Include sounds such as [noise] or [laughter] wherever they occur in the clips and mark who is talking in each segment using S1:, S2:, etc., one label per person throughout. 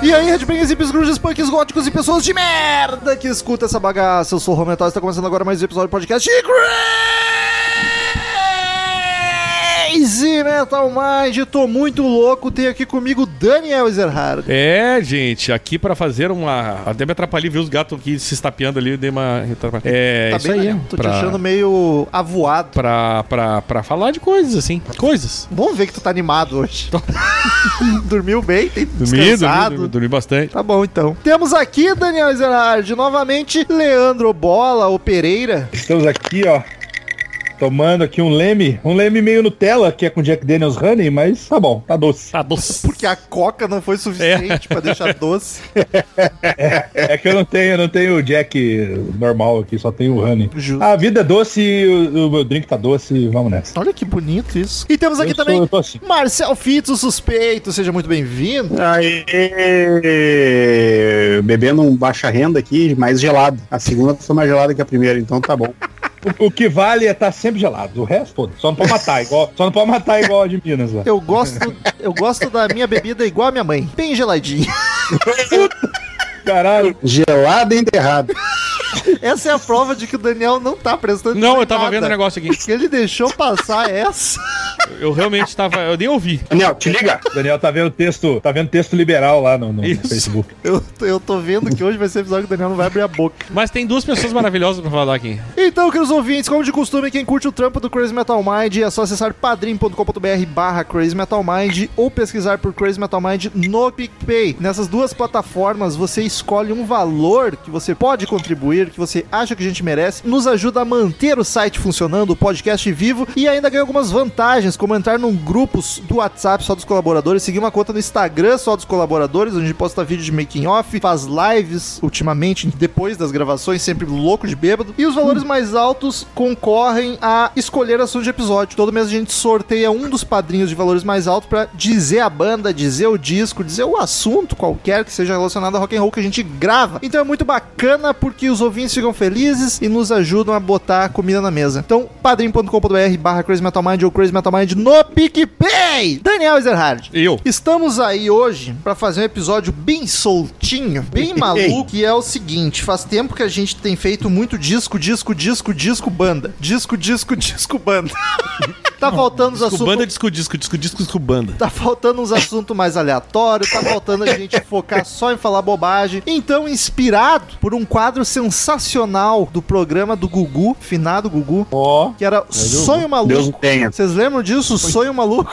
S1: E aí, Redbangers, hippies, grunges, punks, góticos e pessoas de merda que escuta essa bagaça. Eu sou o Romental e está começando agora mais um episódio do podcast Crazy Metal Mind. Tô muito louco, tem aqui comigo Daniel Ezerhard.
S2: É, gente, aqui pra fazer uma. Até me atrapalhei, vi os gatos aqui se estapeando ali, dei uma. É,
S1: tá
S2: isso
S1: bem,
S2: aí.
S1: né? Tô
S2: pra,
S1: te achando meio avoado.
S2: pra, pra, pra falar de coisas, assim. Coisas.
S1: Bom ver que tu tá animado hoje. [laughs] Dormiu bem, tem
S2: Dormi, dormi,
S1: descansado.
S2: dormi, dormi bastante.
S1: Tá bom, então. Temos aqui, Daniel Zerard, novamente, Leandro Bola, o Pereira.
S3: Estamos aqui, ó. Tomando aqui um leme, um leme meio Nutella, que é com Jack Daniels Honey, mas tá bom, tá doce.
S2: Tá doce.
S1: Porque a coca não foi suficiente pra deixar
S2: [laughs]
S1: doce.
S3: É que eu não tenho, eu não tenho o Jack normal aqui, só tenho o Honey.
S1: Justo.
S3: A vida é doce, o, o meu drink tá doce, vamos nessa.
S1: Olha que bonito isso. E temos aqui
S3: Eu sou-
S1: também
S3: eu tô assim.
S1: Marcel Fitz, o suspeito. Seja muito bem-vindo.
S4: Aê! Bebendo um baixa renda aqui, mais gelado. A segunda foi mais gelada que a primeira, então tá bom.
S3: O, o que vale é tá sempre gelado, o resto todo. Só não pode matar, igual, só não pode matar igual a de Minas lá.
S1: Eu gosto, eu gosto da minha bebida igual a minha mãe, bem geladinha. [laughs]
S3: Caralho,
S4: Gelado e enterrado.
S1: Essa é a prova de que o Daniel não tá prestando
S2: Não,
S1: em
S2: eu tava
S1: nada.
S2: vendo o negócio aqui.
S1: Que ele deixou
S2: [laughs]
S1: passar essa.
S2: Eu realmente tava. Eu nem ouvi.
S4: Daniel, te liga!
S3: o Daniel tá vendo texto, tá vendo texto liberal lá no, no
S2: Isso.
S3: Facebook.
S1: Eu, eu tô vendo que hoje vai ser episódio que o Daniel não vai abrir a boca.
S2: Mas tem duas pessoas maravilhosas pra falar aqui.
S1: Então, queridos ouvintes, como de costume, quem curte o trampo do Crazy Metal Mind é só acessar padrim.com.br barra Crazy Metal Mind ou pesquisar por Crazy Metal Mind no PicPay. Nessas duas plataformas, você escolhe um valor que você pode contribuir, que você acha que a gente merece, nos ajuda a manter o site funcionando, o podcast vivo e ainda ganha algumas vantagens, como entrar num grupo do WhatsApp só dos colaboradores, seguir uma conta no Instagram só dos colaboradores, onde a gente posta vídeo de making off, faz lives ultimamente, depois das gravações, sempre louco de bêbado. E os valores mais altos concorrem a escolher assunto de episódio. Todo mês a gente sorteia um dos padrinhos de valores mais altos pra dizer a banda, dizer o disco, dizer o assunto qualquer que seja relacionado a rock and roll que a gente grava. Então é muito bacana porque os ouvintes ficam felizes e nos ajudam a botar a comida na mesa. Então, padrim.com.br barra Crazy Metal Mind ou Crazy Metal Mind no PicPay. Daniel Ezerhard.
S2: Eu.
S1: Estamos aí hoje para fazer um episódio bem soltinho, bem maluco, e é o seguinte, faz tempo que a gente tem feito muito disco, disco, disco, disco, banda. Disco, disco, disco, banda. [laughs] tá faltando os
S2: Desco banda,
S1: assuntos...
S2: é disco, disco, disco, disco, disco, banda.
S1: Tá faltando uns assuntos mais aleatórios, tá faltando a gente focar só em falar bobagem. Então, inspirado por um quadro sensacional do programa do Gugu, finado Gugu,
S3: Ó,
S1: que era Sonho
S4: Deus
S1: Maluco.
S4: não tenha.
S1: Vocês lembram disso? Sonho Maluco?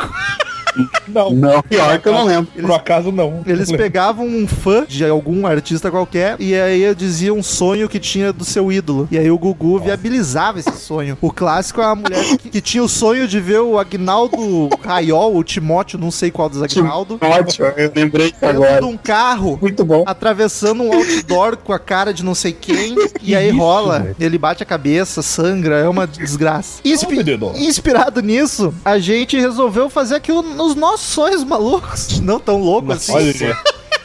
S3: não,
S4: Não, pior que eu não lembro.
S3: por acaso não.
S1: Eles pegavam um fã de algum artista qualquer e aí dizia um sonho que tinha do seu ídolo. E aí o Gugu viabilizava esse sonho. O clássico é a mulher que, que tinha o sonho de ver o Agnaldo Raiol, o Timóteo, não sei qual dos Agnaldo,
S4: Ótimo, eu lembrei
S1: dentro de
S4: agora.
S1: um carro.
S4: Muito bom.
S1: Atravessando um outdoor com a cara de não sei quem, e aí
S3: Isso,
S1: rola.
S3: velho.
S1: Ele bate a cabeça, sangra, é uma desgraça. Inspi-
S3: Ô, menino.
S1: inspirado nisso, a gente resolveu fazer aqui o- os nossos sonhos malucos. Não tão loucos assim.
S3: Olha aí.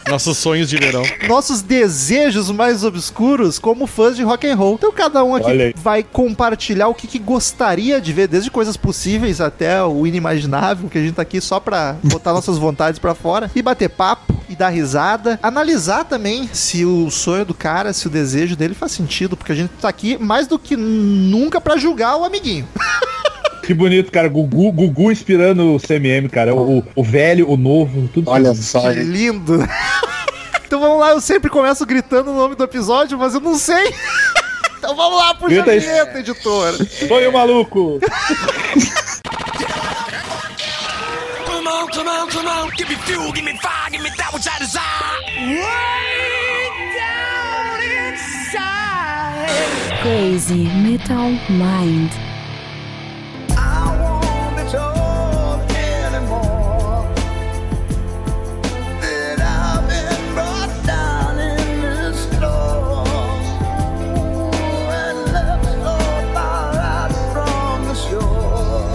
S2: Nossos sonhos de verão.
S1: nossos desejos mais obscuros como fãs de rock and roll. Então cada um
S3: Olha
S1: aqui
S3: aí.
S1: vai compartilhar o que, que gostaria de ver, desde coisas possíveis até o inimaginável, que a gente tá aqui só pra botar nossas vontades pra fora e bater papo e dar risada, analisar também se o sonho do cara, se o desejo dele faz sentido, porque a gente tá aqui mais do que nunca pra julgar o amiguinho.
S3: Que bonito, cara. Gugu, Gugu inspirando o CMM, cara. O, o velho, o novo, tudo.
S4: Olha só,
S1: Que lindo. [laughs] Então vamos lá, eu sempre começo gritando o nome do episódio, mas eu não sei. [laughs] Então vamos lá, puxa a
S3: Grita aí.
S1: vinheta, editora.
S3: Sonho maluco.
S5: Come on, come on, come on. Give me fuel, give me fire, give me that which I desire. Way down inside.
S6: Crazy Metal Mind.
S5: I won't be told anymore that I've been brought down in this storm. Ooh, and left so far out from the shore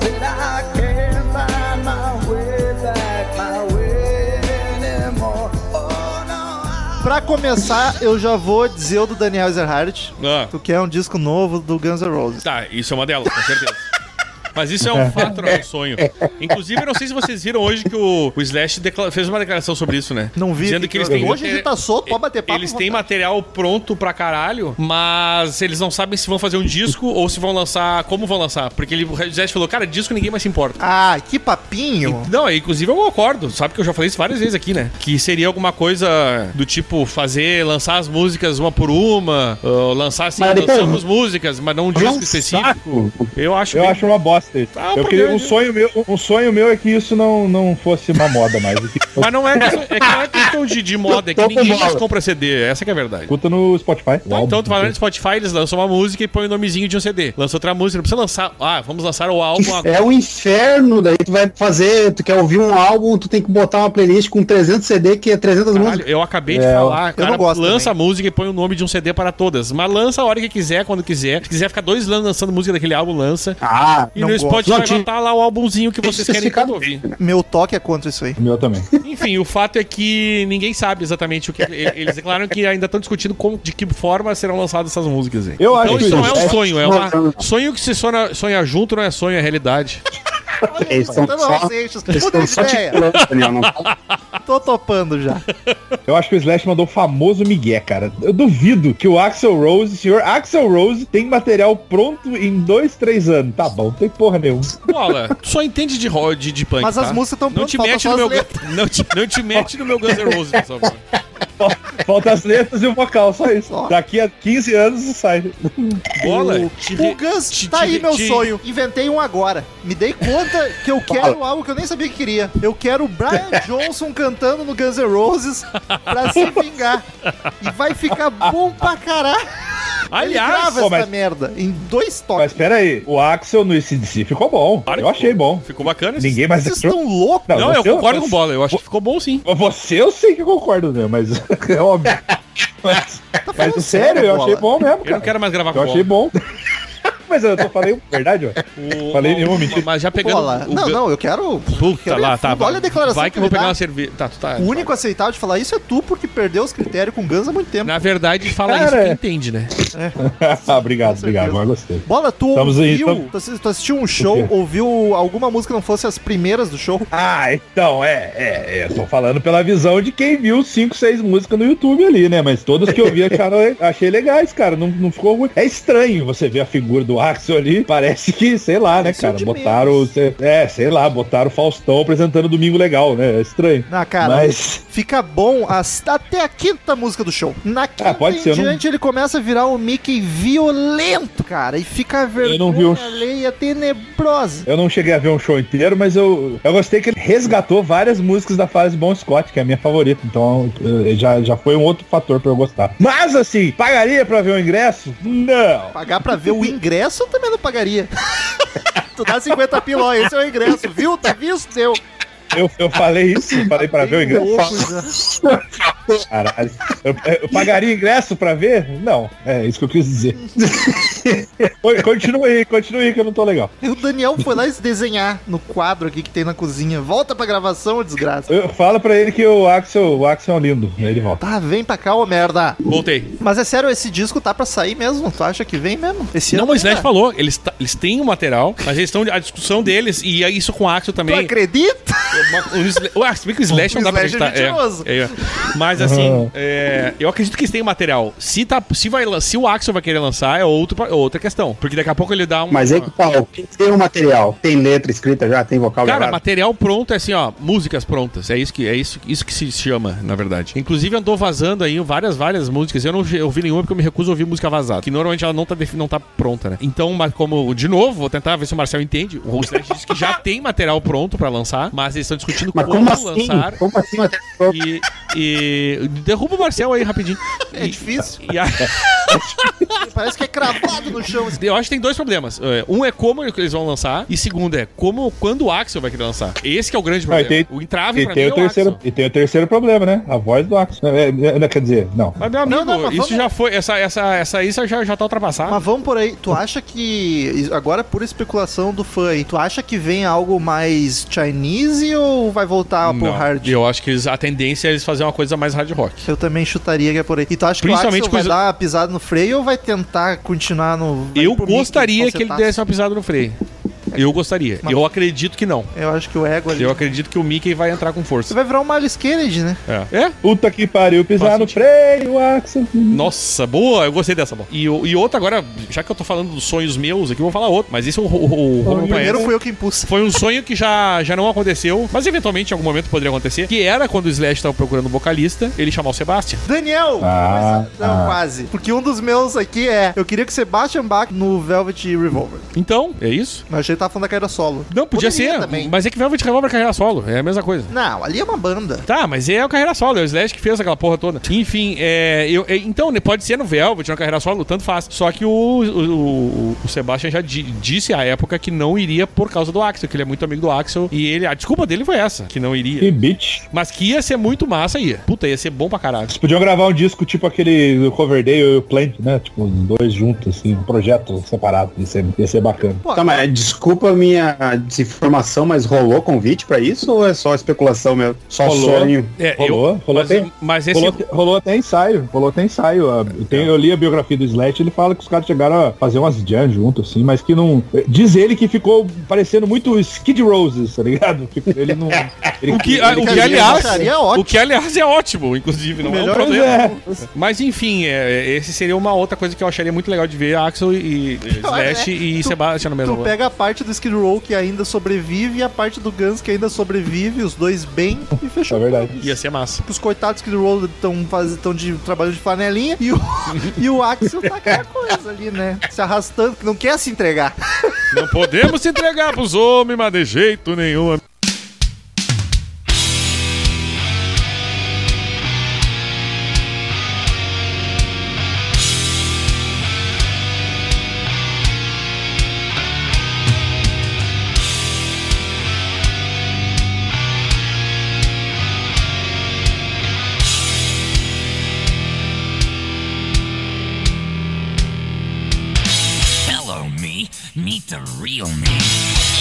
S5: that I can't find my way back, my way anymore. Oh, no, I
S1: Pra começar, eu já vou dizer o do Daniel Ezerhardt.
S2: Ah,
S1: Tu quer um disco novo do Guns N' Roses.
S2: tá, isso é uma delas, com certeza. Mas isso é um fato, não é um sonho. Inclusive, eu não sei se vocês viram hoje que o, o Slash decla- fez uma declaração sobre isso, né?
S1: Não vi.
S2: Dizendo que eles têm
S1: Hoje a
S2: matéria-
S1: gente tá solto, pode bater papo.
S2: Eles têm material pronto pra caralho, mas eles não sabem se vão fazer um disco ou se vão lançar, como vão lançar. Porque ele, o Zé falou, cara, disco ninguém mais se importa.
S1: Ah, que papinho.
S2: Não, é, inclusive eu concordo. Sabe que eu já falei isso várias vezes aqui, né? Que seria alguma coisa do tipo fazer, lançar as músicas uma por uma, ou lançar assim,
S4: Mas depois-
S2: lançamos músicas, mas não um disco
S4: um
S2: específico. Eu acho
S3: Eu
S2: bem-
S3: acho uma bosta isso.
S2: Ah,
S3: eu
S2: por
S3: queria,
S2: Deus,
S3: um,
S2: né?
S3: sonho meu, um sonho meu é que isso não, não fosse uma moda mais. E Que fosse
S2: Mas não é, questão- é que não é questão de, de moda, é que
S4: Tô com
S2: ninguém mais
S4: bola.
S2: compra CD, essa que é a verdade.
S3: escuta no Spotify.
S2: Então, então tu vai lá no Spotify, eles lançam uma música e põem o nomezinho de um CD. Lança outra música, não precisa lançar. Ah, vamos lançar o álbum agora.
S4: [laughs] É um inferno, daí tu vai fazer, tu quer ouvir um álbum, tu tem que botar uma playlist com 300 CD que é 300
S2: Caralho,
S4: músicas.
S2: eu acabei de
S3: É,
S2: falar, cara,
S1: não gosto
S2: lança a música e põe o nome de um CD para todas. Mas lança a hora que quiser, quando quiser. Se quiser ficar dois anos lançando música daquele álbum, lança.
S4: Ah,
S2: E
S1: Não
S2: no
S1: gosto.
S2: Spotify
S4: Não,
S2: vai
S4: tinha-
S2: botar lá o álbumzinho que vocês
S4: Tinha
S2: querem
S4: ficado
S2: tanto ouvir.
S1: Meu toque é contra isso aí.
S3: O meu também.
S2: Enfim, o fato é que ninguém sabe exatamente o que. e- Eles declararam que ainda estão discutindo como, de que forma serão lançadas essas músicas aí.
S3: Eu acho
S2: Então
S3: que
S2: isso não é um
S3: é-
S2: sonho, é um sonho que se sonha, sonha junto, não é sonho, é realidade.
S4: eles estão
S2: tá
S1: Então, não,
S4: só,
S2: assim.
S1: Seixas,
S4: eles
S1: puta
S4: estão só te
S1: ideia.
S4: pulando, Daniel. Não fala
S1: Tô topando já.
S3: Eu acho que o Slash mandou o famoso Miguel, cara. Eu duvido que o Axel Rose, o senhor Axel Rose, tem material pronto em dois, três anos. Tá bom, não tem porra nenhuma.
S2: Bola, tu só entende de, ro- de, de punk.
S1: Mas as
S2: tá?
S1: músicas estão
S2: Não te,
S1: falta
S2: mete
S1: só
S2: no
S1: as
S2: meu,
S1: letras.
S2: gu- não, te, não te mete no meu Guns N' Roses, por favor.
S3: Falta as letras e o vocal, só isso.
S1: Só.
S3: Daqui a 15 anos sai.
S2: Bola,
S1: O,
S2: te
S1: o
S2: re-
S1: Guns,
S2: te-
S1: tá
S2: te-
S1: aí meu
S2: te-
S1: sonho. Inventei um agora. Me dei conta que eu quero algo que eu nem sabia que queria. Eu quero o
S4: [laughs]
S1: Brian Johnson cantando no Guns N' Roses pra se vingar. E vai ficar bom pra caralho. Ele
S2: Aliás,
S1: grava
S3: pô,
S1: essa
S3: mas-
S1: merda em dois
S3: Mas
S1: toques.
S3: pera aí, o Axel no ICDC ficou bom.
S2: Claro
S3: eu
S2: que
S3: achei bom.
S2: ficou bacana. esse-
S3: Ninguém mais
S1: Vocês
S3: achou.
S1: estão loucos?
S3: Não,
S2: Não, eu
S3: você-
S2: concordo
S3: você-
S2: com bola, eu acho que ficou bom sim.
S3: Você eu sei que eu concordo, né? Mas [laughs] é
S2: [laughs]
S3: óbvio. Mas, mas
S1: Tá falando
S3: sério, eu
S1: bola?
S3: achei bom mesmo,
S2: Eu não
S3: cara.
S2: quero mais gravar com
S3: Eu achei
S2: bola.
S3: bom. [laughs] mas eu só falei verdade, ó. [laughs]
S2: O-
S3: Falei
S2: o-
S3: nenhuma mentira.
S2: Mas já pegando.
S1: Bola.
S2: o
S1: Não,
S2: Gun-
S1: não, eu quero.
S2: Puta
S1: quero ir
S2: lá,
S1: a
S2: tá.
S1: fundo. Olha a declaração
S2: Vai que eu
S1: ele
S2: vou pegar
S1: dá.
S2: uma cerveja. Tá, tu tá.
S1: O único aceitável de falar isso é tu, porque perdeu os critérios com Guns há muito tempo.
S2: Na verdade, fala isso
S3: Cara.
S2: que entende, né?
S3: Ah, obrigado,
S1: Com
S3: obrigado.
S1: certeza.
S3: Agora gostei.
S1: Bola, tu
S3: Estamos aí,
S1: ouviu,
S3: tamo-
S1: tu assi- tu assistiu um show,
S3: O quê?
S1: ouviu alguma música que não fosse as primeiras do show?
S3: Ah, então, é, é, é, eu tô falando pela visão de quem viu 5, 6 músicas no YouTube ali, né? Mas todas que eu vi acharam, achei legais, cara, não, não ficou ruim. É estranho você ver a figura do Axel ali, parece que, sei lá, né,
S1: Parece um
S3: cara,
S1: de
S3: botaram,
S1: menos.
S3: sei- é, sei lá, botaram o Faustão apresentando Domingo Legal, né? É estranho.
S1: Na cara,
S3: Mas,
S1: fica bom as- até a quinta música do show. Na quinta
S3: Ah, pode
S1: em
S3: ser, eu não-
S1: diante ele começa a virar um Mickey violento, cara, e fica a vergonha
S3: não vi um o-
S1: alheia tenebrosa.
S3: eu não cheguei a ver um show inteiro, mas eu, eu gostei que ele resgatou várias músicas da fase Bon Scott, que é a minha favorita. Então eh, já, já foi um outro fator pra eu gostar. Mas assim, pagaria pra ver o ingresso? Não.
S1: Pagar pra ver o ingresso eu também não pagaria. [laughs] tu dá 50 pila, ó, esse é o ingresso, viu? Tá visto? Deu.
S3: Eu, eu falei isso, eu falei pra ver o ingresso.
S1: Louco já.
S3: Caralho. Eu, eu pagaria ingresso pra ver? Não, é isso que eu quis dizer. Oi, Continue aí, continue aí que eu não tô legal.
S1: E o Daniel foi lá se desenhar no quadro aqui que tem na cozinha. Volta pra gravação, ô desgraça.
S3: Eu falo pra ele que o Axel, o Axel é um lindo. Aí ele volta.
S1: Tá, vem pra cá, ô merda.
S2: Voltei.
S1: Mas é sério, esse disco tá pra sair mesmo? Tu acha que vem mesmo? Esse
S2: Não,
S1: ano
S2: mas o Slash
S1: ainda?
S2: falou, eles, ta- eles têm o material, mas eles estão. A discussão deles, e é isso com o Axel
S1: Tu
S2: também.
S1: acredita?
S2: Uma- o Sla- Ué, se bem que o Slash
S1: O
S2: não dá pra
S1: Slash é
S2: acreditar. É,
S1: mentiroso.
S2: é, é. Mas assim, é, eu acredito que eles têm material. Se, tá, se, vai, lan- se o Axel vai querer lançar, é outro, pa- outra questão. Porque daqui a pouco ele dá um.
S4: Mas aí que tá, ó, quem tem o material? Tem letra escrita já? Tem vocal
S2: Cara,
S4: gravado?
S2: material pronto é assim, ó, músicas prontas. É isso que é isso, isso que se chama, na verdade. Inclusive andou vazando aí várias, várias músicas. Eu não vi- eu ouvi nenhuma porque eu me recuso a ouvir música vazada, que normalmente ela não tá defi- não tá pronta, né? Então, mas como de novo, vou tentar ver se o Marcel entende. O Slash disse que já tem material pronto pra lançar, mas eles estão discutindo
S4: Mas
S2: como,
S4: como assim?
S2: lançar.
S4: Como assim material pronto?
S2: E, e derruba o Marcel aí rapidinho.
S1: É difícil.
S2: E a-
S1: Parece que é cravado no chão. chama esse
S2: Eu acho que tem dois problemas. É, Um é como eles vão lançar, e segundo é como quando o Axel vai querer lançar. Esse que é o grande
S3: Ah, e
S2: problema.
S3: tem-
S2: o entrave
S3: E
S2: pra
S3: tem,
S2: mim
S3: o
S2: é o
S3: terceiro,
S2: Axel.
S3: e tem o terceiro problema, né? A voz do Axel. É, é, é, quer dizer, não.
S2: Mas, meu amigo,
S1: Não, não, mas
S2: isso
S1: vamos-
S2: já foi. Essa, essa, essa isso já, já tá ultrapassada.
S1: Mas vamos por aí. Tu acha que. Agora, é pura especulação do fã aí. Tu acha que vem algo mais Chinese ou vai voltar pro
S2: Não,
S1: hard? Eu...
S2: Eu acho que eles- a tendência é eles fazerem uma coisa mais hard rock.
S1: também chutaria que é por aí. E tu acha que o Axel
S2: Principalmente
S1: vai
S2: coisa-
S1: dar uma pisada no freio ou vai tentar continuar no. vai
S2: Eu
S1: tá pro então Mickey,
S2: gostaria que ele
S1: falsetaço?
S2: desse uma pisada no freio. Eu gostaria.
S1: tá É. Mas-
S2: Eu acredito que não.
S1: Eu acho que o ego ali.
S2: Eu acredito que o Mickey vai entrar com
S1: Você
S2: força.
S1: vai virar um Miles Kennedy, né?
S2: É? é?
S3: Puta que pariu, pisar
S2: Faz
S3: no
S2: sentido.
S3: freio, Axel.
S2: Nossa, boa! Eu gostei dessa bola. E, o- e outra agora, já que eu tô falando dos sonhos meus aqui, eu vou falar outro. Mas isso o, o, o Romulo
S1: Primeiro
S2: conhece.
S1: fui eu que impulso.
S2: Foi um sonho que já, já não aconteceu, mas eventualmente em algum momento poderia acontecer, que era quando o Slash tava procurando um vocalista, ele chamar o Sebastian.
S1: Daniel!
S3: Ah,
S1: Mas- não,
S3: ah.
S1: quase. Porque um dos meus aqui é. Eu queria que o Sebastian Bach no Velvet Revolver.
S2: Então, é isso?
S1: Mas achei que tava falando da carreira solo.
S2: Não, podia
S1: Poderia
S2: ser,
S1: também.
S2: mas é que Velvet Revolver é carreira solo, é a mesma coisa.
S1: Não, ali é uma banda.
S2: Tá, mas é o carreira solo, é o Slash que fez aquela porra toda. Enfim, é, eu, é, então né, pode ser no Velvet, na carreira solo, tanto faz. Só que o, o, o- o Sebastian já di- disse à época que não iria por causa do Axel, que ele é muito amigo do Axel. E ele, a desculpa dele foi essa, que não iria.
S3: Que bitch.
S2: Mas que ia ser muito massa, ia. Puta, ia ser bom pra caralho.
S3: Vocês podiam gravar um disco tipo aquele do Coverdale e o Plant, né? Tipo, os dois juntos, assim, um projeto separado. Ia ser, ia ser bacana.
S1: Pô,
S4: Tá, mas desculpa a minha desinformação, mas rolou convite pra isso ou é só especulação mesmo? Só
S3: Rolou.
S4: sonho?
S2: É,
S3: Rolou, rolou
S2: mas,
S3: até-
S2: mas esse.
S3: Rolou, rolou até ensaio, rolou até ensaio. Ah, tem- eu li a biografia do Slash, ele fala que os caras chegaram a fazer umas jams junto, assim, mas que não. Diz ele que ficou parecendo muito Skid Roses, tá ligado? [laughs] Tipo, ele não. ele-
S2: O que, ah, o que,
S1: Ele
S2: aliás,
S1: acharia
S2: o
S1: ótimo.
S2: que aliás é ótimo, inclusive, não é um
S1: Melhor
S3: Pois
S2: problema.
S3: é.
S2: Mas enfim, é, esse seria uma outra coisa que eu acharia muito legal de ver Axel e, e Slash
S1: é.
S2: e
S1: Tu-
S2: Sebastian no mesmo
S1: Tu
S2: lugar.
S1: pega a parte do Skid Row que ainda sobrevive e a parte do Guns que ainda sobrevive, os dois bem, e
S3: É
S1: fechou.
S3: verdade.
S2: Ia ser massa.
S1: Os coitados do Skid Row estão tão de trabalho de flanelinha e o, [laughs] e o Axel tá aquela coisa ali, né? Se arrastando, que não quer se entregar.
S2: Não podemos se entregar pros homens, mas de jeito nenhum. Ah,
S7: Hello, me. Meet the real me.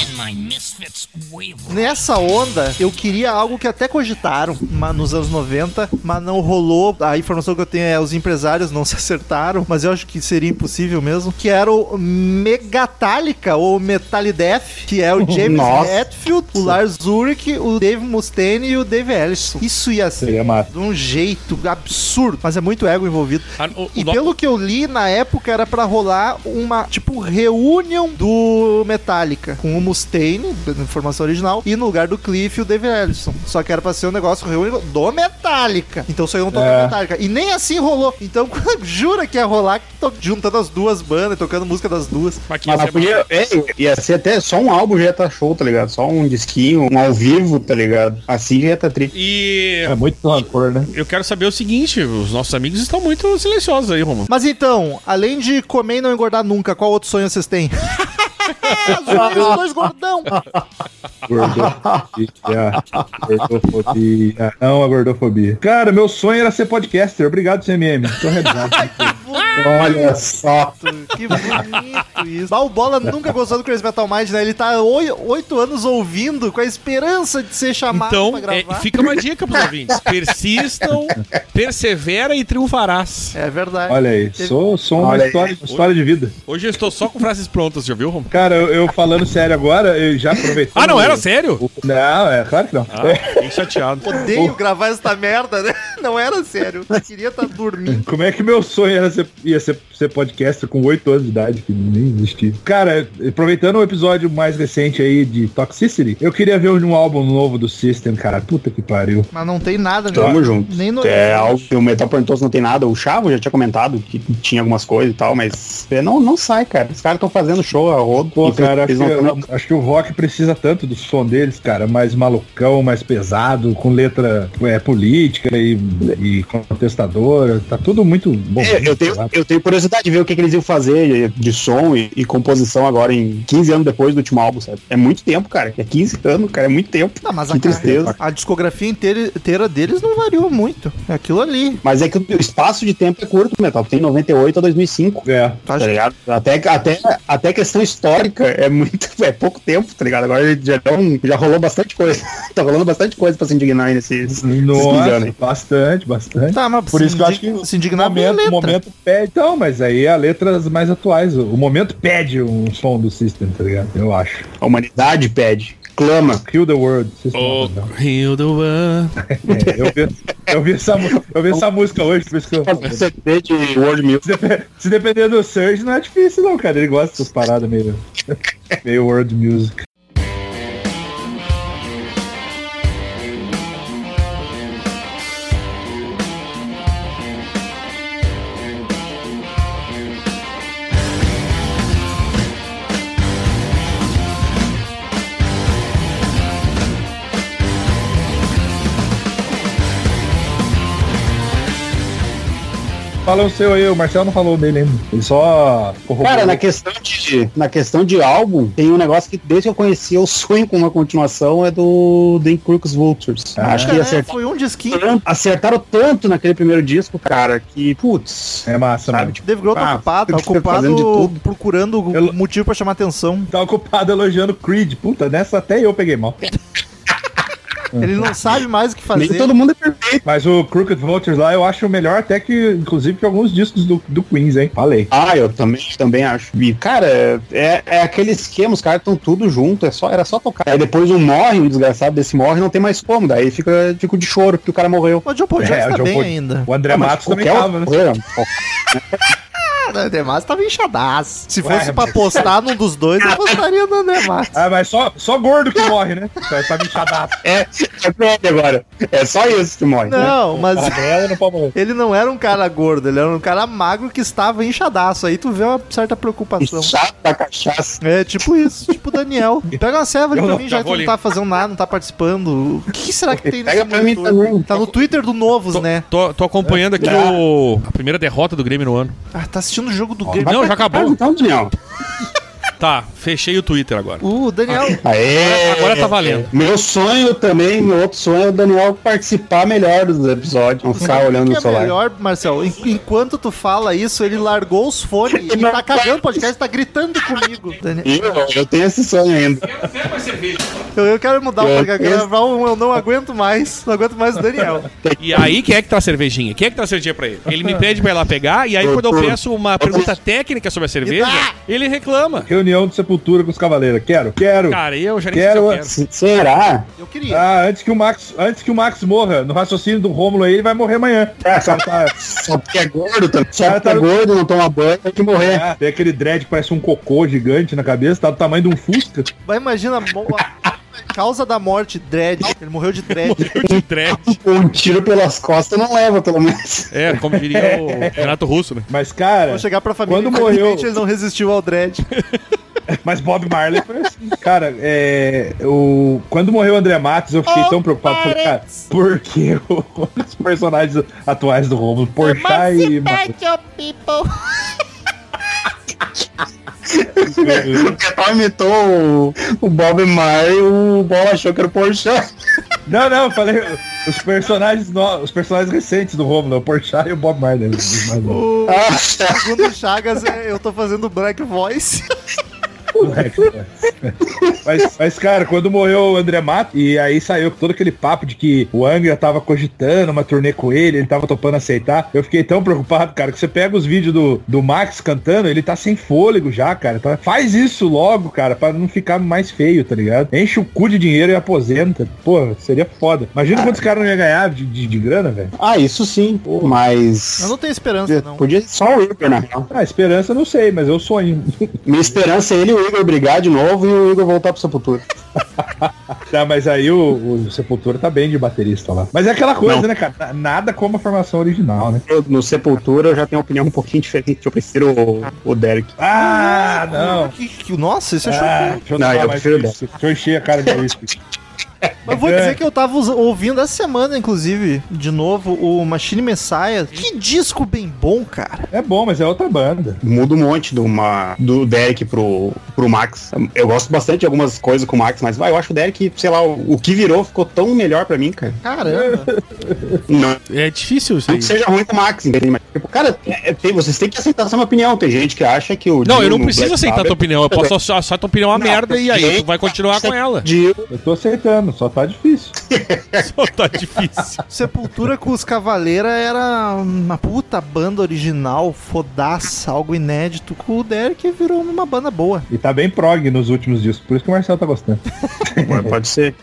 S7: In my Misfits wave
S1: Nessa onda, eu queria algo que até cogitaram ma- nos anos 90, mas não rolou. A informação que eu tenho é os empresários não [laughs] se acertaram, mas eu acho que seria impossível mesmo. Que era o Megatálica ou Metalidef, que é o James
S4: Nossa.
S1: Hetfield, o Lars Ulrich, o Dave Mustaine e o Dave Ellison. Isso ia ser
S3: Seria massa.
S1: de um jeito absurdo, mas é muito ego envolvido.
S2: Ah, o-
S1: E
S2: o no-
S1: pelo que eu li, na época era pra rolar uma, tipo, reunião do Metallica com o Mustaine, na informação original, e no lugar do Cliff e o Dave Ellison. Só que era pra ser um negócio reunião do Metallica. Então só iam tocar
S3: É.
S1: Metallica. E nem assim rolou. Então [laughs] quando- jura que ia rolar to- juntando as duas bandas, tocando música das duas.
S2: Mas que ia
S4: Mas
S2: ser
S4: não podia, é, ia ser até só um álbum já ia tá show, tá ligado? Só um disquinho, um ao vivo, tá ligado? Assim já ia tá tri.
S2: E
S3: É muito rancor, né?
S2: eu quero saber o seguinte: os nossos amigos estão muito silenciosos aí, Romulo.
S1: Mas então, além de comer e não engordar nunca, qual outro sonho vocês têm? [laughs] Zoei É, os dois gordão.
S3: Gordofobia. Gordofobia. Não, a gordofobia. Cara, meu sonho era ser podcaster. Obrigado, CMM.
S2: [laughs]
S3: Tô realizado.
S4: Olha só.
S1: Que bonito isso. Bah, o Bola nunca gostou do Crazy Metal Mind, né? Ele tá oi- oito anos ouvindo com a esperança de ser chamado
S2: Então,
S1: pra
S2: é,
S1: gravar. É,
S2: fica uma dica
S1: [laughs]
S2: pros ouvintes: persistam, persevera e triunfarás.
S1: É verdade.
S3: Olha aí, sou, sou uma
S4: Olha aí.
S3: história, uma história de vida.
S2: Hoje eu estou só com frases prontas, já viu, Romulo?
S3: Cara, eu, eu falando sério agora, eu já aproveitei.
S2: Ah, não era sério?
S3: Não, é claro que não.
S2: Ah,
S1: [laughs]
S2: fiquei chateado.
S1: Odeio gravar essa merda, né? [laughs] Não era sério. Eu queria estar dormindo.
S3: Como é que meu sonho era ser, ia ser, ser podcaster com 8 anos de idade, que nem existia. Cara, aproveitando o episódio mais recente aí de Toxicity, eu queria ver um álbum novo do System, cara. Puta que pariu.
S1: Mas não tem nada, né?
S4: Tamo junto.
S1: Nem no.
S4: É algo que o Metal perguntou se não tem nada. O Chavo já tinha comentado que tinha algumas coisas e tal, mas é, não, não sai, cara. Os caras estão fazendo show a rodo.
S3: Pô,
S4: e
S3: cara, acho
S4: eles
S3: que,
S4: não tão-
S3: acho que o rock precisa tanto do som deles, cara. Mais malucão, mais pesado, com letra é, política e, e contestadora. Tá tudo muito bom.
S4: É, eu tenho,
S1: exato.
S4: Eu tenho curiosidade de ver o que, que eles iam fazer de som e, e composição agora em 15 anos depois do último álbum, sabe? É muito tempo, cara. É 15 anos, cara. É muito tempo.
S1: Não, mas
S4: que
S1: a,
S4: tristeza.
S1: carreira- tá- a discografia inteira, inteira deles não variou muito. É aquilo ali.
S4: Mas é que o espaço de tempo é curto, metal. Tem 98 a 2005.
S3: É.
S1: Tu
S4: Tá
S1: acha
S4: ligado? Até, até, até questão histórica é muito [laughs] é pouco tempo, tá ligado? Agora já, deu um- já rolou bastante coisa. [laughs] tá rolando bastante coisa pra se indignar aí nesse. esses 15 anos
S3: Nossa,
S4: aí.
S3: bastante, bastante.
S1: Tá, mas
S3: Por
S1: se
S3: isso que eu acho
S1: indig-
S3: que
S1: se indignar pela
S3: momento,
S1: letra.
S3: momento pede. Então, mas aí a letras mais atuais. O momento pede um som do System, tá ligado? Eu acho.
S4: A humanidade pede, clama.
S3: Kill the World. System,
S2: Oh,
S3: não.
S2: Rio do One.
S3: É, eu, vi, eu, vi essa, mu- eu vi essa música hoje, por isso que eu-
S4: Fazer CD de World Music.
S3: Se depender do Surge, não é difícil não, cara. Ele gosta dessas paradas meio, meio world music. Fala o seu aí, o Marcel não falou dele ainda. Ele só corroborou.
S4: Cara, na questão, de, na questão de álbum, tem um negócio que desde que eu conheci eu sonho com uma continuação, é do The Crooks Vultures.
S3: Ah.
S4: Acho que
S1: Cara,
S4: acertaram,
S1: foi um disquinho.
S4: acertaram tanto naquele primeiro disco, cara, que, putz,
S3: É massa,
S4: sabe?
S3: mano.
S4: Tipo,
S1: Dave Grohl tá
S4: Ah,
S1: ocupado, tá
S4: fica fazendo de
S1: ocupado
S4: tudo.
S1: procurando o
S3: Eu-
S1: motivo pra chamar atenção.
S3: Tá ocupado elogiando Creed. Puta, nessa até eu peguei mal.
S1: Ele não sabe mais o que
S4: nem
S1: fazer.
S4: todo mundo é perfeito.
S3: Mas o Crooked Vultures lá eu acho melhor até que, inclusive, que alguns discos do, do Queens, hein? Falei.
S4: Ah, eu também, também acho. E, cara, é, é aquele esquema, os caras estão tudo junto, é só, era só tocar. Aí depois um morre, um desgraçado desse morre, não tem mais como, daí fica, fica de choro, porque o cara morreu.
S1: Mas o John Paul
S3: É,
S1: Jones
S3: o
S1: tá
S3: John
S1: bem
S3: Paul-
S1: ainda.
S3: O André
S4: Ah, mas
S3: Matos também
S4: qualquer
S3: tava, né?
S4: outro, né?
S1: Cara, o tá André Matos tava enxadaz. Se
S3: Ué,
S1: fosse pra apostar num dos dois, eu apostaria no André Matos.
S3: Ah, mas só, só gordo que morre, né? Tá, tá me enxadado.
S4: [laughs] É, é velho agora. É só isso que morre. né?
S1: [laughs] Não, mas
S3: Ela não pode morrer.
S1: ele não era um cara gordo, ele era um cara magro que estava inchadaço. Aí tu vê uma certa preocupação.
S4: Chato da cachaça.
S1: É, tipo isso, tipo o Daniel. Pega uma serva ali
S3: Eu
S1: pra
S3: não-
S1: mim, já
S2: já
S1: que tu
S2: vou
S1: não
S2: ali.
S1: tá fazendo nada, não tá participando. O que que será que tem
S4: Pega pra mim
S1: monitor?
S4: também.
S1: Tá no Twitter do Novos,
S2: Tô,
S1: né?
S2: tô- tô acompanhando aqui
S4: Ah.
S2: o, a primeira derrota do Grêmio no ano.
S1: Ah, tá assistindo o jogo do Grêmio.
S4: Vai
S2: Não,
S4: pra
S2: já acabou.
S4: casa Então, Daniel.
S2: Tá, fechei o Twitter agora.
S1: O Daniel,
S4: Aê,
S2: Agora tá valendo.
S4: É, Meu sonho também, meu outro sonho é o Daniel participar melhor dos episódios, não ficar
S1: Sabe o
S4: tá olhando
S1: que
S4: no
S1: é
S4: celular.
S1: melhor, Marcel, En- enquanto tu fala isso, ele largou os [laughs] fones e
S4: Não
S1: tá cagando o podcast, tá gritando [laughs] comigo. Daniel.
S4: Eu, eu tenho esse sonho ainda.
S1: Eu, eu quero mudar o
S4: Eu-
S1: podcast, eu quero gravar um, eu não aguento mais, não aguento mais o Daniel.
S2: E aí, quem é que tá a cervejinha? Quem é que tá a cervejinha pra ele? Ele me pede pra ir lá pegar, e aí quando eu peço uma pergunta técnica sobre a cerveja, ele reclama.
S3: Reunião de sepultura com os cavaleiros. Quero, quero.
S2: Cara, eu já nem
S3: Quero-
S2: sei se eu
S4: Se- Será?
S1: Eu queria.
S3: Ah, antes que o Max, antes que o Max morra, no raciocínio do Rômulo aí, ele vai morrer amanhã.
S4: É.
S3: O cara
S4: [laughs]
S3: tá-
S4: Só porque é gordo também. Só
S3: Cara,
S4: porque
S3: tá
S4: é
S3: no-
S4: gordo, não toma banho, tem que
S1: É.
S4: morrer.
S3: Ah, tem aquele dread que parece um cocô gigante na cabeça, tá do tamanho de um Fusca.
S1: Mas imagina a, mo- a causa da morte, dread. Ele morreu de dread.
S2: quero. De dread.
S4: Um tiro pelas costas não leva, pelo menos. [laughs]
S2: É, como diria o Renato Russo, né?
S3: Mas, cara,
S1: Vou chegar pra família
S3: Quando
S1: e, infelizmente,
S3: morreu-
S1: ele não resistiu ao dread.
S3: mas Bob Marley foi assim. Cara, é, o, quando morreu o André Matos, eu fiquei tão preocupado. Falei, cara, por que o- os personagens atuais do tá Rômulo, Porchat e... Matos?
S4: O Ketal tá imitou o, o Bob Marley e o Bola achou que era o Porchat.
S3: Não, não, eu falei os personagens, no- os personagens recentes do Romulo, o Porchat e o Bob Marley. Os mais novos.
S1: O
S4: Ah, tá.
S1: segundo o Chagas, é, eu tô fazendo black voice.
S3: Mas, mas, cara, quando morreu o André Mato, e aí saiu todo aquele papo de que o Angra tava cogitando uma turnê com ele, ele tava topando aceitar. Eu fiquei tão preocupado, cara, que você pega os vídeos do, do Max cantando, ele tá sem fôlego já, cara. Tá- faz isso logo, cara, pra não ficar mais feio, tá ligado? Enche o cu de dinheiro e aposenta. Pô, seria foda. Imagina quantos caras não iam ganhar de, de, de grana, velho.
S4: [laughs] Ah, isso sim, pô, mas.
S1: Eu não tenho esperança, não.
S4: Podia ser só o Igor, na real.
S3: Ah, esperança eu não sei, mas eu sonho.
S4: Minha esperança é ele e o Igor brigar de novo e o Igor voltar pro Sepultura.
S3: Tá, mas aí o, o Sepultura tá bem de baterista lá. Mas é aquela coisa,
S4: Não.
S3: né, cara? Na- Nada como a formação original, né?
S4: Eu- no Sepultura eu já tenho uma opinião um pouquinho diferente. Eu prefiro o, o Derek.
S3: Ah, não.
S1: Que- que- nossa, isso é
S3: Ah,
S1: chocante.
S3: deixa eu
S4: Não,
S3: tomar
S4: eu
S3: mais
S4: prefiro
S3: whisky. Deixa eu encher a cara de whisky.
S1: Mas vou dizer que eu tava us- ouvindo essa semana, inclusive, de novo, o Machine Messiah. Que disco bem bom, cara.
S3: É bom, mas é outra banda.
S4: Muda um monte do, uma, do Derek pro, pro Max. Eu gosto bastante de algumas coisas com o Max, mas vai, eu acho o Derek, sei lá, o, o que virou ficou tão melhor pra mim, cara.
S1: Caramba.
S4: Não,
S2: É difícil isso
S4: não
S2: aí.
S4: que seja ruim com o Max, entende? Mas, tipo, cara, é- é- tem- vocês têm que aceitar essa minha opinião. Tem gente que acha que o.
S2: Não,
S4: Dio
S2: eu não
S4: no
S2: preciso
S4: Black
S2: aceitar a tua
S4: Sabbath-
S2: opinião. Eu posso achar só a tua opinião uma
S4: Não,
S2: merda e aí
S4: porque-
S2: tu vai continuar com
S4: [laughs]
S2: ela.
S4: é Dio,
S3: Eu tô aceitando, só tá difícil.
S2: Só tá difícil.
S1: Sepultura com os Cavaleira era uma puta banda original, fodaça, algo inédito. Com o Derek virou uma banda boa.
S3: E tá bem prog nos últimos discos, por isso que o Marcelo tá gostando.
S4: pode ser.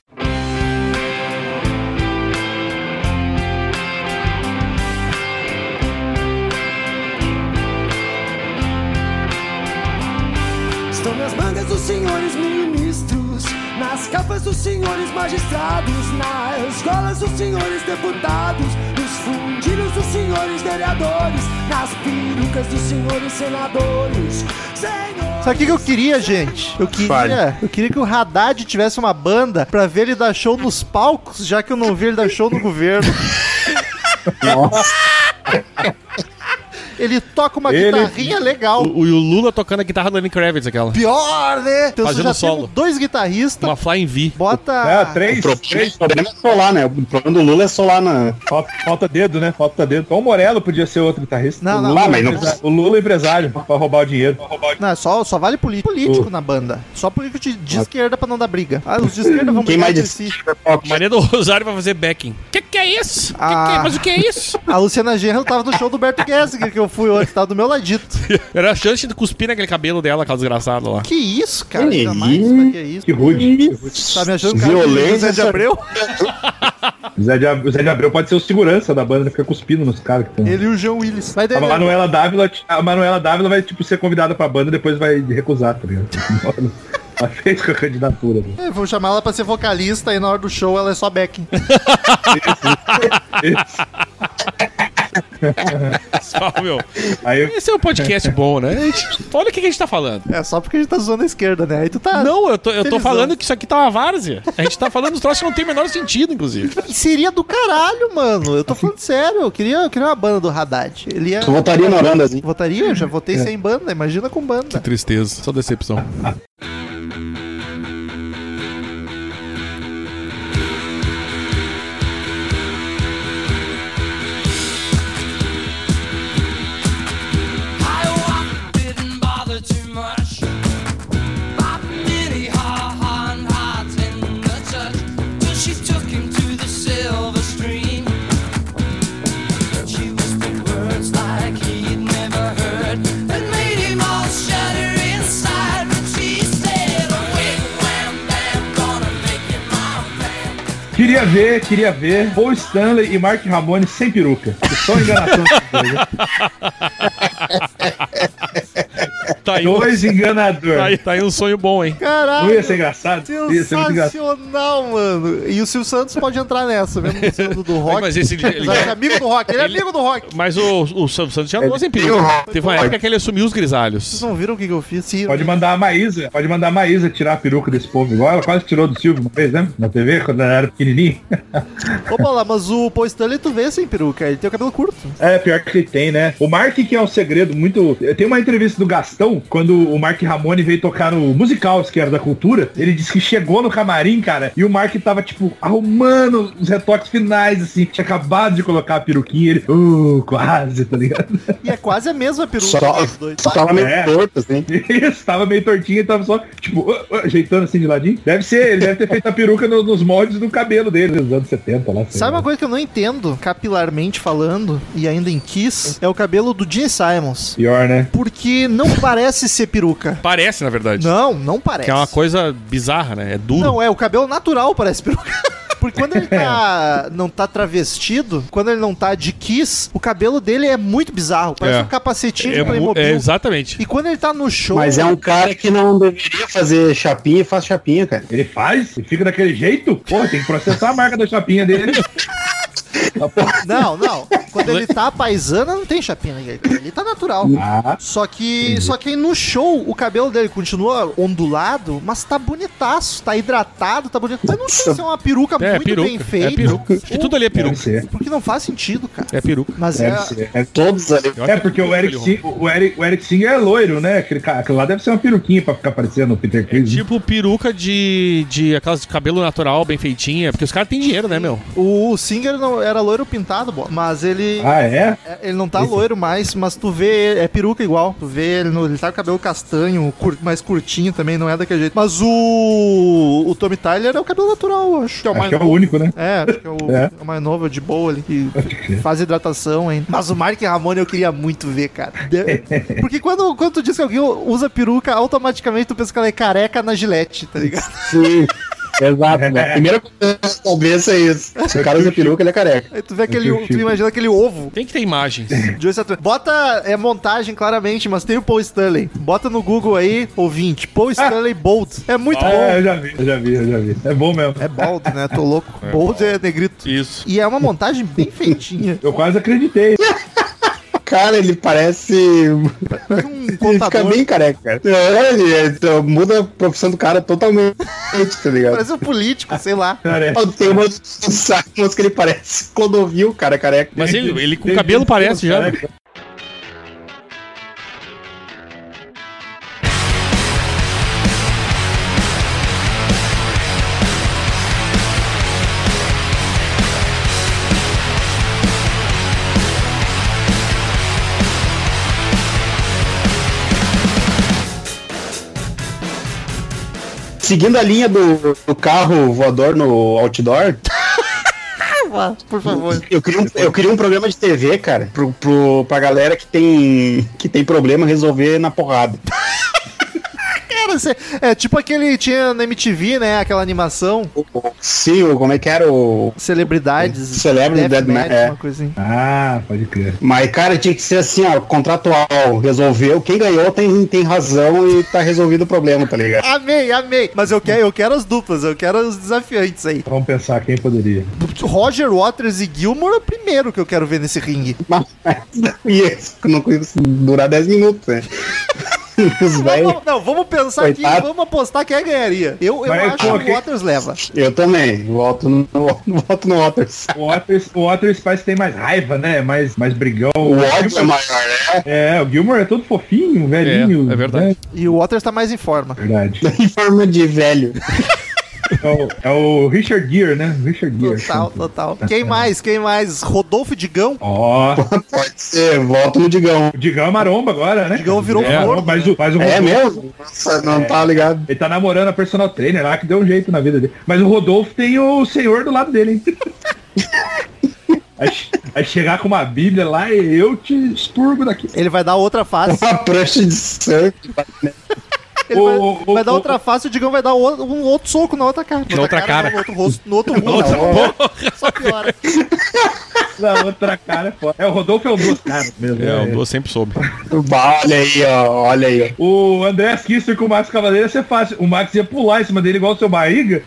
S5: Estão nas bandas dos senhores ministros, nas capas dos senhores magistrados, nas escolas dos senhores deputados, nos fundilhos dos senhores vereadores, nas perucas dos senhores senadores. Senhores,
S1: Sabe o que, que eu queria, gente? Eu
S4: Fale.
S1: queria, eu queria que o Haddad tivesse uma banda pra ver ele dar show nos palcos, já que eu não vi ele dar show no governo.
S4: Nossa, [laughs]
S1: Ele toca uma
S3: Ele-
S1: guitarrinha legal.
S2: O, o- e o Lula tocando a guitarra da Lenny Kravitz, aquela.
S1: Pior, né? Então você
S2: Fazendo
S1: já
S2: solo.
S1: tem dois guitarristas,
S2: Uma É, Flying V.
S1: bota...
S3: Ah, três,
S4: o problema,
S3: três.
S4: o problema é solar, né? O problema do Lula é solar na.
S3: Falta, falta dedo, né? Falta dedo. Então o Morello podia ser outro guitarrista.
S1: Não,
S3: o
S1: não.
S3: Lula,
S4: Ah, mas não-
S3: empresário- O Lula é empresário pra roubar o dinheiro. Pra roubar o dinheiro.
S1: Não, só, só vale político, político na banda. Só político de, de esquerda pra não dar briga. Ah, os de esquerda vão
S4: Quem
S1: brigar
S4: mais
S1: entre
S4: disse?
S1: si.
S2: Maria do Rosário vai fazer backing. Que que é isso? Que que é?
S1: Ah.
S2: Mas o que é isso?
S1: A Luciana Genro tava no show do Berto Gessinger, que eu fui hoje, tava do meu ladito.
S2: [laughs] Era a chance de cuspir naquele cabelo dela, aquela desgraçada lá.
S1: Que isso, cara?
S4: Olha
S1: Jamais,
S4: aí.
S1: mas que isso?
S3: Que rude.
S1: Tá me achando cara de
S4: violência
S1: José de Abreu?
S3: O Zé de, Ab- o Zé de Abreu pode ser o segurança da banda, né? fica cuspindo nos caras que estão.
S1: Ele e o João Willis. Mas daí,
S3: A Manuela Dávila, a Manuela Dávila vai tipo ser convidada pra banda e depois vai recusar, tá ligado? [laughs] Ela fez com a candidatura. né?
S1: é, vou chamar ela pra ser vocalista e na hora do show ela é só backing.
S2: [laughs] Só, meu.
S3: Aí
S2: Esse é um podcast bom, né? A gente- Olha o que que a gente tá falando.
S1: É só porque a gente tá zoando a esquerda, né? Aí tu tá.
S2: Não, eu tô, eu tô
S1: felizão.
S2: falando que isso aqui tá uma várzea. A gente tá falando uns troços que não tem o menor sentido, inclusive.
S1: Seria do caralho, mano. Eu tô falando sério. Eu queria, eu queria uma banda do Haddad. Ele ia.
S4: Tu votaria na Oranda, assim.
S1: Votaria? Já votei sem banda. Imagina com banda.
S2: Tristeza, só decepção.
S5: "Oh,
S3: Queria ver, queria ver Paul Stanley e Mark Ramone sem peruca. Que Só enganação.
S2: Tá
S1: É
S2: aí, um-
S3: Dois
S2: tá
S3: enganadores.
S2: aí- tá aí um sonho bom, hein?
S3: Não
S1: Caralho.
S3: ia ser engraçado? Ia ser muito engraçado.
S1: Sensacional, mano. E o Silvio Santos pode entrar nessa, mesmo sendo
S2: [laughs]
S1: do rock.
S2: Mas esse- ele-
S1: Apesar de ser amigo do rock, ele é
S2: ele-
S1: amigo do rock.
S2: Mas o, o Sam Santos já andou sem peruca. Teve uma época que ele assumiu os grisalhos.
S1: Vocês não viram o que, que eu fiz? Sim,
S3: Pode mandar a Maísa, pode mandar a Maísa tirar a peruca desse povo igual ela quase tirou do Silvio uma vez, né? Na TV, quando ela era pequenininha. [laughs]
S1: Opa lá, mas o Paul Stanley tu vê sem peruca, ele tem o cabelo curto.
S3: É, pior que ele tem, né? O Mark, que é um segredo muito. Tem uma entrevista do Gastão, quando o Mark Ramone veio tocar no musical, que era da cultura. Ele disse que chegou no camarim, cara, e o Mark tava, tipo, arrumando os retoques finais, assim. Tinha acabado de colocar a peruquinha. Ele, uh, quase, tá ligado? [laughs]
S1: E é quase a mesma peruca
S4: Só,
S1: dos dois.
S4: só tava meio
S3: É.
S4: torto, assim.
S3: Isso, tava meio tortinho e tava só, tipo, uh, uh, ajeitando assim de ladinho. Deve ser, ele deve ter feito a peruca no- nos moldes do cabelo dele, dos anos 70 lá. sei
S1: Sabe
S3: lá.
S1: uma coisa que eu não entendo, capilarmente falando, e ainda em Kiss, é o cabelo do Gene Simons.
S3: Pior, né?
S1: Porque não parece ser peruca.
S2: Parece, na verdade.
S1: Não, não parece.
S2: Que é uma coisa bizarra, né? É duro.
S1: Não, é, o cabelo natural parece [laughs] peruca. Porque quando
S2: [laughs]
S1: ele
S2: É.
S1: tá, não tá travestido, quando ele não tá de kiss, o cabelo dele é muito bizarro. Parece
S2: É.
S1: um capacetinho
S2: é,
S1: de
S2: mu-
S1: Playmobil.
S2: é, exatamente.
S1: E quando ele tá no show,
S4: Mas é um cara que não deveria fazer chapinha e faz chapinha, cara.
S3: Ele faz? Ele fica daquele jeito? Porra, tem que processar a marca da chapinha dele.
S1: Não, não. Quando
S2: [laughs]
S1: ele tá paisana, não tem chapinha nele. Ele tá natural.
S2: Uhum.
S3: Ah,
S1: Só que, só que aí no show, o cabelo dele continua ondulado, mas tá bonitaço, tá hidratado, tá bonito. Mas não sei se é uma peruca
S2: É, é
S1: muito
S2: peruca.
S1: bem feita.
S2: É peruca. Acho que tudo ali é
S3: deve
S2: peruca.
S3: ser.
S1: Porque não faz sentido, cara.
S2: É peruca.
S1: Mas é,
S3: Deve ser. É,
S4: Todos ali.
S2: Eu acho
S3: é
S2: que
S3: porque o
S2: peruca,
S3: Eric,
S2: ele
S3: Sing, o, Eric, o Eric Singer é loiro, né? Aquele, cara, aquele lá deve ser uma peruquinha pra ficar parecendo o Peter
S2: É
S3: Chris.
S2: tipo peruca de, de aquelas de cabelo natural, bem feitinha, porque os caras têm dinheiro, né, meu?
S1: o Singer não era loiro pintado, bo- mas ele.
S3: Ah, é?
S1: é, Ele não tá loiro mais, mas tu vê, ele- é peruca igual. Tu vê ele, no, ele tá com o cabelo castanho, cur- mais curtinho também, não é daquele jeito. Mas o, o Tommy Tyler é o cabelo natural, eu acho. Que é o
S3: Acho que é o único, né?
S1: É, acho que é o,
S3: É.
S1: é o mais novo, é de boa ali, que faz hidratação, hein? Mas o Mark Ramone eu queria muito ver, cara. De- Porque quando, quando tu diz que alguém usa peruca, automaticamente tu pensa que ela é careca na gilete, tá ligado?
S3: [laughs]
S4: Sim. Exato,
S3: É.
S4: né? Primeira coisa que talvez é isso. Se o cara usa peruca, ele é careca.
S1: Aí tu vê aquele,
S3: Entendi.
S1: tu imagina aquele ovo.
S2: Tem que ter imagens.
S1: de oito atores. Bota, é montagem claramente, mas tem o Paul Stanley. Bota no Google aí, ouvinte, Paul Stanley Bold. É muito
S3: É,
S1: bom.
S3: eu já vi, eu já vi, eu já vi. É bom mesmo.
S1: É bold, né? Tô louco. Bold é negrito.
S2: Isso.
S1: E é uma montagem bem [laughs] feitinha.
S3: Eu quase acreditei.
S4: Cara, ele parece [laughs]
S1: Parece um
S4: Ele fica
S1: contador.
S4: bem careca. cara. É, ele- ele muda a profissão do cara totalmente, tá ligado?
S1: Parece um político, sei lá.
S3: Cara, é.
S4: Ó, Tem umas [laughs] sacos que ele parece Clodovil, cara, é careca.
S2: Mas ele, ele com o
S3: Tem
S2: cabelo
S3: gente
S2: parece
S3: que
S2: já. né?
S3: consegue.
S4: Seguindo a linha do, do carro voador no outdoor,
S1: Por favor.
S4: eu queria um, eu queria um programa de TV, cara, pro, pro, pra galera que tem, que tem problema resolver na porrada.
S1: Cara, cê- é tipo aquele tinha na MTV, né? Aquela animação.
S4: Sim, o- como é que era o...
S1: Celebridades.
S4: Celebrity Deathmatch,
S1: Deathmatch,
S4: é.
S1: uma coisa assim.
S3: Ah, pode crer.
S4: Mas, cara, tinha que ser assim, ó, contratual, resolveu, quem ganhou tem, tem razão e tá resolvido o problema, tá ligado? [laughs]
S1: Amei, amei. Mas eu quero, eu quero as duplas, eu quero os desafiantes aí.
S3: Vamos pensar quem poderia.
S1: Roger Waters e Gilmore é o primeiro que eu quero ver nesse ringue.
S4: Mas e isso não consigo durar 10 minutos, né? [laughs] Os velhos.
S1: Não, não, vamos pensar aqui,
S4: Coitado.
S1: vamos apostar quem é ganharia. Eu, eu
S3: Mas,
S1: acho
S3: pô,
S1: que
S3: quem-
S1: o Waters leva.
S4: Eu também. Voto no, [laughs] no, voto no Waters.
S3: O Otters, o Otters parece que tem mais raiva, né? Mais, mais brigão.
S4: O Waters é maior, né?
S3: É, o Gilmore é todo fofinho, velhinho.
S2: É, é verdade.
S3: né?
S1: E o Waters tá mais em forma.
S3: Verdade.
S4: Em forma de velho.
S3: É o, é o Richard Gere, né? Richard Gere.
S1: Total, total. Quem mais? Quem mais? Rodolfo Digão?
S3: Ó,
S4: Pode ser, voto no Digão.
S3: o Digão é maromba agora, né?
S1: Digão virou
S3: é,
S1: gordo,
S3: Mas o, mas o
S4: É
S3: Rodolfo-
S4: mesmo? Nossa, não tá ligado. [laughs]
S3: Ele tá namorando a personal trainer lá, que deu um jeito na vida dele. Mas o Rodolfo tem o senhor do lado dele, hein? [laughs] Aí che- Aí chegar com uma bíblia lá e eu te expurgo daqui.
S1: Ele vai dar outra [laughs] face.
S4: Uma prancha de sangue.
S1: Ele
S3: Ô,
S1: vai,
S3: ô,
S1: vai
S3: ô,
S1: dar
S3: ô,
S1: outra face, o Digão vai dar o- um outro soco na outra cara.
S2: Na outra cara.
S1: No outro rosto, no [laughs] outro rosto.
S4: outra
S1: Só piora.
S3: Na outra cara é foda. É, o Rodolfo é um dos caras mesmo.
S2: É, o
S3: né?
S2: Duas sempre soube.
S4: Bah, Olha aí, ó. Olha aí. ó.
S3: O André Kisser com o Max Cavaleiro ia ser fácil. O Max ia pular em cima dele igual o seu [laughs] barriga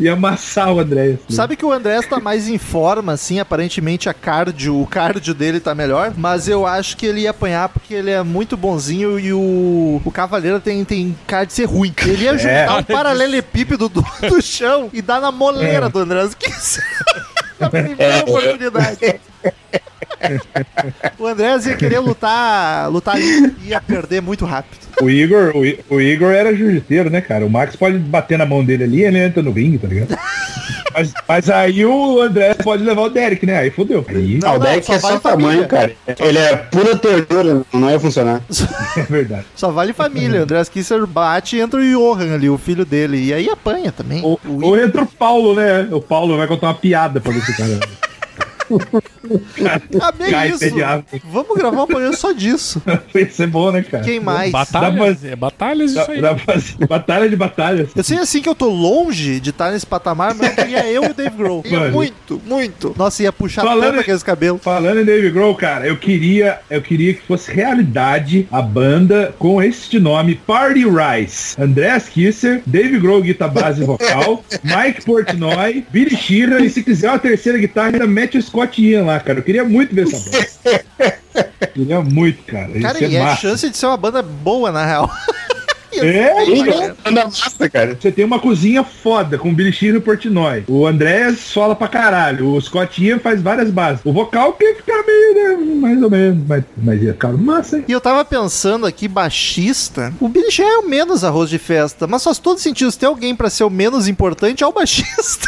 S3: e amassar o André. assim.
S1: Sabe que o Andrés tá mais em forma, assim, aparentemente a cardio, o cardio dele tá melhor, mas eu acho que ele ia apanhar porque ele é muito bonzinho e o, o Cavaleiro tem, tem cara de ser ruim. Ele ia juntar um paralelepípedo do, do chão e dar na moleira do Andrés. Que isso? [laughs] Na primeira oportunidade. O Andrés ia querer lutar, lutar e ia perder muito rápido.
S3: O Igor, o, I- o Igor era jiu-jiteiro, né, cara? O Max pode bater na mão dele ali e ele entra no ringue, tá ligado? Mas, mas aí o André pode levar o Derek, né? Aí fodeu. Aí
S4: Ah, o
S1: não,
S4: Derek
S1: só
S4: é só
S1: vai
S4: tamanho,
S1: família.
S4: cara. Ele é pura ternura, não ia funcionar.
S3: [laughs] é verdade.
S1: Só vale família. O Andrés Kisser é um bate e entra o Johan ali, o filho dele. E aí apanha também.
S3: Ou, ou entra o Paulo, né? O Paulo vai contar uma piada pra ver se o cara. [laughs]
S1: Amei
S3: Cai,
S1: isso.
S3: pediatra.
S1: Vamos gravar um programa só disso.
S3: Ia ser bom, né, cara?
S1: Quem mais?
S2: Batalhas,
S3: Dá
S2: é batalhas
S3: Dá-
S2: isso aí.
S3: dá pra fazer batalha de batalhas.
S1: Eu sei assim que eu tô longe de estar nesse patamar, mas eu queria eu e o Dave Grohl. Ia
S3: Mano.
S1: muito, muito. Nossa, ia puxar
S3: Falando
S1: tanto
S3: em-
S1: aqueles cabelos.
S3: Falando em Dave Grohl, cara, eu queria, eu queria que fosse realidade a banda com este nome, Party Rice. Andreas Kisser, Dave Grohl, guitarra base e vocal, Mike Portnoy, Billy Sheehan, e se quiser uma terceira guitarra, ainda mete o Scott Ian lá, cara. Eu queria muito ver essa banda. queria muito, cara. Isso
S1: Cara, e é a chance de ser uma banda boa, na real. Ia ser
S3: É,
S1: boa,
S3: cara.
S1: cara.
S4: Anda massa, cara.
S3: Você tem uma cozinha foda com o Billy Sheehan e o Portnoy. O André sola pra caralho. O Scott Ian faz várias bases. O vocal que fica meio, né, mais ou menos. Mas, mas ia ficar massa, hein?
S1: E eu tava pensando aqui, baixista, o Billy Sheehan é o menos arroz de festa, mas faz todo sentido. Se tem alguém pra ser o menos importante, é o
S3: [laughs]
S1: baixista.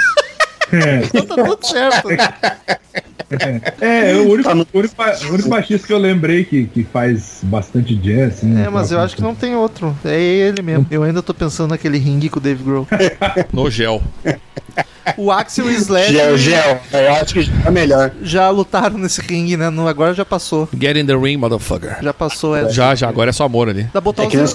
S1: Então tá tudo certo.
S3: É, é o único, o único ba- o único baixista que eu lembrei que, que faz bastante jazz. assim,
S1: É, mas eu acho que não tem outro. É ele mesmo. Eu ainda tô pensando naquele ringue com o Dave Grohl.
S2: No gel.
S1: O Axel e o
S4: Gel,
S1: Slash
S4: gel. Eu acho que é melhor.
S1: já lutaram nesse ringue, né? No- Agora já passou.
S2: Get in the ring, motherfucker.
S1: Já passou essa.
S2: Já, já, agora é só amor ali.
S1: Dá botar
S4: É
S1: os-
S4: que nem os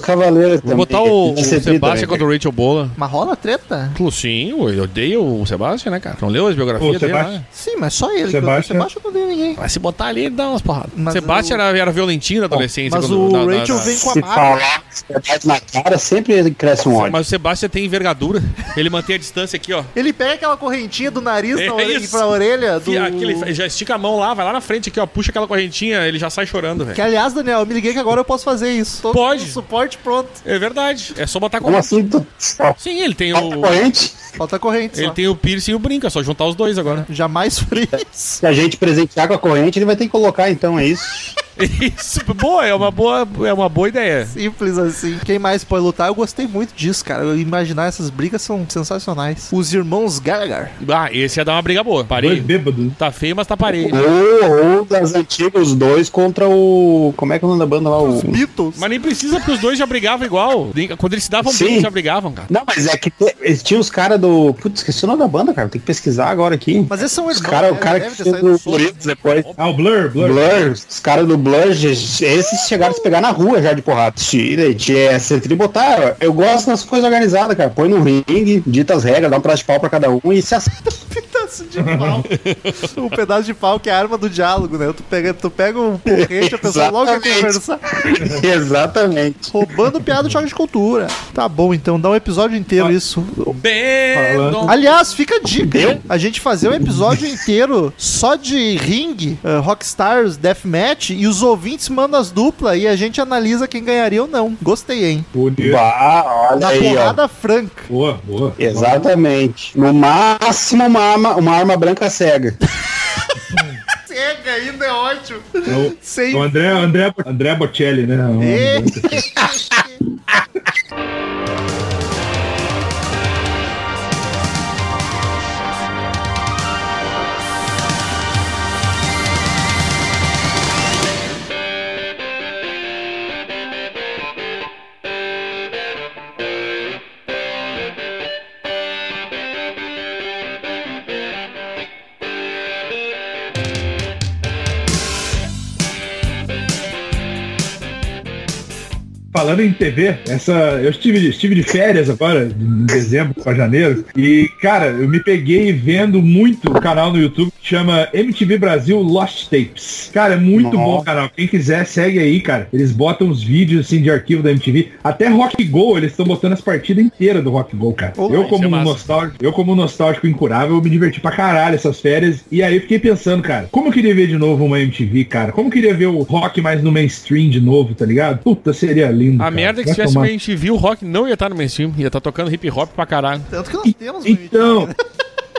S2: Vou
S4: cavaleiros também.
S2: botar o, o
S4: Tem que ser
S2: Sebastian
S4: vida, né,
S2: contra o Rachel Bola.
S1: Mas rola treta?
S2: Sim, eu odeio o Sebastian, né, cara? Não leu as biografias
S3: Ô,
S2: dele né?
S3: Sebastian.
S2: lá?
S1: Sim, mas só ele. que eu-
S3: Sebastian-
S1: Sebastian não tem ninguém.
S2: Vai se botar ali e dá umas porradas.
S1: Mas
S2: Sebastian
S1: o-
S2: era, era violentinho na adolescência.
S1: Mas
S2: quando-
S1: o
S2: na- na-
S1: Rachel
S2: na-
S1: vem com a
S4: Se
S1: marca.
S4: falar a verdade na cara, sempre cresce um ódio.
S2: Mas o Sebastian tem envergadura. Ele mantém a distância aqui, ó.
S1: Ele pega aquela correntinha do nariz
S2: É
S1: na orelha,
S2: isso.
S1: pra orelha do...
S2: Fia, Aquele, já estica a mão lá, vai lá na frente aqui, ó. Puxa aquela correntinha, ele já sai chorando,
S1: Que
S2: velho.
S1: aliás, Daniel, eu me liguei que agora eu posso fazer isso. Tô
S2: Pode.
S1: com o suporte pronto.
S2: É verdade. É só botar
S4: Como
S2: corrente.
S4: assim? Tu só
S2: Sim, ele tem
S4: bota
S2: o.
S4: corrente?
S1: Falta corrente
S2: Ele
S1: só.
S2: tem o piercing e o brinco, é só juntar os
S1: [laughs]
S2: dois agora.
S1: Jamais foi isso.
S4: Se a gente presentear com a corrente, ele vai ter que colocar, então, é isso.
S2: Isso, boa, é uma boa, é uma boa ideia.
S1: Simples assim. Quem mais pode lutar? Eu gostei muito disso, cara. Eu imaginar essas brigas são sensacionais. Os irmãos Gallagher.
S2: Ah, esse ia dar uma briga boa.
S3: Dois
S2: Parei.
S3: bêbados.
S2: Tá feio, mas tá parei.
S4: Ou, ou das antigas, os dois contra o. Como é que é o nome da banda lá? O...
S1: Beatles.
S2: Mas nem precisa, porque os dois já brigavam igual. Nem- Quando eles se davam
S4: Sim.
S2: bem, eles já brigavam, cara.
S4: Não, mas é que te- eles tinham os caras do. Putz, esqueci o nome da banda, cara. Tem que pesquisar agora aqui.
S1: Mas esses são
S4: Os
S1: irmãos.
S4: cara,
S1: né?
S4: o cara que
S1: Deve ter
S4: fez
S1: saído
S4: o
S1: soco.
S4: Corinthians depois.
S3: Ah, o Blur, Blur.
S4: Blur, os caras do Blur, ge- esses chegaram a se pegar na rua já de porrada. Tira, tira, se tributar. tá, Eu gosto das coisas organizadas, cara. Põe no ringue, dita as regras, dá um pedaço de pau pra cada um e se ass...
S1: [laughs] pedaço de pau. um pedaço de pau que é a arma do diálogo, né? Tu pega, tu pega um porrete, a pessoa logo quer
S4: Exatamente.
S1: conversar.
S4: [laughs] Exatamente.
S1: Roubando piada choque de cultura. Tá bom, então. Dá um episódio inteiro isso.
S2: Bendon.
S1: Aliás, fica a dica.
S4: Deu?
S1: A gente fazer um episódio inteiro só de ringue, eh, Rockstars, Deathmatch, e os ouvintes mandam as duplas e a gente analisa quem ganharia ou não. Gostei, hein?
S3: Bonito.
S4: Bah, olha
S1: Tá Na
S4: aí, ó.
S1: porrada franca.
S3: Boa,
S2: Tá
S3: boa.
S4: Exatamente. No máximo uma arma, uma arma branca
S2: [laughs]
S4: cega.
S1: Cega ainda é ótimo.
S3: O- é
S1: Sem.
S3: O André, André, André Bocelli,
S1: É.
S3: né? O-
S1: Ê.
S3: Falando em TV, essa eu estive, estive de férias agora, de- em dezembro para janeiro, e cara, eu me peguei vendo muito o canal no YouTube que chama MTV Brasil Lost Tapes. Cara, é muito bom o canal. Quem quiser, segue aí, cara. Eles botam os vídeos assim de arquivo da MTV, até Rock Go, eles estão botando as partidas inteiras do Rock Go, cara.
S1: Ô,
S3: eu
S2: isso
S3: como
S2: é
S3: um
S2: massa.
S3: nostálgico, eu como um nostálgico incurável, eu me diverti pra caralho essas férias, e aí eu fiquei pensando, cara, como eu queria ver de novo uma MTV, cara? Como eu queria ver o rock mais no mainstream de novo, tá ligado? Puta, seria lindo.
S2: A
S3: Cara,
S2: merda é que
S3: vai
S2: se tivesse
S3: tomar-
S2: uma MTV, o rock não ia estar no mainstream. Ia estar tocando hip hop pra caralho.
S1: [laughs] Tanto que nós temos,
S3: Então. [laughs]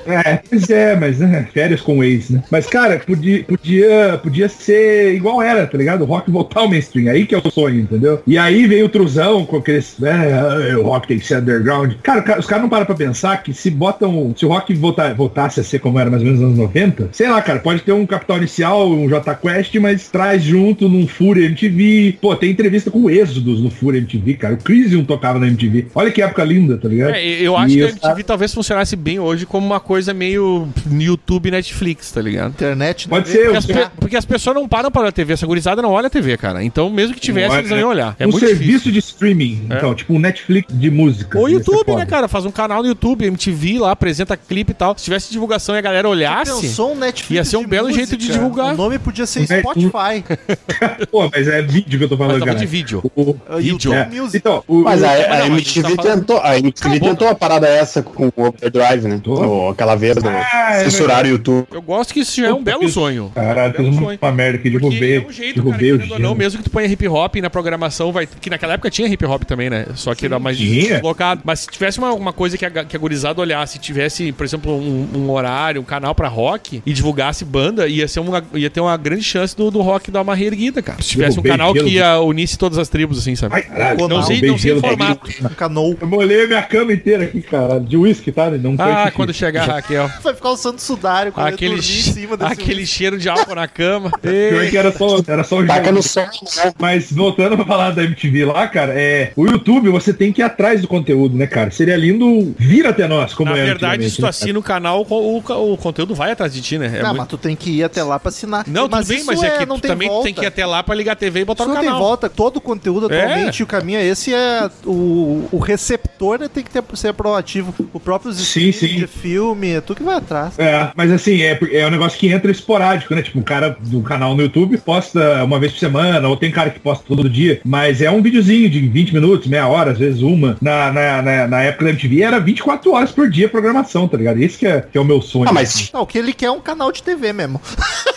S3: É, pois é, mas né, férias com o ex, né? Mas, cara, podia, podia, podia ser igual era, tá ligado? O rock voltar ao mainstream, aí que é o sonho, entendeu? E aí veio o Truzão com aqueles, né, "Ah, o rock tem que ser underground. Cara, o cara- os caras não param pra pensar que se botam, se o rock voltar, voltasse a ser como era mais ou menos nos anos 90, sei lá, cara, pode ter um Capital Inicial, um J Quest, mas traz junto num Fúria MTV. Pô, tem entrevista com o Êxodos no Fúria MTV, cara. O Crisium tocava na MTV. Olha que época linda, tá ligado?
S2: É, eu acho
S3: E
S2: que a
S3: os
S2: MTV talvez funcionasse bem hoje como uma coisa meio YouTube Netflix, tá ligado?
S1: Internet, né?
S3: Pode ser.
S2: Porque as,
S3: eu-
S2: pe- porque as pessoas não param para a TV, essa gurizada não olha a TV, cara. Então, mesmo que tivesse,
S3: Não olha,
S2: eles não iam olhar. É
S3: um
S2: muito
S3: serviço
S2: difícil.
S3: de streaming,
S2: É.
S3: então, tipo um Netflix de música.
S2: Ou
S3: Ia ser
S2: YouTube,
S3: foda.
S2: né, cara? Faz um canal no YouTube, MTV lá, apresenta clipe e tal. Se tivesse divulgação e a galera olhasse.
S1: Pensou um Netflix
S2: Ia ser um
S1: de
S2: belo jeito de divulgar.
S1: O nome podia ser
S3: Net-
S1: Spotify.
S2: [laughs]
S3: Pô, mas é vídeo que eu tô
S2: Mas
S3: falando,
S2: tá muito de
S3: cara.
S2: vídeo.
S3: O-
S2: Vídeo.
S3: é.
S1: Uh, YouTube Music.
S3: Então, o,
S4: Mas
S3: o-
S4: a,
S2: Mas não,
S4: a
S2: a gente tá
S4: MTV
S2: falando-
S4: tentou, a MTV
S2: Acabou.
S4: tentou a parada essa com o Overdrive, né?
S3: Tô.
S4: Ou aquela vez do
S3: Ah, é
S4: censurar o YouTube.
S2: Eu gosto que isso já é um belo sonho.
S3: Caralho, fiz
S2: Belo
S3: uma,
S2: sonho.
S3: uma merda aqui,
S2: Porque
S3: derrubei.
S2: é um jeito, cara,
S3: derrubei o
S2: querendo ou não,
S3: gênero.
S2: mesmo que tu ponha hip hop na programação, vai, que naquela época tinha hip hop também, né? Só que era mais
S3: tinha.
S2: deslocado. Mas se tivesse uma, uma coisa que a, ga- que a gurizada olhasse, tivesse, por exemplo, um, um horário, um canal pra rock e divulgasse banda, ia, ser uma, ia ter uma grande chance do, do rock dar uma reerguida, cara. Se tivesse um
S3: Derrubei
S2: canal que
S3: gelo.
S2: ia unisse todas as tribos, assim, sabe?
S3: Ai, caralho,
S1: Pô,
S2: não
S1: não,
S2: sei,
S3: derrubei
S2: não sei o
S3: gelo.
S2: formato.
S1: Canou.
S3: Eu molhei minha cama inteira aqui, caralho. De uísque, tá? Não foi
S2: Ah,
S3: xixi.
S2: quando chegar, Raquel.
S3: [laughs]
S1: Vai ficar o Santo Sudário quando eu
S2: Aquele,
S1: dormir
S2: che-
S1: em cima desse
S2: aquele cheiro de álcool na cama.
S3: Pior que era só, era só o
S4: Taca
S3: gelo.
S4: no sol, né?
S3: Mas voltando pra falar da MTV lá, cara, é. O YouTube você tem que ir atrás do conteúdo, né, cara? Seria lindo vir até nós, como
S2: Na
S3: é.
S2: verdade,
S3: antigamente,
S2: se tu
S3: né,
S2: assina o canal, o, o- o conteúdo vai atrás de ti, né? É
S1: não,
S2: muito-
S1: mas tu tem que ir até lá pra assinar.
S2: Não, tudo bem,
S1: isso
S2: mas é, que
S1: não
S2: tu
S1: tem
S2: também
S1: volta.
S2: tem que ir até lá pra ligar a TV e botar
S1: Isso
S2: no
S1: não tem
S2: canal.
S1: volta. Todo o conteúdo
S2: É.
S1: atualmente, o caminho é esse, é o, o receptor né, tem que ter, ser proativo. O próprio
S3: Sim,
S1: streaming
S3: sim.
S1: de filme, é tu que vai atrás.
S3: É, mas assim, é, é um negócio que entra esporádico, né? Tipo, um cara do canal no YouTube posta uma vez por semana, ou tem cara que posta todo dia, mas é um videozinho de 20 minutos, meia hora, às vezes uma. Na, na, na, na época da MTV era 24 horas por dia a programação, tá ligado? Esse que é, que é o meu sonho.
S4: Ah, mas
S1: Não, o que ele quer é um canal de TV mesmo. [laughs]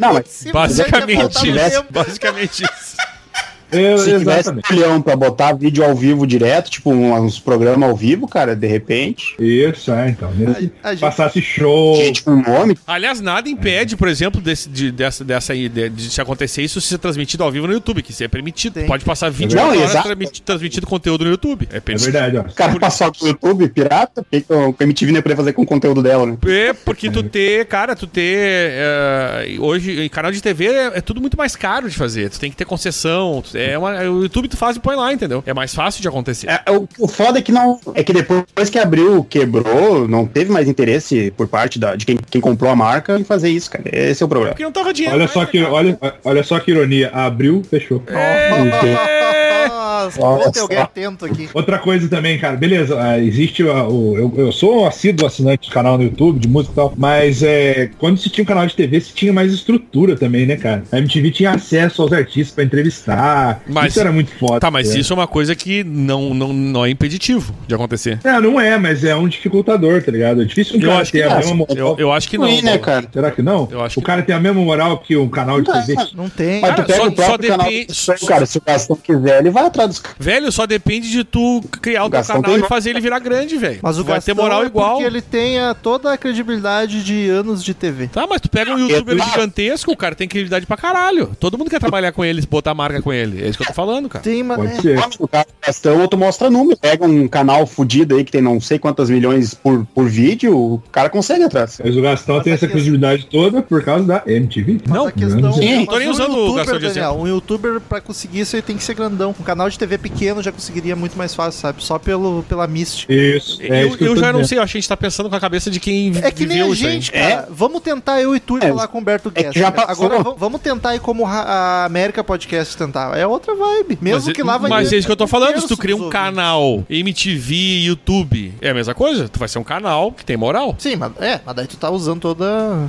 S4: não, mas
S1: Se você
S2: Basicamente,
S1: quer voltar no
S4: né?
S1: tempo,
S2: [laughs] Basicamente isso.
S3: Eu-
S4: se tivesse um
S3: exatamente.
S4: milhão pra botar vídeo ao vivo direto, tipo um- uns programas ao vivo, cara, de repente,
S3: Isso, é, então. né?
S1: A- a gente-
S3: Passasse show.
S4: gente com um nome,
S2: Aliás, nada impede, por exemplo, desse, de, dessa, dessa aí, de, de se acontecer isso ser transmitido ao vivo no YouTube, que isso é permitido.
S1: Tem.
S2: Pode passar 20
S4: Não,
S2: horas
S4: exato.
S2: transmitindo, transmitindo conteúdo no YouTube. É
S3: É
S2: permitido.
S3: verdade, ó.
S4: o cara passou pro YouTube, pirata, o que que o que a MTV não ia poder fazer com o conteúdo dela, né?
S2: É, porque tu ter, cara, tu ter. é, hoje, em canal de TV é, é tudo muito mais caro de fazer. Tu tem que ter concessão. tu- É uma, o YouTube tu faz e põe lá, entendeu? É mais fácil de acontecer.
S4: É, o, o foda é que não. É que depois que abriu, quebrou, não teve mais interesse por parte da, de quem, quem comprou a marca em fazer isso, cara. Esse é o problema.
S2: Porque não tava dinheiro.
S3: Olha
S2: mais,
S3: só
S2: né,
S3: que,
S2: cara? É.
S3: olha, olha só que ironia. Abriu, fechou.
S1: [laughs] Nossa, ontem alguém atento aqui.
S3: Outra coisa também, cara, beleza, ah, existe ah, o. Eu, eu sou um assíduo assinante do canal no YouTube, de música e tal, mas é, quando se tinha um canal de TV, se tinha mais estrutura também, né, cara? A MTV tinha acesso aos artistas pra entrevistar.
S2: Mas-
S3: isso era muito foda. né?
S2: Tá, mas
S3: cara.
S2: isso é uma coisa que não, não, não é impeditivo de acontecer.
S3: É, não é, mas é um dificultador, tá ligado? É difícil um
S2: Eu
S3: cara
S2: acho que
S3: ter a
S4: não.
S3: mesma moral.
S2: Eu, eu acho que não.
S4: Ruim, né,
S2: Bola.
S4: cara?
S3: Será que não?
S2: Eu acho
S3: o
S2: que-
S3: cara tem a mesma moral que um canal de
S4: Não,
S3: TV.
S1: Não tem.
S4: Mas
S2: Cara,
S4: tu pega
S2: só-
S4: o próprio
S2: só
S4: canal
S2: depende-
S4: do Gastão, cara, se o Gastão quiser, ele vai atrás dos caras.
S2: Velho, só depende de tu criar o teu
S4: Gastão
S2: canal
S4: tem-
S2: e fazer ele virar grande, velho.
S1: Mas o
S2: Vai
S1: Gastão
S2: ter moral
S1: é
S2: igual.
S1: porque ele tem a- toda a credibilidade de anos de TV.
S2: Tá, mas tu pega
S3: Ah, é
S2: um youtuber
S4: Exato.
S2: gigantesco, o cara tem credibilidade pra caralho. Todo mundo quer trabalhar com ele, botar marca com ele. É isso que eu tô falando, cara.
S1: Tem, mas...
S3: Pode
S1: é,
S3: ser.
S4: O nome do cara do Gastão, ou tu mostra número. Pega um canal fudido aí que tem não sei quantas milhões por, por vídeo, o cara consegue ir atrás.
S3: Mas o Gastão tem
S1: a
S3: essa
S1: questão-
S3: credibilidade toda por causa da MTV.
S1: mas
S2: Não,
S1: a questão,
S3: não
S4: sei.
S1: mas
S2: Tô nem
S1: um
S2: usando o Gastão de
S1: Daniel, um youtuber pra conseguir isso ele tem que ser grandão. Um canal de TV pequeno já conseguiria muito mais fácil, sabe? Só pelo, pela mística.
S3: Isso. é
S2: eu
S3: isso que
S2: eu
S3: tô
S2: já não
S3: dizendo.
S2: sei, eu acho que a gente tá pensando com a cabeça de quem
S1: É que nem
S2: viveu
S1: a
S2: isso aí. É?
S1: gente, cara. Vamos tentar eu e tu e
S4: É,
S1: falar com o Humberto
S4: que
S1: Guedes.
S4: já
S1: cara.
S4: passou.
S1: Agora va- vamos tentar aí como ra- a América Podcast tentar. É outra vibe. Mesmo
S2: mas,
S1: que lá vai
S2: Mas
S1: ter
S2: é isso que eu tô
S1: um
S2: falando,
S1: terço
S2: se tu cria
S1: dos
S2: um
S1: ouvintes.
S2: canal MTV, YouTube, é a mesma coisa? Tu vai ser um canal que tem moral.
S1: Sim, mas, é, mas daí tu tá usando toda.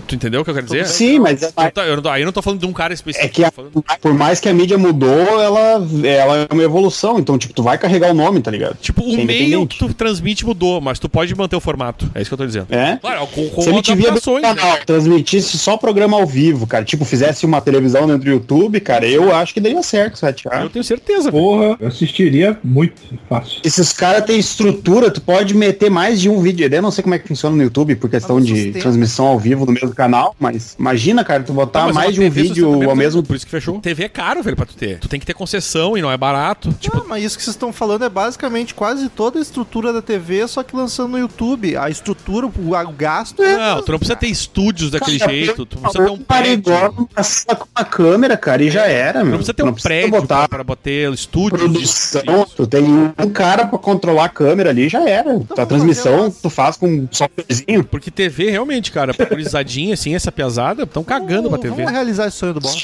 S2: Tu entendeu o que eu quero dizer?
S4: Sim, mas é,
S2: Eu tá- eu não tô- aí eu não tô falando de um cara específico.
S4: é que a-
S2: tô falando-
S4: por mais que a mídia mudou, ela, ela é uma evolução. Então, tipo, tu vai carregar o nome, tá ligado?
S2: Tipo, o
S4: Sim,
S2: meio
S4: independente.
S2: que tu transmite mudou, mas tu pode manter o formato. É isso que eu tô dizendo.
S4: É?
S2: Claro, com, com
S4: Se a MTV abrisse um
S2: adaptações, né?
S4: canal, transmitisse só programa ao vivo, cara, tipo, fizesse uma televisão dentro do YouTube, cara, eu acho que daria certo, sabe? Ah,
S2: Eu tenho certeza. velho.
S3: Porra, eu assistiria muito fácil.
S4: Esses caras têm estrutura, tu pode meter mais de um vídeo. Eu não sei como é que funciona no YouTube por questão
S1: não
S4: de
S1: sustenta.
S4: transmissão ao vivo do mesmo canal, mas imagina, cara, tu
S2: Não,
S4: botar
S2: Tá, mas
S4: mais de
S2: uma é
S4: um
S2: TV
S4: vídeo
S2: sustenta
S4: ao mesmo
S2: Por isso que fechou. TV é caro, velho, pra tu ter. Tu tem que ter concessão e não é barato. Exato. Tipo,
S1: Ah, mas isso que vocês estão falando é basicamente quase toda a estrutura da TV, só que lançando no YouTube. A estrutura, o, o gasto. é
S2: não, tu não precisa ter estúdios daquele
S4: Cara,
S2: jeito, tu precisa ter um prédio.
S4: paredão, uma sala com uma câmera, cara, e já era, meu.
S2: Tu não precisa ter um prédio
S4: botar
S2: pra botar estúdios.
S4: produção,
S2: isso.
S4: tu tem um cara pra controlar a câmera ali, já era. a transmissão tu faz com um softwarezinho.
S2: Porque TV, realmente, cara, popularizadinha, assim, essa pesada, estão cagando pra
S1: Vamos-
S2: TV.
S4: é.
S1: Vamos realizar esse sonho do Bob.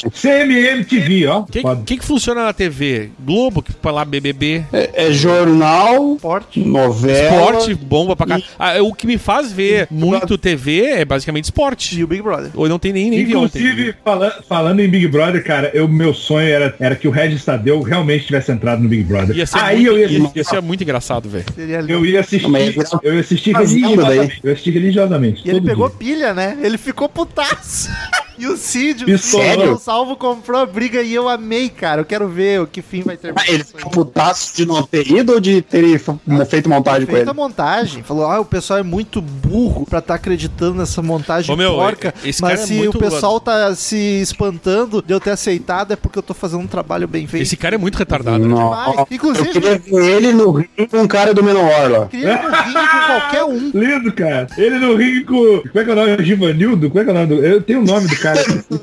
S3: CMMTV, ó.
S2: O que,
S3: Foda.
S2: que, que funciona na TV? Globo, que pra lá BBB,
S4: É, é jornal,
S1: Esporte. É
S4: novela.
S2: esporte, bomba pra cá. Ah, é o que me faz ver muito TV é basicamente
S1: E
S2: esporte.
S1: o Big Brother.
S2: Ou não tem nem nem vi ontem.
S3: Inclusive, fala- falando em Big Brother, cara, eu, meu sonho era, era que o Regis Tadeu realmente tivesse entrado no Big Brother.
S2: Ia ser,
S3: Aí
S2: muito,
S3: eu ia
S2: ia-
S3: assistir.
S2: ia ser muito engraçado, velho.
S1: Seria lindo.
S3: Eu ia assistir.
S4: Mas ia virar-
S3: Eu ia assistir
S4: Fazenda
S3: religiosamente. Eu ia assistir religiosamente.
S1: E ele
S3: todo
S1: pegou
S3: dia.
S1: pilha, né? Ele ficou putaço. [laughs] E o Cid, o
S3: Pistolou.
S1: Cid
S4: Sério?
S1: o salvo, comprou a briga e eu amei, cara. Eu quero ver o que fim vai ter.
S4: Ah, Ele ficou putaço de não ter ido ou de ter f-
S1: Ah,
S4: feito montagem com
S1: Feita
S4: ele?
S1: a montagem. Falou, ah, o pessoal é muito burro pra estar acreditando nessa montagem
S2: Ô, meu,
S1: porca.
S2: e- esse
S1: mas
S2: cara é
S1: se
S2: muito
S1: o pessoal tá se espantando de eu ter aceitado, é porque eu tô fazendo um trabalho bem feito.
S2: Esse cara é muito retardado. né?
S4: Não.
S1: Demais. Inclusive-
S4: eu queria ver ele no ringue com um cara do Menor lá.
S1: Queria ir no ringue com qualquer um.
S3: Lindo, cara. Ele no ringue com. Como é que é o nome? Givanildo? Como é que é o nome do. Eu tenho o nome do cara.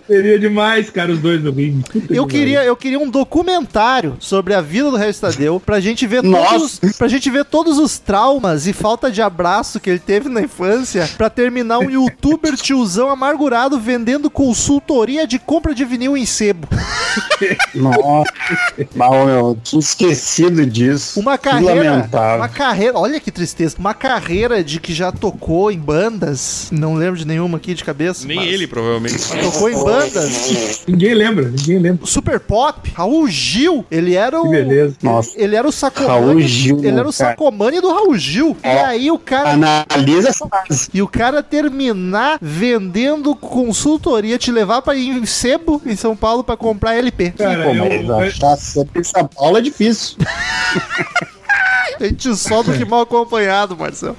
S3: Seria demais, cara, os dois no ringue. Puta
S1: Eu
S3: que
S1: queria, eu queria um documentário sobre a vida do Regis Tadeu pra gente ver todos,
S4: Nossa.
S1: pra gente ver todos os traumas e falta de abraço que ele teve na infância pra terminar um youtuber tiozão amargurado vendendo consultoria de compra de vinil em sebo.
S4: Nossa, [laughs] mal, meu, eu tinha esquecido disso.
S1: Uma
S4: Que
S1: carreira, uma
S4: Lamentável.
S1: carreira, olha que tristeza, uma carreira de que já tocou em bandas, não lembro de nenhuma aqui de cabeça.
S2: Nem
S1: mas
S2: ele, [laughs] provavelmente.
S1: Tocou em bandas,
S3: Ninguém lembra, ninguém lembra.
S1: Super Pop, Raul Gil, ele era
S3: Que
S1: o
S3: beleza.
S4: Nossa.
S1: Ele era o sacomani.
S4: Raul Gil,
S1: ele era o
S4: cara.
S1: sacomani do Raul Gil. E
S4: É.
S1: aí o cara.
S4: Analisa essa frase.
S1: E o cara terminar vendendo consultoria, te levar pra ir em sebo em São Paulo pra comprar LP.
S3: Cara,
S4: Pô,
S3: eu-
S4: mas
S3: eu-
S4: achar sempre essa bola é difícil.
S1: [laughs] Gente só do que mal acompanhado, Marcelo.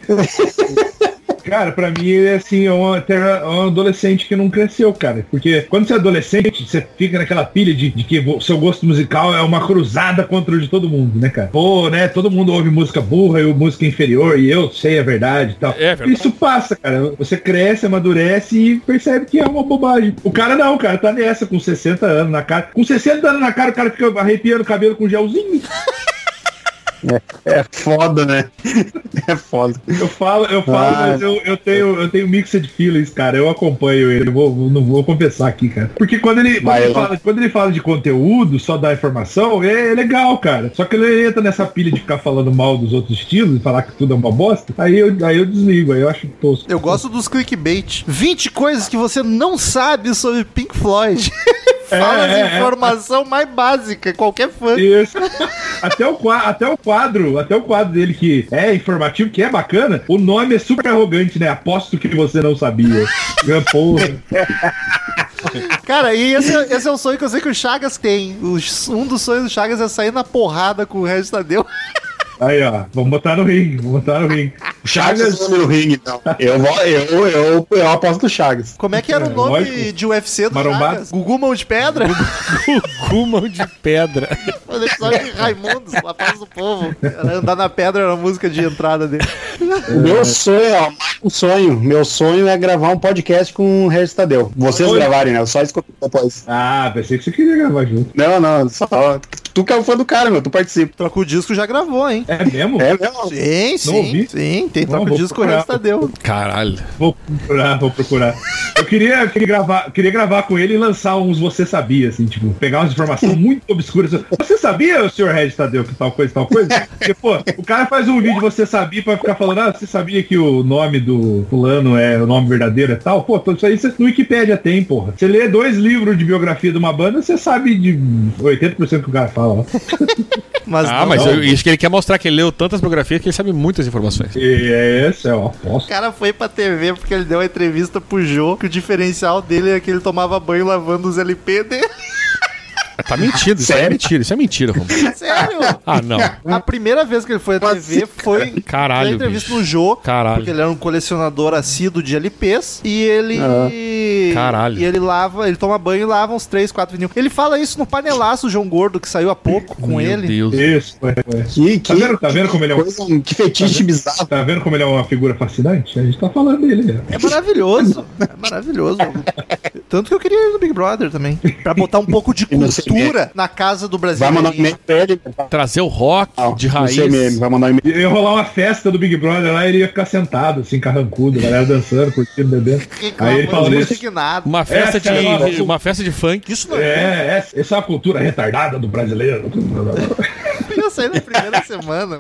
S3: Cara, pra mim ele é assim, é um, até é um adolescente que não cresceu, cara. Porque quando você é adolescente, você fica naquela pilha de, de que vo- seu gosto musical é uma cruzada contra o de todo mundo, né, cara? Pô, né, todo mundo ouve música burra e música inferior, e eu sei a verdade e tal.
S2: É verdade.
S3: Isso passa, cara. Você cresce, amadurece e percebe que é uma bobagem. O cara não, cara, tá nessa com 60 anos na cara. Com 60 anos na cara, o cara fica arrepiando o cabelo com gelzinho.
S4: É foda, né? É foda.
S3: Eu falo, eu falo,
S4: Ah.
S3: mas eu, eu tenho, eu tenho mixed feelings, cara. Eu acompanho ele. Eu vou, vou- não vou confessar aqui, cara. Porque quando ele, quando,
S4: Vai,
S3: ele
S4: eu-
S3: fala, quando ele fala de conteúdo, só dá informação, é, é legal, cara. Só que ele entra nessa pilha de ficar falando mal dos outros estilos e falar que tudo é uma bosta. Aí eu, aí eu desligo, aí eu acho tosco.
S1: Eu gosto dos clickbait. 20 coisas que você não sabe sobre Pink Floyd. Fala
S3: É, é,
S1: as
S3: é.
S1: informação mais básica, qualquer fã.
S3: Isso. [laughs] até, o, qua- até o quadro, até o quadro dele que é informativo, que é bacana, o nome é super arrogante, né? Aposto que você não sabia. É, Porra.
S1: Cara, e esse, é- esse é um sonho que eu sei que o Chagas tem. O- um dos sonhos do Chagas é sair na porrada com o Regis Tadeu.
S3: Aí, ó. Vamos botar no ringue, vamos botar no ringue.
S4: Chagas no ringue, então. Eu, vou, eu, eu, eu aposto no Chagas.
S1: Como é que era o
S3: É,
S1: nome
S3: lógico.
S1: de UFC do
S3: Marombá.
S1: Chagas? Gugu Mão de Pedra? [laughs]
S2: Gugu mão de pedra.
S1: Foi no episódio de Raimundos, Rapaz do Povo. Era Andar na Pedra era a música de entrada dele.
S4: Meu sonho, ó, mais um sonho. Meu sonho é gravar um podcast com o Regis Tadeu. Vocês
S3: Oi.
S4: gravarem, né? Eu só escuto depois.
S3: Ah, pensei que você queria gravar junto.
S4: Não, não, só. Tu que é o fã do cara, meu, tu participa.
S1: Troca o disco já gravou, hein?
S3: É mesmo?
S4: É, meu.
S1: Sim, sim,
S3: ouvi.
S1: sim. Tem
S3: Não,
S1: troca o
S3: vou
S1: disco com o
S3: procurar.
S1: Regis Tadeu.
S2: Caralho.
S3: Vou procurar, vou procurar. Eu queria, eu queria gravar, queria gravar com ele e lançar uns Você Sabia, assim, tipo, pegar umas informações muito obscuras. assim, Você sabia, senhor Regis Tadeu, que tal coisa, tal coisa? Porque, pô, o cara faz um vídeo Você Sabia pra ficar falando, ah, você sabia que o nome do fulano é o nome verdadeiro e tal? Pô, tudo isso aí você- no Wikipédia tem, porra. Você lê dois livros de biografia de uma banda, você sabe de 80% que o cara fala. ó.
S1: Mas
S2: ah,
S1: não,
S2: mas
S1: não.
S2: eu- isso que ele quer mostrar que ele leu tantas biografias que ele sabe muitas
S1: [laughs]
S2: informações.
S3: E é esse, é uma aposta.
S1: O cara foi pra TV porque ele deu uma entrevista pro Jô, que o diferencial dele é que ele tomava banho lavando os LP dele.
S2: Tá mentindo, isso é
S4: Sério?
S2: mentira, isso é mentira, Romulo.
S1: [laughs] Sério?
S2: Ah, não.
S1: A primeira vez que ele foi à
S4: Mas,
S1: TV foi
S4: [laughs]
S2: Caralho,
S1: na entrevista
S2: bicho.
S1: no Jô,
S2: Caralho.
S1: porque ele era um colecionador assíduo de LPs e ele
S2: Caralho.
S1: e ele lava, ele toma banho e lava uns 3, 4 vinil. Ele fala isso no panelaço João Gordo que saiu há pouco com
S2: Meu
S1: ele.
S2: Deus.
S3: Isso, foi, foi.
S4: Que,
S3: Tá vendo- tá vendo como ele é um-
S4: coisa- que fetiche bizarro.
S3: Tá vendo como ele é uma figura fascinante? A gente tá falando dele, né?
S1: É maravilhoso. É maravilhoso. Tanto que eu queria ir no Big Brother também, Pra botar um pouco de
S4: E no CBF.
S1: cultura na casa do
S4: Vai
S1: brasileiro.
S4: mandar um e-mail pra ele.
S2: Trazer o rock
S4: Não,
S2: de
S4: não
S2: raiz.
S4: sei mesmo, vai mandar um e-mail.
S3: Ia rolar uma festa do Big Brother lá, ele ia ficar sentado, assim, carrancudo, a galera dançando, curtindo, bebendo.
S4: um
S1: Ah,
S3: Aí
S1: um
S3: ele falou isso.
S1: indignado.
S2: Uma festa,
S3: cara,
S2: de,
S3: é nossa.
S2: uma festa de funk.
S1: Isso não é.
S3: É, essa, essa é uma cultura retardada do brasileiro.
S1: Eu saí na primeira semana.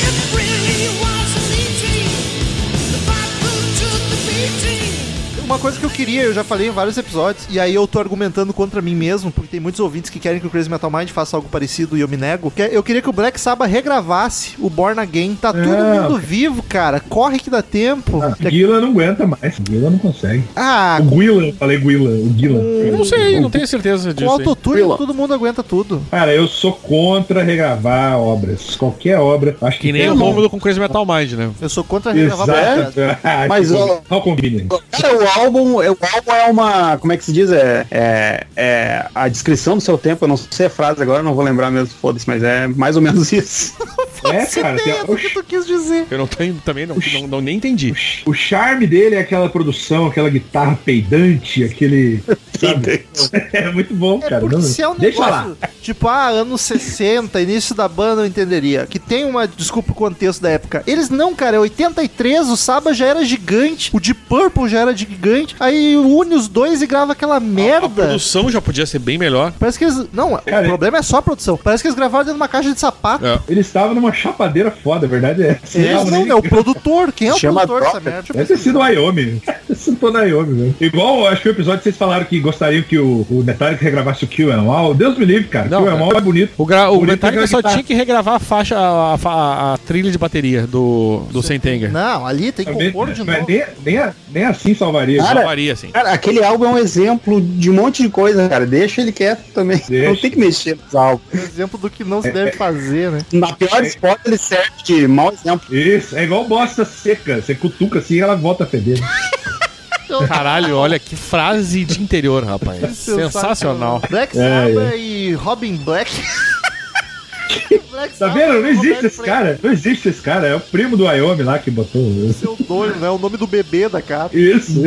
S5: It really was a meeting, the Bible took the beating.
S1: Uma coisa que eu queria, eu já falei em vários episódios, e aí eu tô argumentando contra mim mesmo, porque tem muitos ouvintes que querem que o Crazy Metal Mind faça algo parecido e eu me nego. que é- Eu queria que o Black Sabbath regravasse o Born Again. Tá todo
S3: É.
S1: mundo vivo, cara. Corre que dá tempo.
S3: Guila não aguenta mais, Guila não consegue.
S1: Ah,
S3: O Guila, eu falei Guila, o Guila.
S2: Não
S1: Hum,
S2: sei, não tenho certeza
S1: com
S2: disso. aí.
S1: autotune
S4: Willow.
S1: todo mundo aguenta tudo.
S3: Cara, eu sou contra regravar obras. Qualquer obra. Acho que,
S2: Que nem
S3: tem
S2: o
S3: um-
S2: Rômulo com Crazy Metal Mind, né?
S1: Eu sou contra regravar Born
S3: Exato.
S1: Again.
S3: [laughs] Ah,
S4: Mas,
S3: tipo,
S4: ó,
S3: Não combina.
S4: Cara, o álbum, é- o álbum é uma. Como é que se diz? É, é, é a descrição do seu tempo. Eu não sei a frase agora, não vou lembrar mesmo, foda-se, mas é mais ou menos [laughs] isso.
S3: É, cara, tem-
S1: Ideia do que tu quis dizer.
S2: Eu não tenho também, não, não- não- nem entendi.
S3: o, o charme dele é aquela produção, aquela guitarra peidante, aquele. sabe? É muito bom,
S1: É
S3: cara.
S1: porque
S3: não-
S1: se é um
S3: deixa
S1: negócio, tipo, ah, anos 60, início da banda, eu entenderia. Que tem uma, desculpa o contexto da época. Eles não, cara, é 83, o Saba já era gigante, o Deep Purple já era gigante, aí une os dois e grava aquela
S2: A
S1: merda.
S2: produção já podia ser bem melhor.
S1: Parece que eles... Não,
S3: Cara,
S1: o problema é só a produção. Parece que eles gravaram dentro de uma caixa de sapato.
S2: É.
S3: Ele estava numa chapadeira foda, a verdade é essa.
S1: Eles
S3: Tava
S1: não,
S3: nem-
S1: né? O produtor. Quem é o
S4: Chama
S1: produtor dessa
S4: Docker.
S1: merda? Tipo, Deixa eu
S3: Deve ter sido o [laughs] Wyoming. Sentou na Wyoming, né? Igual, acho que o episódio que vocês falaram que gostariam que o, o Metallica regravasse o Kill and All. Deus me livre, cara.
S2: Não,
S3: Kill and
S2: cara.
S3: All é bonito.
S2: O, gra... o
S3: Bonito
S2: Metallica
S3: aquela
S2: só
S3: guitarra.
S2: tinha que regravar a faixa, a, a- a trilha de bateria do, do Sentenger.
S1: Não, ali tem que
S3: Também,
S1: compor de
S3: não é
S1: novo.
S3: nem, nem, a- nem assim salvaria.
S4: Cara,
S2: Faria, assim.
S4: Cara, aquele álbum é um exemplo de um monte de coisa, cara. Deixa ele quieto também.
S3: Deixa.
S4: Não tem que mexer nos álbuns.
S1: um Exemplo do que não se deve fazer, né?
S4: Na pior spot ele serve de mau exemplo.
S3: Isso, é igual bosta seca. Você cutuca assim e ela volta a feder.
S2: Caralho, olha que frase de interior, rapaz. [laughs] Sensacional.
S1: Black
S3: É,
S1: Sabbath e Robin Black. Black
S3: Tá
S1: Sabbath
S3: vendo?
S1: e
S3: Não existe
S1: Robert
S3: esse
S1: Plant,
S3: cara. Não existe esse cara. É o primo do Wyoming lá que botou. Isso,
S1: Seu doido, né? O nome do bebê da capa.
S3: isso.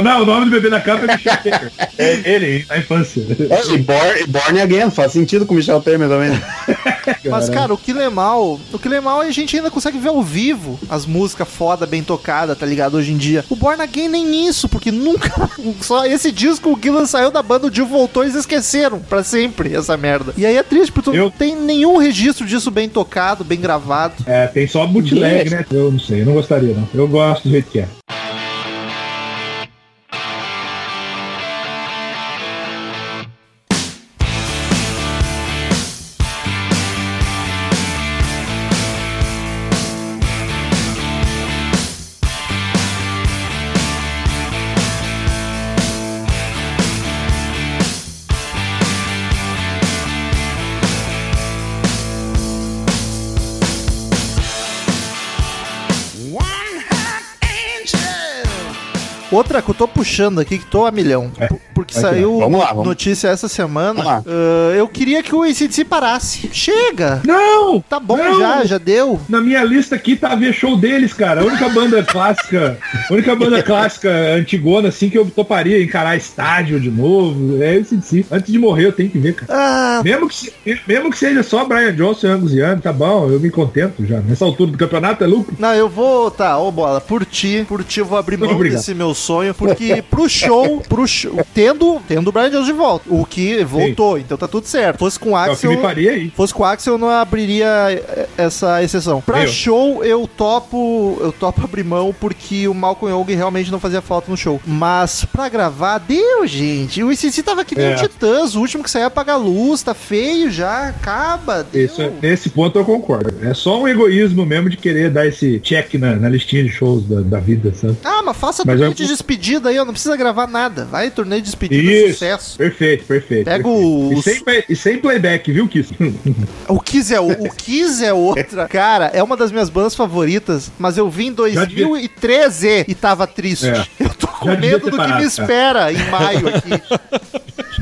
S3: Não, o nome do bebê da capa é Michel Temer. [laughs] É ele, na infância.
S4: É, e Born, e Born Again, faz sentido com o Michel Temer também. né? [laughs]
S1: Mas, cara, o que é mal, o que é mal a gente ainda consegue ver ao vivo as músicas foda, bem tocada, tá ligado? Hoje em dia. O Born Again nem isso, porque nunca. [laughs] Só esse disco o Gillan saiu da banda, o Dio voltou e eles esqueceram pra sempre essa merda. E aí é triste, porque tu
S3: Eu-
S1: não tem nenhum registro disso bem tocado, bem gravado.
S3: É, tem só bootleg,
S4: Yes.
S3: né? Eu não sei, eu não gostaria, não. Eu gosto do jeito que é.
S1: Outra que eu tô puxando aqui, que tô a milhão. Por- Porque
S3: Vai que
S1: saiu
S4: vai. Vamos lá, vamos.
S1: notícia essa semana.
S4: Vamos lá.
S1: Ah, eu queria que o ACDC parasse. Chega!
S3: Não!
S1: Tá bom
S3: Não!
S1: já, já deu.
S3: Na minha lista aqui tá a ver show deles, cara. A única banda clássica, a única banda clássica antigona, assim, que eu toparia encarar estádio de novo. É esse de si. Antes de morrer, eu tenho que ver, cara.
S1: Ah,
S3: Mesmo que, se- mesmo que seja só Brian Johnson e Angus Young, tá bom, eu me contento já. Nessa altura do campeonato é lucro.
S1: não, eu vou. Tá, ô bola, por ti, por ti eu vou abrir mão
S3: Obrigado.
S1: desse meu sonho, porque pro show, pro show tendo, tendo o Brian Jones de volta, o que voltou, então tá tudo certo. Fosse com o
S3: É o que
S1: Axel,
S3: me faria aí.
S1: fosse com o Axel eu não abriria eh, essa exceção. Pra
S3: Eu.
S1: show eu topo, eu topo abrir mão porque o Malcolm Young realmente não fazia falta no show. Mas pra gravar, deu, gente. O ICC tava que nem
S3: É.
S1: o Titãs, o último que saiu apagar a luz, tá feio já, acaba, deu.
S3: Isso, é nesse ponto eu concordo. É só um egoísmo mesmo de querer dar esse check na, na listinha de shows da, da vida, sabe?
S1: Ah, mas faça
S3: Mas
S1: turnê
S3: é-
S1: de despedida aí, ó. Não precisa gravar nada. Vai, turnê de despedida,
S3: Isso.
S1: sucesso.
S3: Perfeito, perfeito.
S1: Pega
S3: perfeito.
S1: os-
S3: E, sem, play- e sem playback, viu, Kiss? [laughs]
S1: O Kiss é, o, o Kiss é outra. Cara, é uma das minhas bandas favoritas, mas eu vim em
S3: Já devia-
S1: 2013 e tava triste.
S3: É.
S1: [laughs] Eu tô com
S3: Já devia
S1: medo
S3: ter
S1: do que
S3: parado, é.
S1: me
S3: cara.
S1: espera em
S3: [laughs]
S1: maio aqui.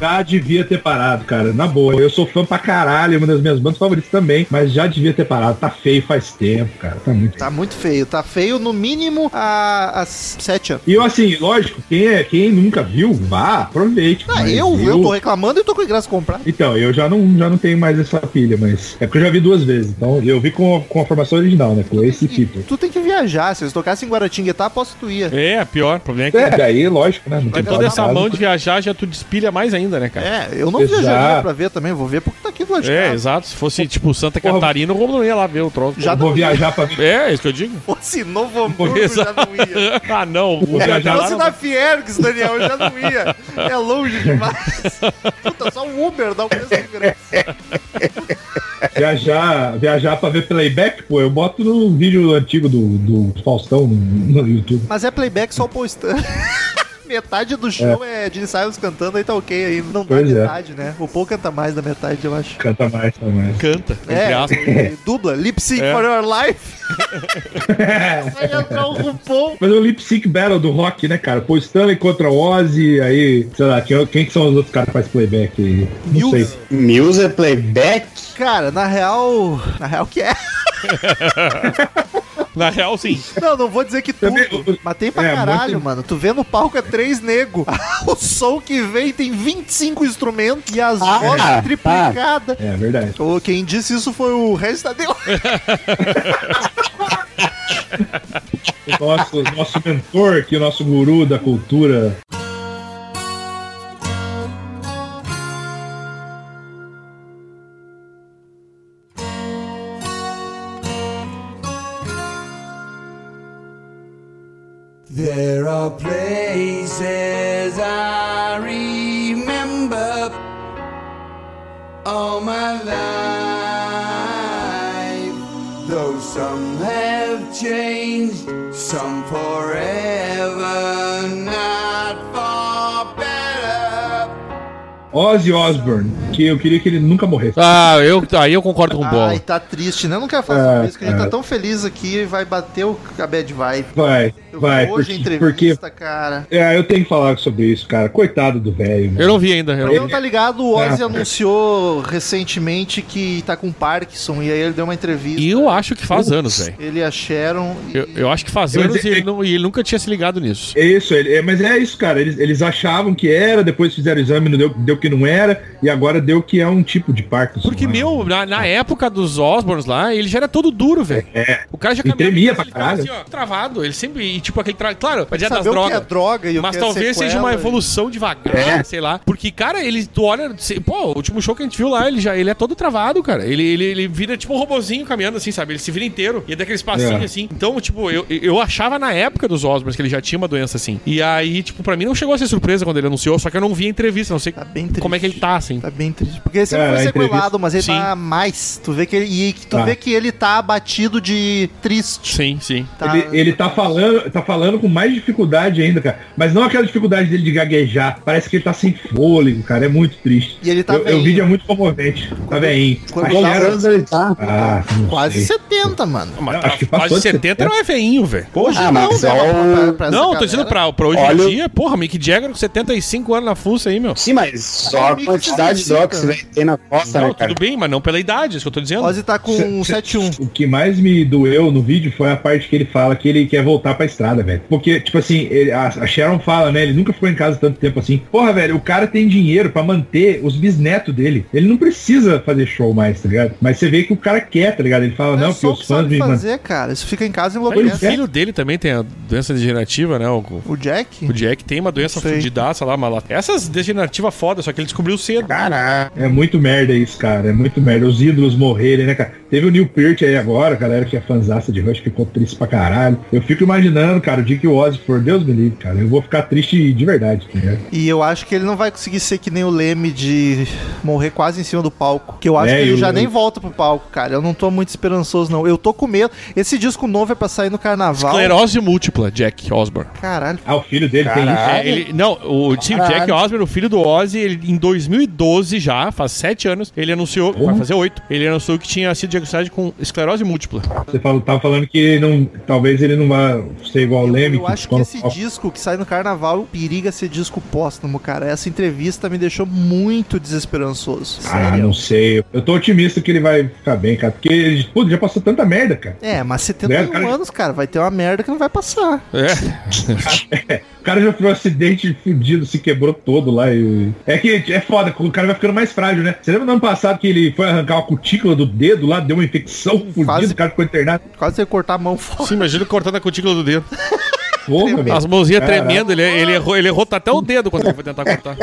S3: já devia ter parado, cara. Na boa. Eu sou fã pra caralho, é uma das minhas bandas favoritas também. Mas já devia ter parado. Tá feio faz tempo, cara. Tá muito
S1: Tá muito feio. Tá feio, no mínimo, há, há sete anos.
S3: E eu, assim, lógico, quem, é, quem nunca viu, vá, aproveite.
S1: Ah,
S3: mas
S1: eu, eu tô reclamando e eu tô com graça comprar.
S3: Então, eu já não, já não tenho mais essa pilha, mas. É porque eu já vi duas vezes. Então, eu vi com, com a formação original, né? Com esse
S1: E
S3: people.
S1: tu tem que viajar. Se eles tocassem em Guaratinguetá, aposto que tu ia.
S2: É, pior. O problema é que.
S3: É, daí, lógico, né? Não
S2: Mas
S3: tem
S2: toda
S3: nada
S2: essa
S3: errado.
S2: mão de viajar já tu despilha mais ainda, né, cara?
S1: É, eu não
S3: Exato.
S1: viajaria pra ver também. Vou ver porque tá aqui do lado de
S2: É,
S1: casa.
S2: exato. Se fosse, tipo, Santa
S3: Porra.
S2: Catarina, o Romulo não ia lá ver o troço.
S1: Já
S3: Eu vou
S1: não-
S3: viajar pra ver.
S2: É, é isso que eu digo.
S1: Fosse Novo Hamburgo, eu já
S2: Exato.
S1: não ia.
S2: [laughs] ah, não. O
S3: viajar
S2: viajar lá
S1: Fosse
S2: não-
S1: na Fiergs, Daniel, eu já não ia. É longe demais.
S2: [laughs]
S1: Puta, só um Uber dá o preço do ingresso.
S3: Viajar, viajar pra ver playback, pô, eu boto no vídeo antigo do, do Faustão no, no YouTube.
S1: Mas é playback só postando. [laughs] Metade do show é, de ensaios cantando, aí tá ok aí. Não dá
S3: Pois é.
S1: metade, né? O Paul canta mais da metade, eu acho.
S3: Canta mais, canta mais.
S2: Canta, entre aspas.
S1: É, dubla, lip sync
S2: É.
S1: for your life. Vai entrar o RuPaul.
S3: Mas é o lip sync battle do rock, né, cara? Pô, Stanley contra Ozzy, aí, sei lá, quem, quem que são os outros caras que faz playback aí? Não
S1: Muse.
S3: sei.
S4: Muse é playback?
S1: Cara, na real. Na real que é. [laughs]
S2: Na real, sim.
S1: Não, não vou dizer que tudo.
S3: Também, o-
S1: Mas tem pra
S3: é,
S1: caralho,
S3: muito-
S1: mano. Tu vê no palco é três nego. [laughs] o som que vem tem 25 instrumentos e as
S4: Ah,
S1: vozes
S4: tá.
S1: triplicadas.
S3: É verdade.
S1: Ô, Quem disse isso foi o Regis Tadeu.
S3: O nosso, nosso mentor aqui, o nosso guru da cultura.
S5: There are places I remember all my life. Though some have changed, some forever, not for better.
S3: Ozzy Osbourne, que eu queria que ele nunca morresse.
S2: Ah, eu, aí eu concordo com o
S1: Ai,
S2: Bola.
S1: tá triste, né? Eu não quero falar sobre
S3: É,
S1: isso, que a gente
S3: é.
S1: tá tão feliz aqui e vai bater o, a bad vibe.
S3: Vai,
S1: Eu
S3: vai,
S1: vi hoje a
S3: porque, porque
S1: entrevista, cara.
S3: é, eu tenho que falar sobre isso, cara. Coitado do velho.
S2: Eu
S3: mano.
S2: não vi ainda. eu não
S1: Eu
S2: vi.
S1: não tá ligado, o Ozzy
S3: É.
S1: anunciou recentemente que tá com Parkinson e aí ele deu uma entrevista.
S2: E eu acho que faz anos, velho.
S1: Ele e a Sharon. e-
S2: Eu, eu acho que faz
S3: Mas
S2: anos e
S3: é-
S2: ele, não- e ele nunca tinha se ligado nisso.
S3: É isso, ele- é, mas é isso, cara. Eles, eles achavam que era, depois fizeram o exame, não deu, deu que não era, e agora deu que é um tipo de Parkinson.
S2: Porque,
S3: né?
S2: meu, na, na época dos Osborns lá, ele já era todo duro, velho. O cara já assim,
S3: E tremia
S2: ele
S3: pra
S2: ficava
S3: caralho.
S2: ó, travado. Ele sempre, e, tipo, aquele tra... Claro, mas é das
S1: Saber o que é
S2: drogas.
S1: droga e o
S2: Mas
S1: que é
S2: talvez seja
S1: sequela
S2: uma
S1: e-
S2: evolução devagar,
S4: É.
S2: sei lá. Porque, cara, ele, tu olha, se- pô, o último show que a gente viu lá, ele já ele é todo travado, cara. Ele, ele, ele vira tipo um robozinho caminhando assim, sabe? Ele se vira inteiro e é daqueles passinhos
S3: É.
S2: assim. Então, tipo, eu, eu achava na época dos Osborns que ele já tinha uma doença assim. E aí, tipo, pra mim não chegou a ser surpresa quando ele anunciou, só que eu não vi a entrevista, não sei
S1: Tá bem triste.
S2: como é que ele tá, assim.
S1: Tá bem triste. Porque ele sempre
S3: Cara,
S1: foi
S3: a
S1: sequelado,
S3: entrevista-
S1: mas ele
S2: Sim.
S1: tá mais. Tu vê que ele. e que tu
S3: É, Tá.
S1: vê que ele tá abatido de triste.
S2: Sim, sim.
S1: Tá,
S3: Ele, ele tá falando, tá falando com mais dificuldade ainda, cara. Mas não aquela dificuldade dele de gaguejar. Parece que ele tá sem fôlego, cara. É muito triste.
S1: E ele tá
S3: eu, eu, O
S1: veinho.
S3: vídeo é muito comovente. Tá bem.
S1: Quando
S4: Quantos
S1: tava-
S4: anos ele tá?
S3: Ah, não
S1: Quase
S3: sei.
S1: 70, mano.
S2: Mas
S3: Não,
S2: tá-
S3: acho que passou
S2: quase
S3: de 70.
S2: 70 não é feinho, velho.
S1: Hoje
S4: Ah, mas
S2: tá
S1: velho,
S4: só o-
S2: Não, tô dizendo pra, pra hoje
S4: Olha-
S2: em dia, porra, Mick Jagger com 75 anos na fuça aí, meu.
S4: Sim, mas
S2: Tá
S4: Só a
S1: mix
S4: quantidade de
S1: solicita.
S4: drogas que velho tem na costa,
S2: Não,
S4: né, cara?
S2: tudo bem, mas não pela idade, é isso que eu tô dizendo.
S1: Ozzy tá com
S3: Cê-
S1: um 7-1.
S3: O que mais me doeu no vídeo foi a parte que ele fala que ele quer voltar pra estrada, velho. Porque, tipo assim, ele- a, a Sharon fala, né? Ele nunca ficou em casa tanto tempo assim. Porra, velho, o cara tem dinheiro pra manter os bisnetos dele. Ele não precisa fazer show mais, tá ligado? Mas você vê que o cara quer, tá ligado? Ele fala,
S1: é
S3: não, porque
S1: só o que
S3: os fãs
S1: sabe
S3: me mandam.
S1: fazer, cara. Isso fica em casa e
S2: Aí, o
S1: enlouquece.
S3: Pois é.
S2: filho dele também tem a doença degenerativa, né? O,
S1: O Jack?
S2: o Jack tem uma doença
S1: Sei.
S2: fudidaça lá, mas lá. Essas degenerativas foda, só que ele descobriu cedo.
S4: Caraca.
S3: É muito merda isso, cara. É muito merda. Os ídolos morrerem, né, cara? Teve o Neil Peart aí agora, a galera que é fanzaça de Rush ficou triste pra caralho. Eu fico imaginando, cara, o dia que o Ozzy for, Deus me livre, cara. Eu vou ficar triste de verdade, tá ligado?
S1: E eu acho que ele não vai conseguir ser que nem o Leme de morrer quase em cima do palco. Que eu acho
S3: É,
S1: que ele
S3: eu-
S1: já nem volta pro palco, cara. Eu não tô muito esperançoso, não. Eu tô com medo. Esse disco novo é pra sair no carnaval.
S2: Esclerose múltipla, Jack Osborne.
S1: Caralho.
S3: Ah, o filho dele tem isso.
S2: É,
S4: Caralho.
S2: ele, não, o, sim, o Jack
S4: Caralho.
S2: Osborne, o filho do Ozzy, ele, em 2012 já, faz sete anos, ele anunciou, vai fazer oito, ele anunciou que tinha sido diagnosticado com esclerose múltipla.
S3: Você falou, tava falando que não, talvez ele não vá ser igual o Leme.
S1: Eu acho que
S3: quando-
S1: esse disco que sai no carnaval periga ser disco póstumo, cara. Essa entrevista me deixou muito desesperançoso.
S3: Ah, não sei. Eu tô otimista que ele vai ficar bem, cara. Porque ele, putz, já passou tanta merda, cara.
S1: É, mas 71
S3: Né, cara?
S1: anos, cara, vai ter uma merda que não vai passar.
S2: É,
S3: O cara já foi um acidente fudido, se quebrou todo lá. E... É que é foda, o cara vai ficando mais frágil, né? Você lembra no ano passado que ele foi arrancar uma cutícula do dedo lá, deu uma infecção fudida,
S1: Quase-
S3: o cara ficou internado.
S1: Quase você cortar a mão fora.
S2: sim, imagina ele cortando a cutícula do dedo.
S3: Porra, velho.
S2: As mãozinhas
S3: Caralho.
S2: tremendo, ele, ele, errou, ele errou tá até o dedo quando ele foi tentar cortar.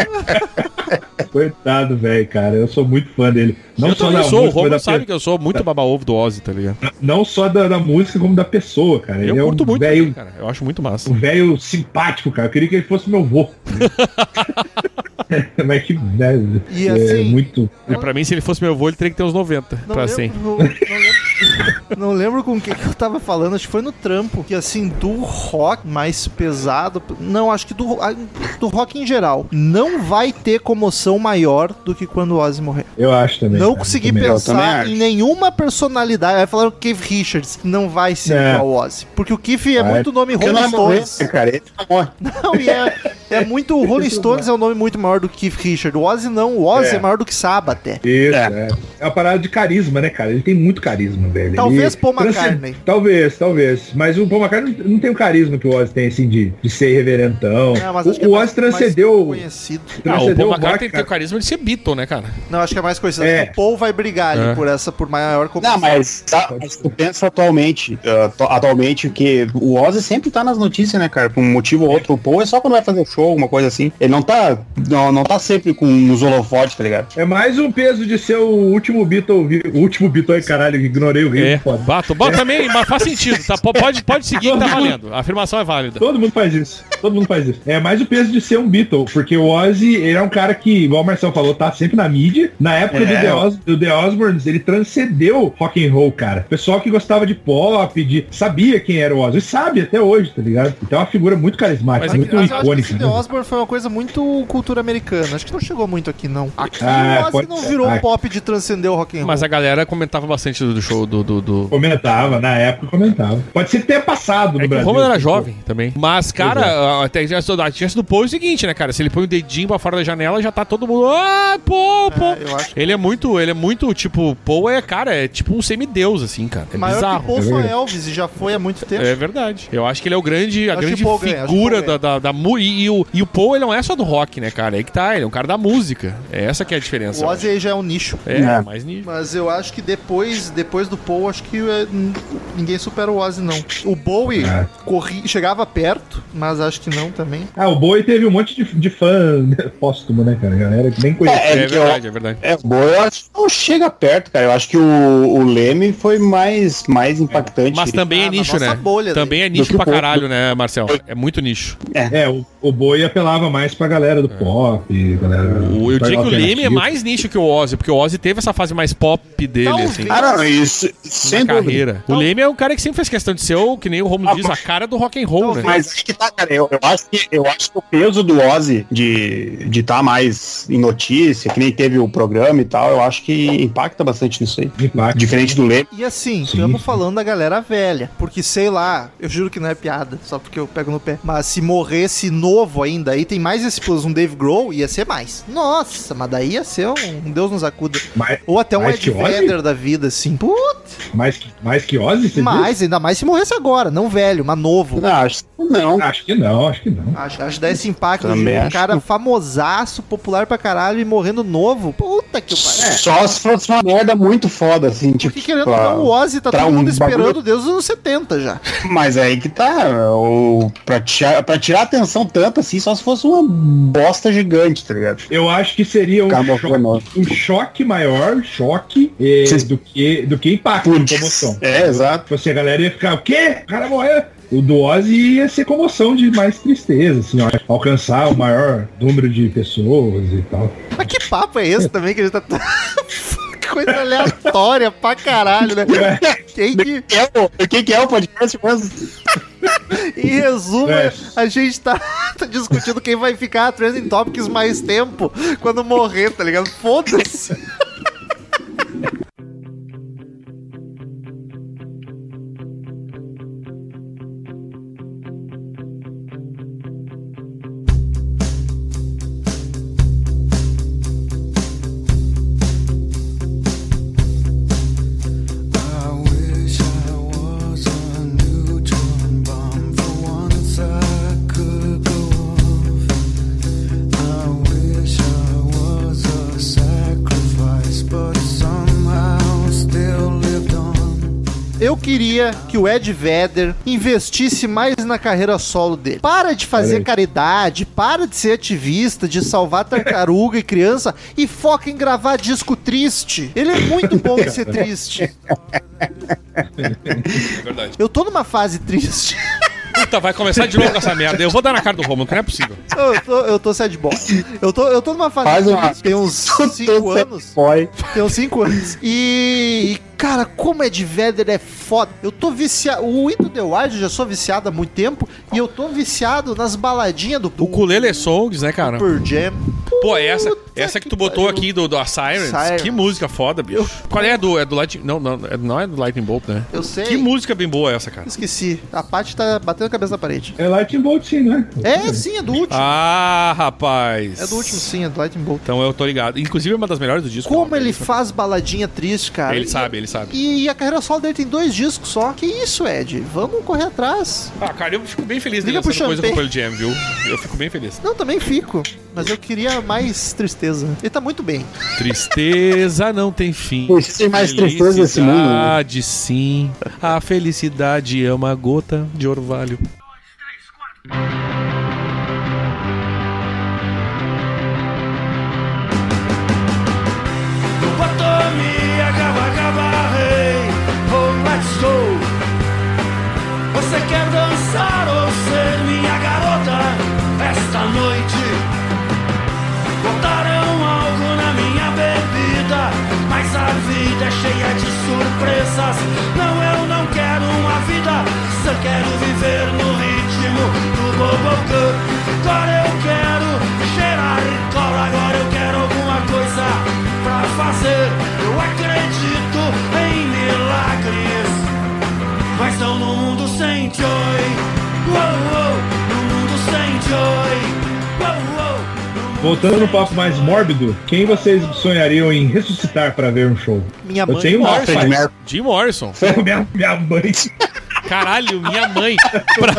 S3: Coitado, velho, cara. Eu sou muito fã dele. Não
S2: eu
S3: só
S2: também
S3: da
S2: sou, o
S3: música, mas
S2: Romulo
S3: da
S2: sabe
S3: pe-
S2: que eu sou muito baba-ovo do Ozzy, tá ligado?
S3: não só da, da música, como da pessoa, cara.
S2: Eu
S3: ele
S2: curto
S3: é um
S2: muito,
S3: velho
S2: cara, eu acho muito massa.
S3: Um velho simpático, cara. Eu queria que ele fosse
S1: [laughs]
S3: meu vô. Mas que né,
S1: E
S3: é
S1: assim,
S3: muito.
S2: É, pra mim, se ele fosse meu avô, ele teria que ter uns 90
S1: Não
S2: pra
S1: lembro,
S2: 100.
S1: não, não lembro- não lembro com o que, que eu tava falando, acho que foi no trampo. Que assim, do rock mais pesado. Não, acho que do, a- do rock em geral. Não vai ter comoção maior do que quando o Ozzy morrer.
S3: Eu acho também.
S1: não
S3: cara,
S1: consegui
S3: também.
S4: também
S1: pensar
S4: acho.
S1: em nenhuma personalidade. Vai falar o Keith Richards. Não vai ser
S3: É.
S1: igual o Ozzy. Porque o Keith é
S3: Vai.
S1: muito nome
S4: Porque não
S1: Rolling
S4: vai morrer,
S1: Stones. [laughs]
S4: cara. Ele não morre.
S1: Não, e é, é muito. O
S4: [laughs]
S1: Rolling Stones é um nome muito maior do que Keith Richard. O Ozzy não. O Ozzy é,
S3: É.
S1: maior do que Saba até.
S3: Isso,
S4: É.
S3: é. é uma parada de carisma, né, cara? Ele tem muito carisma, velho.
S1: Talvez
S3: ele...
S1: Paul
S3: transce-
S1: McCartney.
S3: Talvez, talvez. Mas o Paul McCartney não tem o carisma que o Ozzy tem, assim, de, de ser reverentão.
S1: É, mas acho que
S3: o
S1: é
S3: o
S1: mais-
S3: Ozzy transcendeu,
S1: mais conhecido.
S2: Ah, o
S3: transcendeu
S2: Paul
S3: o rock,
S2: McCartney tem o
S3: cara.
S2: carisma de ser Beatle, né, cara?
S1: Não, acho que é mais coisa.
S3: É.
S1: O Paul vai brigar ali
S2: É.
S1: por essa, por maior
S4: Não,
S1: competição.
S4: mas tá, mas tu pensa atualmente, ah, to- atualmente que o Ozzy sempre tá nas notícias, né, cara? Por um motivo ou outro, o Paul é só quando vai fazer um show, alguma coisa assim. Ele não tá, não, não tá sempre com os holofotes, tá ligado?
S3: É mais um peso de ser o último Beatle. vi- O último Beatle, ai, caralho, ignorei o rio,
S2: É,
S3: foda.
S2: bato, bato também, mas faz sentido, tá? Po- Pode, pode seguir que tá valendo. A afirmação é válida.
S3: Todo mundo faz isso. Todo mundo faz isso. É mais o peso de ser um Beatle, porque o Ozzy, ele é um cara que, igual o Marcel falou, tá sempre na mídia. Na época do,
S4: É.
S3: The Os, do The Osbournes, ele transcendeu rock and roll, cara. O pessoal que gostava de pop, de sabia quem era o Ozzy, e sabe até hoje, tá ligado? Então é uma figura muito carismática,
S2: Mas é que-
S3: muito
S1: Mas eu acho que
S3: icônica.
S1: esse The
S3: né?
S1: Osborne foi uma coisa muito cultura americana. Acho que não chegou muito aqui, não. Aqui
S3: Ah,
S1: o Ozzy
S3: pode
S1: não
S3: ser.
S1: virou
S3: Ah.
S1: pop de transcender o rock and roll.
S2: Mas a galera comentava bastante do, do show do. do, do...
S3: Comentava, na época comentava. Pode ser que tenha passado
S2: É
S3: no
S2: que o
S3: Brasil. tipo,
S2: Romulo era jovem também. Mas, cara, até a chance do Paul é o seguinte, né, cara? Se ele põe o dedinho pra fora da janela, já tá todo mundo. Ah, Paul, Paul.
S1: eu acho
S2: Ele é muito, ele é muito, tipo, Paul é, cara, é tipo um semideus, assim, cara. É
S1: maior que
S2: bizarro.
S1: o Paul
S3: é
S1: foi
S3: verdade.
S1: Elvis e já foi há muito tempo.
S2: É verdade. Eu acho que ele é o grande, a
S1: Acho
S2: grande
S1: que o Paul ganha, acho que o
S2: figura
S1: Paul ganha.
S2: da, da, da mu- e, e o, e o Paul, ele não é só do rock, né, cara? É aí que tá, ele é um cara da música. É essa que é a diferença.
S1: O Ozzy aí já é um nicho.
S2: É,
S4: É.
S2: mais nível.
S1: Mas eu acho que depois, depois do Paul, acho que é, n- ninguém supera o Ozzy, não. O Bowie
S3: É.
S1: corri, chegava perto, mas acho que não também.
S3: Ah, o Boi teve um monte de, de fã né, póstumo, né, cara? Galera que nem conhecia.
S2: É,
S4: É, que eu,
S2: verdade, é verdade.
S4: É, boa, eu acho que não chega perto, cara. Eu acho que o, o Leme foi mais, mais impactante.
S2: É, Mas também
S1: Ah,
S2: é
S1: na
S2: nicho,
S1: nossa
S2: né?
S1: bolha,
S2: também é
S4: Do
S2: nicho
S4: que o
S2: pra
S4: Paul.
S2: caralho, né, Marcel? É muito nicho.
S3: É, o, o Boi apelava mais pra galera do pop, galera.
S2: É. O, eu
S3: pra
S2: diria que o Leme é
S3: alternativa.
S2: mais nicho que o Ozzy, porque o Ozzy teve essa fase mais pop dele,
S1: Talvez.
S2: assim.
S4: Ah, não, isso sem
S2: na
S4: dúvida.
S2: carreira.
S1: Tá
S2: O Leme é um cara que sempre fez questão de ser, o, que nem o Romulo diz, a cara do rock and roll, né?
S4: Mas acho que tá, cara. Eu, eu acho que, eu acho que o peso do Ozzy de estar de tá mais em notícia, que nem teve o programa e tal, eu acho que impacta bastante nisso aí.
S3: Impacto.
S4: Diferente do Leme.
S1: E assim,
S3: Sim,
S1: estamos
S3: sim.
S1: falando da galera velha. Porque sei lá, eu juro que não é piada, só porque eu pego no pé. Mas se morresse no novo ainda, aí tem mais esse plus, um Dave Grohl, ia ser mais. Nossa, mas daí ia ser um, um Deus nos acuda.
S3: Mais,
S1: Ou até um
S3: Mais
S1: Ed
S3: que Ozzy?
S1: Vedder da vida, assim. Putz,
S3: mais, que- mais que Ozzy, você
S1: mas, ainda mais se morresse agora, não velho, mas novo.
S4: Não, acho que não.
S3: diz? Acho que não, acho que não.
S1: Acho, acho que dá esse impacto
S4: Também
S1: de um
S4: acho.
S1: cara famosaço, popular pra caralho e morrendo novo. Puta que pariu.
S4: Só se fosse uma merda muito foda, assim, tipo.
S1: Porque querendo
S4: pra-
S1: dar um Ozzy, tá
S4: pra
S1: todo
S4: um
S1: mundo esperando
S4: bagulho-
S1: Deus dos anos 70 já.
S4: Mas aí que tá. O, pra, tirar, pra tirar atenção tanto assim, só se fosse uma bosta gigante, tá ligado?
S3: Eu acho que seria um
S4: Ficar morrendo.
S3: choque, um choque maior, choque, eh,
S4: Vocês-
S3: do, que, do que impacto, comoção.
S4: É, exato.
S3: Tipo assim, a galera ia ficar, o quê? O cara morreu. O do Ozzy ia ser comoção de mais tristeza, assim, ó, alcançar o maior número de pessoas e tal.
S1: Mas que papo é esse também que a gente tá. Que [laughs] Coisa aleatória pra caralho, né? Quem que,
S4: Que é o, o que, que é o podcast mesmo?
S1: em resumo,
S3: É.
S1: a gente tá, [laughs] tá discutindo quem vai ficar trending topics mais tempo quando morrer, tá ligado? Foda-se. Eu queria que o Ed Vedder investisse mais na carreira solo dele. Para de fazer caridade, para de ser ativista, de salvar tartaruga e criança e foca em gravar disco triste. Ele é muito bom em ser triste.
S2: É verdade.
S1: Eu tô numa fase triste.
S2: Puta, vai começar de novo com essa merda. Eu vou dar na cara do Romulo, que não é possível.
S1: Eu tô, eu tô sad boy. Eu tô, eu tô numa fase
S4: Faz uma- tá
S1: triste. Tem
S4: [laughs]
S1: uns 5 anos.
S4: Foi.
S1: Tenho 5 anos. E, e, cara, como Ed Vedder é foda. Eu tô viciado. O Into the Wild eu já sou viciado há muito tempo. E eu tô viciado nas baladinhas do,
S2: O Kulele Songs, né, cara?
S1: Pearl Jam.
S2: Pô, é essa,
S1: Puta
S2: essa que tu botou
S1: pariu.
S2: aqui do, do a Sirens,
S1: Sirens.
S2: que música foda, bicho. Qual é a do, é do Lightning... Não, não, é- não é do Lightning Bolt, né?
S1: Eu sei.
S2: Que música bem boa é essa, cara?
S1: Esqueci. A Paty tá batendo a cabeça na parede.
S3: É Lightning Bolt sim, né?
S1: É, sim, é do último.
S2: Ah, rapaz.
S1: É do último, sim, é do Lightning Bolt.
S2: Então eu tô ligado. Inclusive é uma das melhores do disco.
S1: Como
S2: né?
S1: ele é faz baladinha triste, cara.
S2: Ele sabe, ele sabe.
S1: E a carreira solo dele tem dois discos só. Que isso, Ed? Vamos correr atrás.
S2: Ah, cara, eu fico bem feliz dele
S1: Liga pro
S2: lançando coisa com o
S1: Champagne.
S2: Pearl Jam, viu? Eu fico bem feliz.
S1: Não, também fico. Mas eu queria mais tristeza. Ele tá muito bem.
S2: Tristeza não tem fim.
S4: Pô, isso tem mais tristeza nesse mundo, né?
S2: Felicidade, sim. A felicidade é uma gota de orvalho.
S5: Você quer dançar ou ser minha garota esta noite? Botaram algo na minha bebida, mas a vida é cheia de surpresas. Não, eu não quero uma vida, só quero viver no ritmo do Bobocã. Agora eu quero cheirar cola, agora eu quero alguma coisa pra fazer. Eu acredito em milagres. Mas não no mundo sem joy. Uou, uou, no mundo sem joy. Uou, uou, no mundo
S3: Voltando no
S5: sem
S3: papo mais mórbido, quem vocês sonhariam em ressuscitar pra ver um show?
S1: Minha
S3: Eu
S1: mãe
S3: tenho uma,
S4: Ah,
S3: [laughs]
S4: Fred
S3: rapaz.
S4: Mercury.
S2: Jim Morrison.
S3: Minha, minha mãe. [laughs]
S2: Caralho, minha mãe. Pra,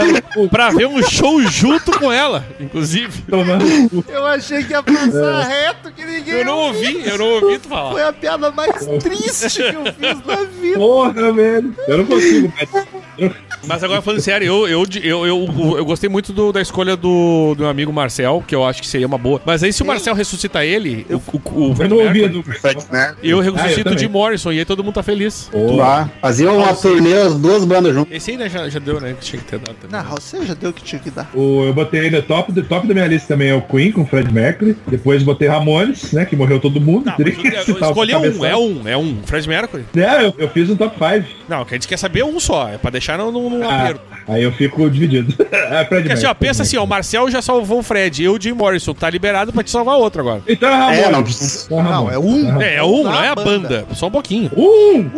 S2: pra ver um show junto com ela, inclusive.
S3: Tomando cu.
S1: Eu achei que ia passar reto, que ninguém.
S2: Eu não ouvi, eu não ouvi tu
S1: Foi
S2: falar.
S1: a piada
S2: [laughs]
S1: mais triste que eu fiz na vida.
S3: Porra, velho. Eu não consigo, velho.
S2: Mas agora falando sério, eu, eu, eu, eu, eu gostei muito do- da escolha do, do meu amigo Marcel, que eu acho que seria uma boa. Mas aí se o Marcel ressuscita ele, o, o, o
S3: Eu
S2: Fred
S3: não ouvi,
S2: Mercury,
S3: Edu.
S4: Fred Mercury.
S2: eu
S3: Ah, eu
S2: ressuscito
S3: também.
S2: o Jim Morrison e aí todo mundo tá feliz.
S3: Porra.
S4: Lá. Fazia uma turnê, as duas bandas juntas.
S2: Esse aí né, já, já deu, né? Que tinha que ter dado também.
S1: Não, você já deu o que tinha que dar.
S3: O, eu botei no top, do, top da minha lista também é o Queen com o Fred Mercury. Depois botei Ramones, né? Que morreu todo mundo.
S2: Não,
S3: Teria
S2: mas
S3: que
S2: eu-
S3: [laughs]
S2: eu
S3: citar o
S2: escolhi um,
S3: cabeção.
S2: é um, é um. Fred Mercury?
S3: É, eu, eu fiz um top 5.
S2: Não, que a gente quer saber um só. É pra deixar num, num, num, num
S3: Ah,
S2: aperto.
S3: aí eu fico dividido. [laughs] é Fred
S2: Porque assim, ó,
S3: Mercury.
S2: pensa assim, ó, o Marcel já salvou o Fred, eu, o Jim Morrison, tá liberado pra te salvar outro agora.
S3: Então é Ramon.
S4: É, não precisa.
S3: Então, Ramon.
S1: Não, é um.
S2: É, é um, não é a banda. Só um pouquinho.
S3: Um!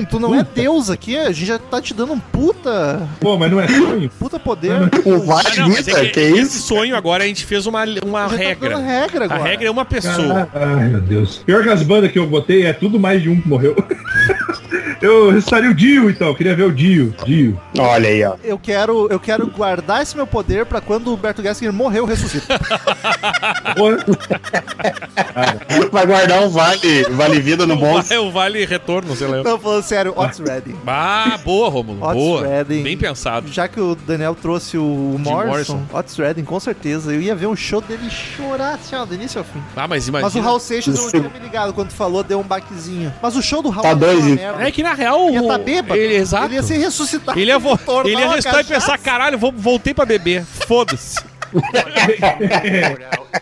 S1: Um, tu não é Deus aqui, a gente já tá te dando um puta,
S3: Pô, mas não é sonho.
S1: puta
S2: [laughs]
S1: poder.
S4: O Vasco,
S2: Ah, mas
S4: que, que é
S2: esse
S4: isso?
S2: sonho agora a gente fez uma, uma
S1: A gente tá dando
S2: regra.
S1: regra
S2: A
S1: agora.
S2: regra é uma pessoa.
S3: Ai, meu Deus. Pior que as bandas que eu botei é tudo mais de um que morreu. [laughs] eu restaria o Dio, então. Eu queria ver o Dio. Dio.
S4: Olha aí, ó.
S1: Eu quero, eu quero guardar esse meu poder pra quando o Humberto Gessinger morrer, eu
S2: [laughs]
S1: ressuscito.
S3: Porra.
S4: Vai guardar um vale,
S2: [laughs]
S4: vale vida no bolso.
S2: É o vale retorno, sei lá.
S1: Não, falando sério, Otis Redding.
S2: Ah, boa, Romulo.
S1: Otis
S2: Boa.
S1: Redding.
S2: Bem pensado.
S1: Já que o Daniel trouxe o Morrison,
S2: Morrison.
S1: Otis Redding, com certeza, eu ia ver um show dele chorar assim, ó, do início ao fim.
S2: Ah,
S1: Mas
S2: mas
S1: o
S2: imagina.
S1: Raul Seixas eu não
S4: Isso.
S1: tinha me ligado quando tu falou, deu um baquezinho. Mas o show do Raul
S4: Tá
S1: ia ser
S4: dois
S1: uma
S4: e-
S1: merda.
S2: É que na real.
S1: Ele ia tá
S2: o-
S1: bêbado.
S2: Ele, exato.
S1: Ele ia ser ressuscitado.
S2: Ele ia, vo...
S1: tornar
S2: ele ia
S1: uma
S2: restar e
S1: cachaça.
S2: pensar, caralho, vou... voltei pra beber. Foda-se.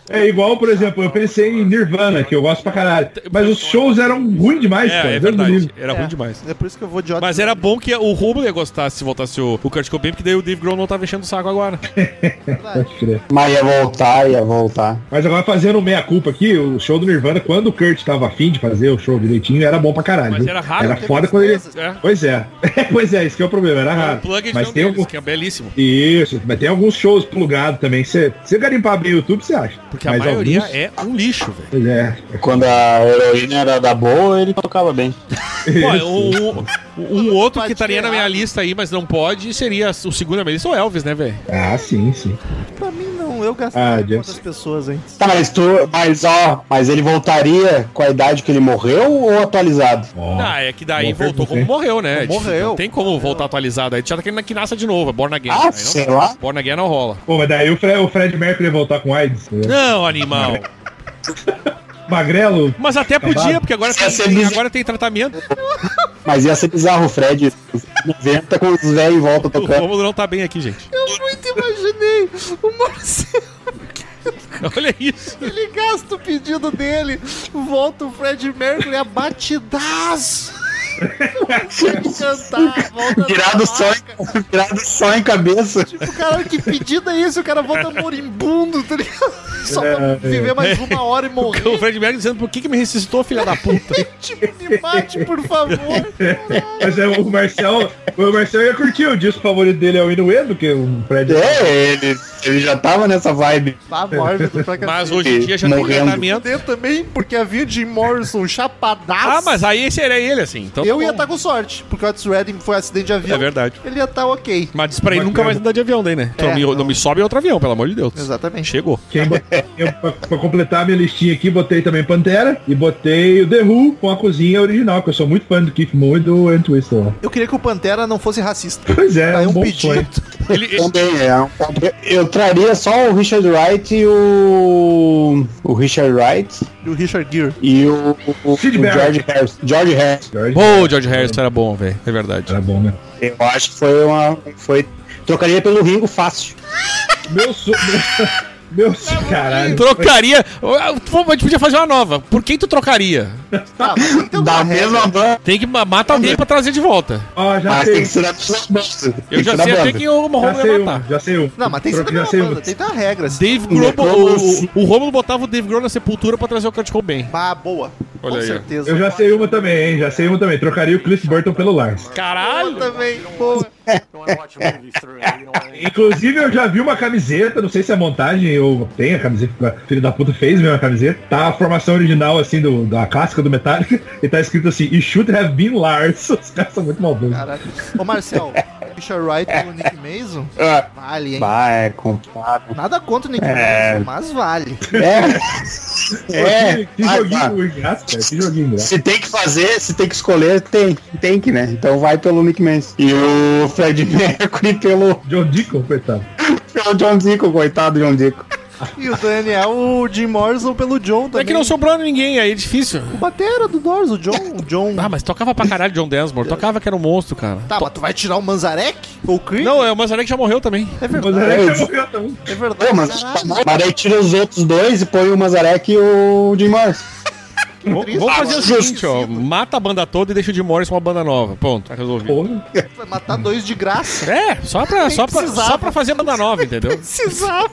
S3: É igual, por exemplo, eu pensei em Nirvana, que eu gosto pra caralho. Mas os shows eram ruins demais, pô.
S2: [laughs] É, é
S3: Deus me
S2: verdade.
S3: livre.
S2: Era
S1: É.
S2: ruim demais.
S1: É por isso que eu vou de Otis
S2: Mas era bom que o Romulo ia gostar se voltasse o, o Kurt Cobain, porque daí o Dave Grohl não tava enchendo o saco agora.
S1: Redding.
S3: Pode crer.
S4: Mas ia voltar, ia voltar.
S3: Mas agora fazendo meia-culpa aqui, o show do Nirvana, quando o Kurt tava afim de fazer o show direitinho, era bom pra caralho.
S2: Mas
S3: viu?
S2: era raro,
S3: Era
S2: teve
S3: foda quando ele.
S1: coisas.
S2: É.
S3: Pois é. [laughs] pois é, esse que é o problema, era
S2: O
S3: raro.
S2: plug de
S3: Mas
S2: um
S3: tem
S2: deles,
S3: algum...
S2: que é belíssimo.
S3: Isso, mas tem alguns shows plugados também. Se você garimpar bem o YouTube, você acha.
S2: Porque
S3: mas
S2: a maioria
S3: alguns-
S2: é um lixo,
S3: [laughs]
S2: velho.
S3: Pois é.
S4: Quando a heroína era da boa, ele tocava bem.
S2: Pô, um, um- um outro que
S1: Batia
S2: estaria na minha
S1: errado.
S2: lista aí, mas não pode, seria o segundo da minha lista, o Elvis, né, velho?
S3: Ah, sim, sim.
S1: Pra mim não, eu gastei
S3: Ah,
S1: com
S3: James.
S1: outras pessoas antes.
S4: Tá, mas tu. Mas ó, mas ele voltaria com a idade que ele morreu ou atualizado?
S3: Ó,
S2: Ah, é que daí
S3: Morreu,
S2: voltou como
S3: né?
S2: morreu, né? É
S1: Morreu.
S2: difícil, Não tem como voltar atualizado. Aí tinha aquele que nasça de novo, é Born Again.
S4: Ah,
S2: Aí não-
S4: sei lá.
S2: Born Again não rola.
S3: Pô, mas daí o Fred, o Fred Mercury ia voltar com AIDS. né?
S2: Não, animal.
S3: Magrelo,
S2: Mas até podia, porque agora
S4: Essa é
S2: tem,
S4: mis-
S2: agora tem tratamento.
S4: Mas ia ser bizarro o Fred. 90 com os velhos em volta
S2: O
S4: tocando.
S2: Rômulo não tá bem aqui, gente.
S1: Eu muito imaginei o Marcelo.
S2: [laughs] Olha isso.
S1: Ele gasta o pedido dele, volta o Fred Mercury abatidaço. Cantar, volta a
S4: Virado só,
S1: tocar.
S4: em, [laughs] virado só em cabeça.
S1: Tipo, cara, que pedido é esse? O cara volta moribundo, tá ligado? Só pra viver mais uma hora e
S2: O
S1: morrer.
S2: Fred Mercury dizendo por que, que me ressuscitou, filha da puta.
S1: Tipo, me mate, por
S2: [laughs]
S1: favor.
S3: Mas é, o Marcel, o Marcel ia curtir, o disco favorito dele é o Inuendo, que é um Fred.
S4: É, ele, ele já tava nessa vibe.
S1: Tá mórbido pra cacete.
S2: Mas hoje em dia já tem
S4: Morrendo.
S2: tratamento.
S1: Eu também, porque havia Jim Morrison chapadaço.
S2: Ah, mas aí esse era ele, assim. Então
S1: Eu
S2: tá
S1: ia
S2: bom.
S1: estar com sorte, porque o Otis Redding foi um acidente de avião.
S2: É verdade.
S1: Ele ia estar ok.
S2: Mas diz pra ele
S3: Bacana.
S2: nunca mais andar de avião daí, né? Então
S1: É,
S2: me- não.
S1: não.
S2: me sobe em outro avião, pelo amor de Deus.
S1: Exatamente.
S2: Chegou.
S3: Quem bot- eu, pra, pra completar a minha listinha aqui, botei também Pantera e botei o The Who com a cozinha original, que eu sou muito fã do Keith Moon e do Ant Twister. lá.
S1: Eu queria que o Pantera não fosse racista.
S3: Pois é,
S1: Tá aí
S3: é um
S1: um
S3: bom
S1: pedido.
S3: sonho.
S2: Ele, ele-
S4: Também é. um- Eu traria só o Richard Wright e o. O Richard Wright
S1: E o Richard Gere.
S4: e o. o, o
S3: Sid Barrett.
S4: George Harris. George Harris.
S3: George,
S2: Pô, o George Harrison era bom, velho. É verdade.
S3: Era bom, né?
S4: Eu acho que foi uma. Foi. Trocaria pelo Ringo fácil.
S3: Meu sonho. [laughs] Meu so- caralho.
S2: Trocaria. Pô, A gente podia fazer uma nova. Por quem tu trocaria?
S1: Tá, mas tem que ter
S4: da
S1: alguma regra.
S4: mesma banda.
S2: Tem que ma- matar alguém pra trazer de volta.
S3: Ó, já
S4: Mas Ah, tem
S3: sei. um.
S4: que ser da mesma banda.
S2: Eu já sei até quem o
S3: Já
S2: Romulo
S3: sei
S2: ia
S3: um,
S2: matar.
S3: já sei um.
S1: Não, mas tem que ser da
S3: Troca-
S1: mesma
S3: já sei um.
S1: banda. Tem que ter uma regra. assim.
S2: Dave Grohl,
S4: Como assim?
S2: o, o Romulo botava o Dave Grohl na sepultura pra trazer o Kurt Cobain.
S1: Ah, boa.
S2: Olha
S1: Com
S2: aí, ó.
S1: certeza.
S3: Eu já sei uma também, hein? Já sei uma também. Trocaria o Cliff Burton pelo Lars.
S1: Boa
S2: Caralho!
S1: também. Boa.
S3: Inclusive, eu já vi uma camiseta, não sei se é montagem, eu tenho a camiseta, porque o filho da puta fez mesmo a camiseta. Tá a formação original, assim, do, da clássica do Metallica, [laughs] e tá escrito assim, It should have been Lars. [laughs] Os caras são muito maldosos.
S1: Caralho. Ô, Marcel, Richard Wright e o Nick Mason?
S4: Ah,
S1: Vale, hein?
S4: Bah, é
S3: [laughs]
S4: complicado.
S1: Nada contra o Nick
S4: É.
S1: Mason, mas vale.
S4: É,
S3: Pô,
S4: é,
S3: que, que
S4: vai,
S3: joguinho engraçado, cara. Que joguinho engraçado.
S4: se tem que fazer, se tem que escolher, tem, tem que, né? Então vai pelo Nick Manson. E o Fred [laughs] Mercury pelo,
S3: John Deacon, coitado.
S4: pelo John Zico, coitado do John Zico.
S1: E o Daniel, o Jim Morrison pelo John também.
S2: É que não sobrou ninguém, aí é difícil.
S1: O batera do Doors, o John. O John.
S2: Ah, mas tocava pra caralho John Densmore. Tocava que era um monstro, cara.
S1: Tá, mas tu vai tirar o Manzarek? Ou o Creed?
S2: Não, é o Mazarek já morreu também.
S1: É
S3: Mas
S1: verdade,
S3: era
S4: É,
S3: que eu morri, então.
S1: é verdade.
S4: Pô, mas,
S1: Caralho,
S4: mas daí tira os outros dois e põe o Mazarek e o Jim Morrison.
S2: Vamos
S1: Ah,
S2: vamos fazer o seguinte, ó. Mata a banda toda e deixa o Jim Morrison uma banda nova. Ponto, tá resolvido.
S3: Porra.
S1: Vai matar dois de
S2: [laughs]
S1: graça.
S2: É, só pra, só, pra,
S1: precisava.
S2: só pra fazer a banda nova, [laughs] entendeu?
S1: Precisava.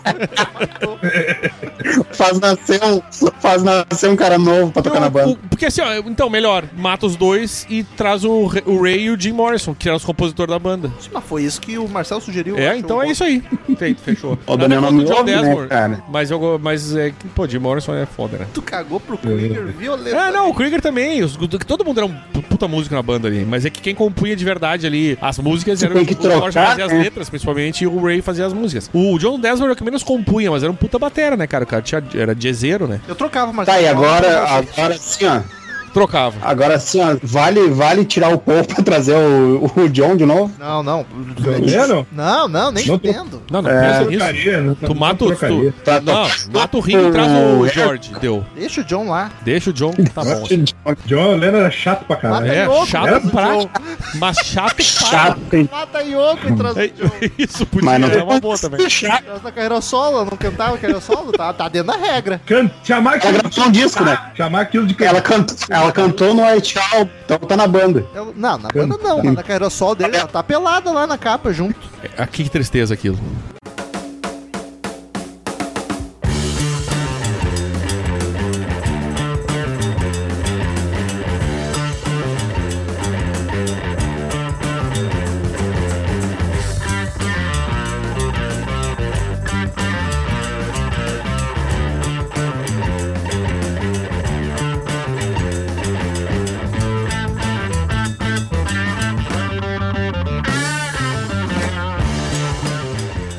S4: Faz nascer um, faz nascer um cara novo pra tocar
S2: Não,
S4: na banda.
S2: o- porque assim, ó, então, melhor, mata os dois e traz o, Re- o Ray e o Jim Morrison, que eram os compositores da banda.
S1: Mas foi isso que o Marcelo sugeriu. eu
S2: É,
S1: acho,
S2: então
S1: o-
S2: é isso aí. Tá Feito, fechou.
S4: O Daniel
S2: Nada
S4: não me
S2: contra o John
S4: ouve, né,
S2: Dashmore,
S4: cara?
S2: Mas eu go- mas é que, pô, Jim Morrison é foda, né?
S1: Tu cagou pro Krieger violento.
S2: É, não, o Krieger também. os- que todo mundo era um pu- puta músico na banda ali. Mas é que quem compunha de verdade ali as músicas
S4: Você
S2: era
S4: tem que
S2: o George
S4: trocar,
S2: fazia as
S4: né?
S2: letras, principalmente, e o Ray fazia as músicas. O John Desmond era o que menos compunha, mas era um puta batera, né, cara? O cara tinha, era jazzeiro, né?
S1: Eu trocava o Marcelo.
S4: Tá, e agora, agora sim, ó.
S2: Trocava.
S4: Agora sim, ó. Vale, vale tirar o Paul pra trazer o, o John de novo?
S1: Não, não.
S3: É, não.
S1: Não, não, nem
S3: Não tô-
S1: entendo.
S2: Não, não
S4: É.
S2: pensa nisso.
S3: Trocaria, né?
S2: Tu mata o.
S3: Trocaria.
S2: Tu,
S4: Tá,
S2: não,
S4: tá.
S2: mata o Ringo e traz o
S4: É.
S2: George. Deu.
S1: Deixa o John lá.
S2: Deixa o John, tá bom. assim.
S3: John Lennon era chato pra caralho.
S1: Mata
S2: É,
S1: Yoko,
S2: chato
S1: traz o
S2: pra.
S1: John.
S2: Mas chato pra.
S4: né? Chato, hein?
S1: Mata Yoko e traz o
S2: É,
S1: John.
S2: Isso podia
S4: Mas não
S2: ser
S4: tem
S2: uma boa também.
S4: Chato.
S1: Traz na carreira solo, não cantava carreira solo? Tá, tá dentro da regra.
S3: Can- Chamar
S4: Ela
S3: aquilo,
S4: gravou um disco, né?
S3: chamar aquilo de
S4: Ela, canta, ela cantou no I Tchau, então tá na banda.
S1: Eu- não, na banda não. mas Na carreira solo dele, ela tá pelada lá na capa junto.
S2: Ah, que tristeza aquilo.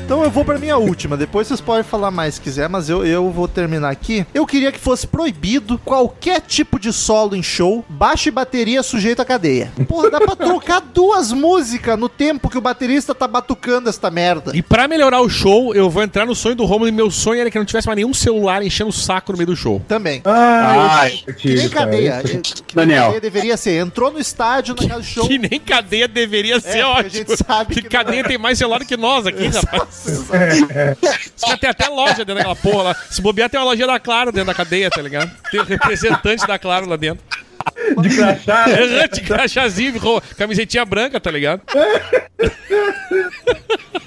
S1: Então eu vou pra minha última, depois vocês podem falar mais se quiser, mas eu, eu vou terminar aqui. Eu queria que fosse proibido qualquer tipo de solo em show, baixo e bateria sujeito à cadeia. Porra, dá pra trocar [laughs] duas músicas no tempo que o baterista tá batucando esta merda.
S2: E pra melhorar o show, eu vou entrar no sonho do Romulo e meu sonho era que não tivesse mais nenhum celular enchendo o saco no meio do show.
S1: Também.
S3: Ah,
S4: Ai,
S1: Que nem cadeia.
S3: Isso.
S1: eh, Que nem
S4: Daniel.
S1: cadeia deveria ser. Entrou no estádio, na casa do show. É,
S2: Que nem cadeia deveria ser,
S1: porque a
S2: ótimo.
S1: gente sabe
S2: que,
S1: que é.
S2: cadeia tem mais celular do que nós aqui, rapaz. Os caras têm até loja dentro daquela porra lá. Se bobear, tem uma loja da Claro dentro da cadeia, tá ligado? Tem um representante da Claro lá dentro.
S3: De crachá.
S2: É, de crachazinho, ro- camisetinha branca, tá ligado?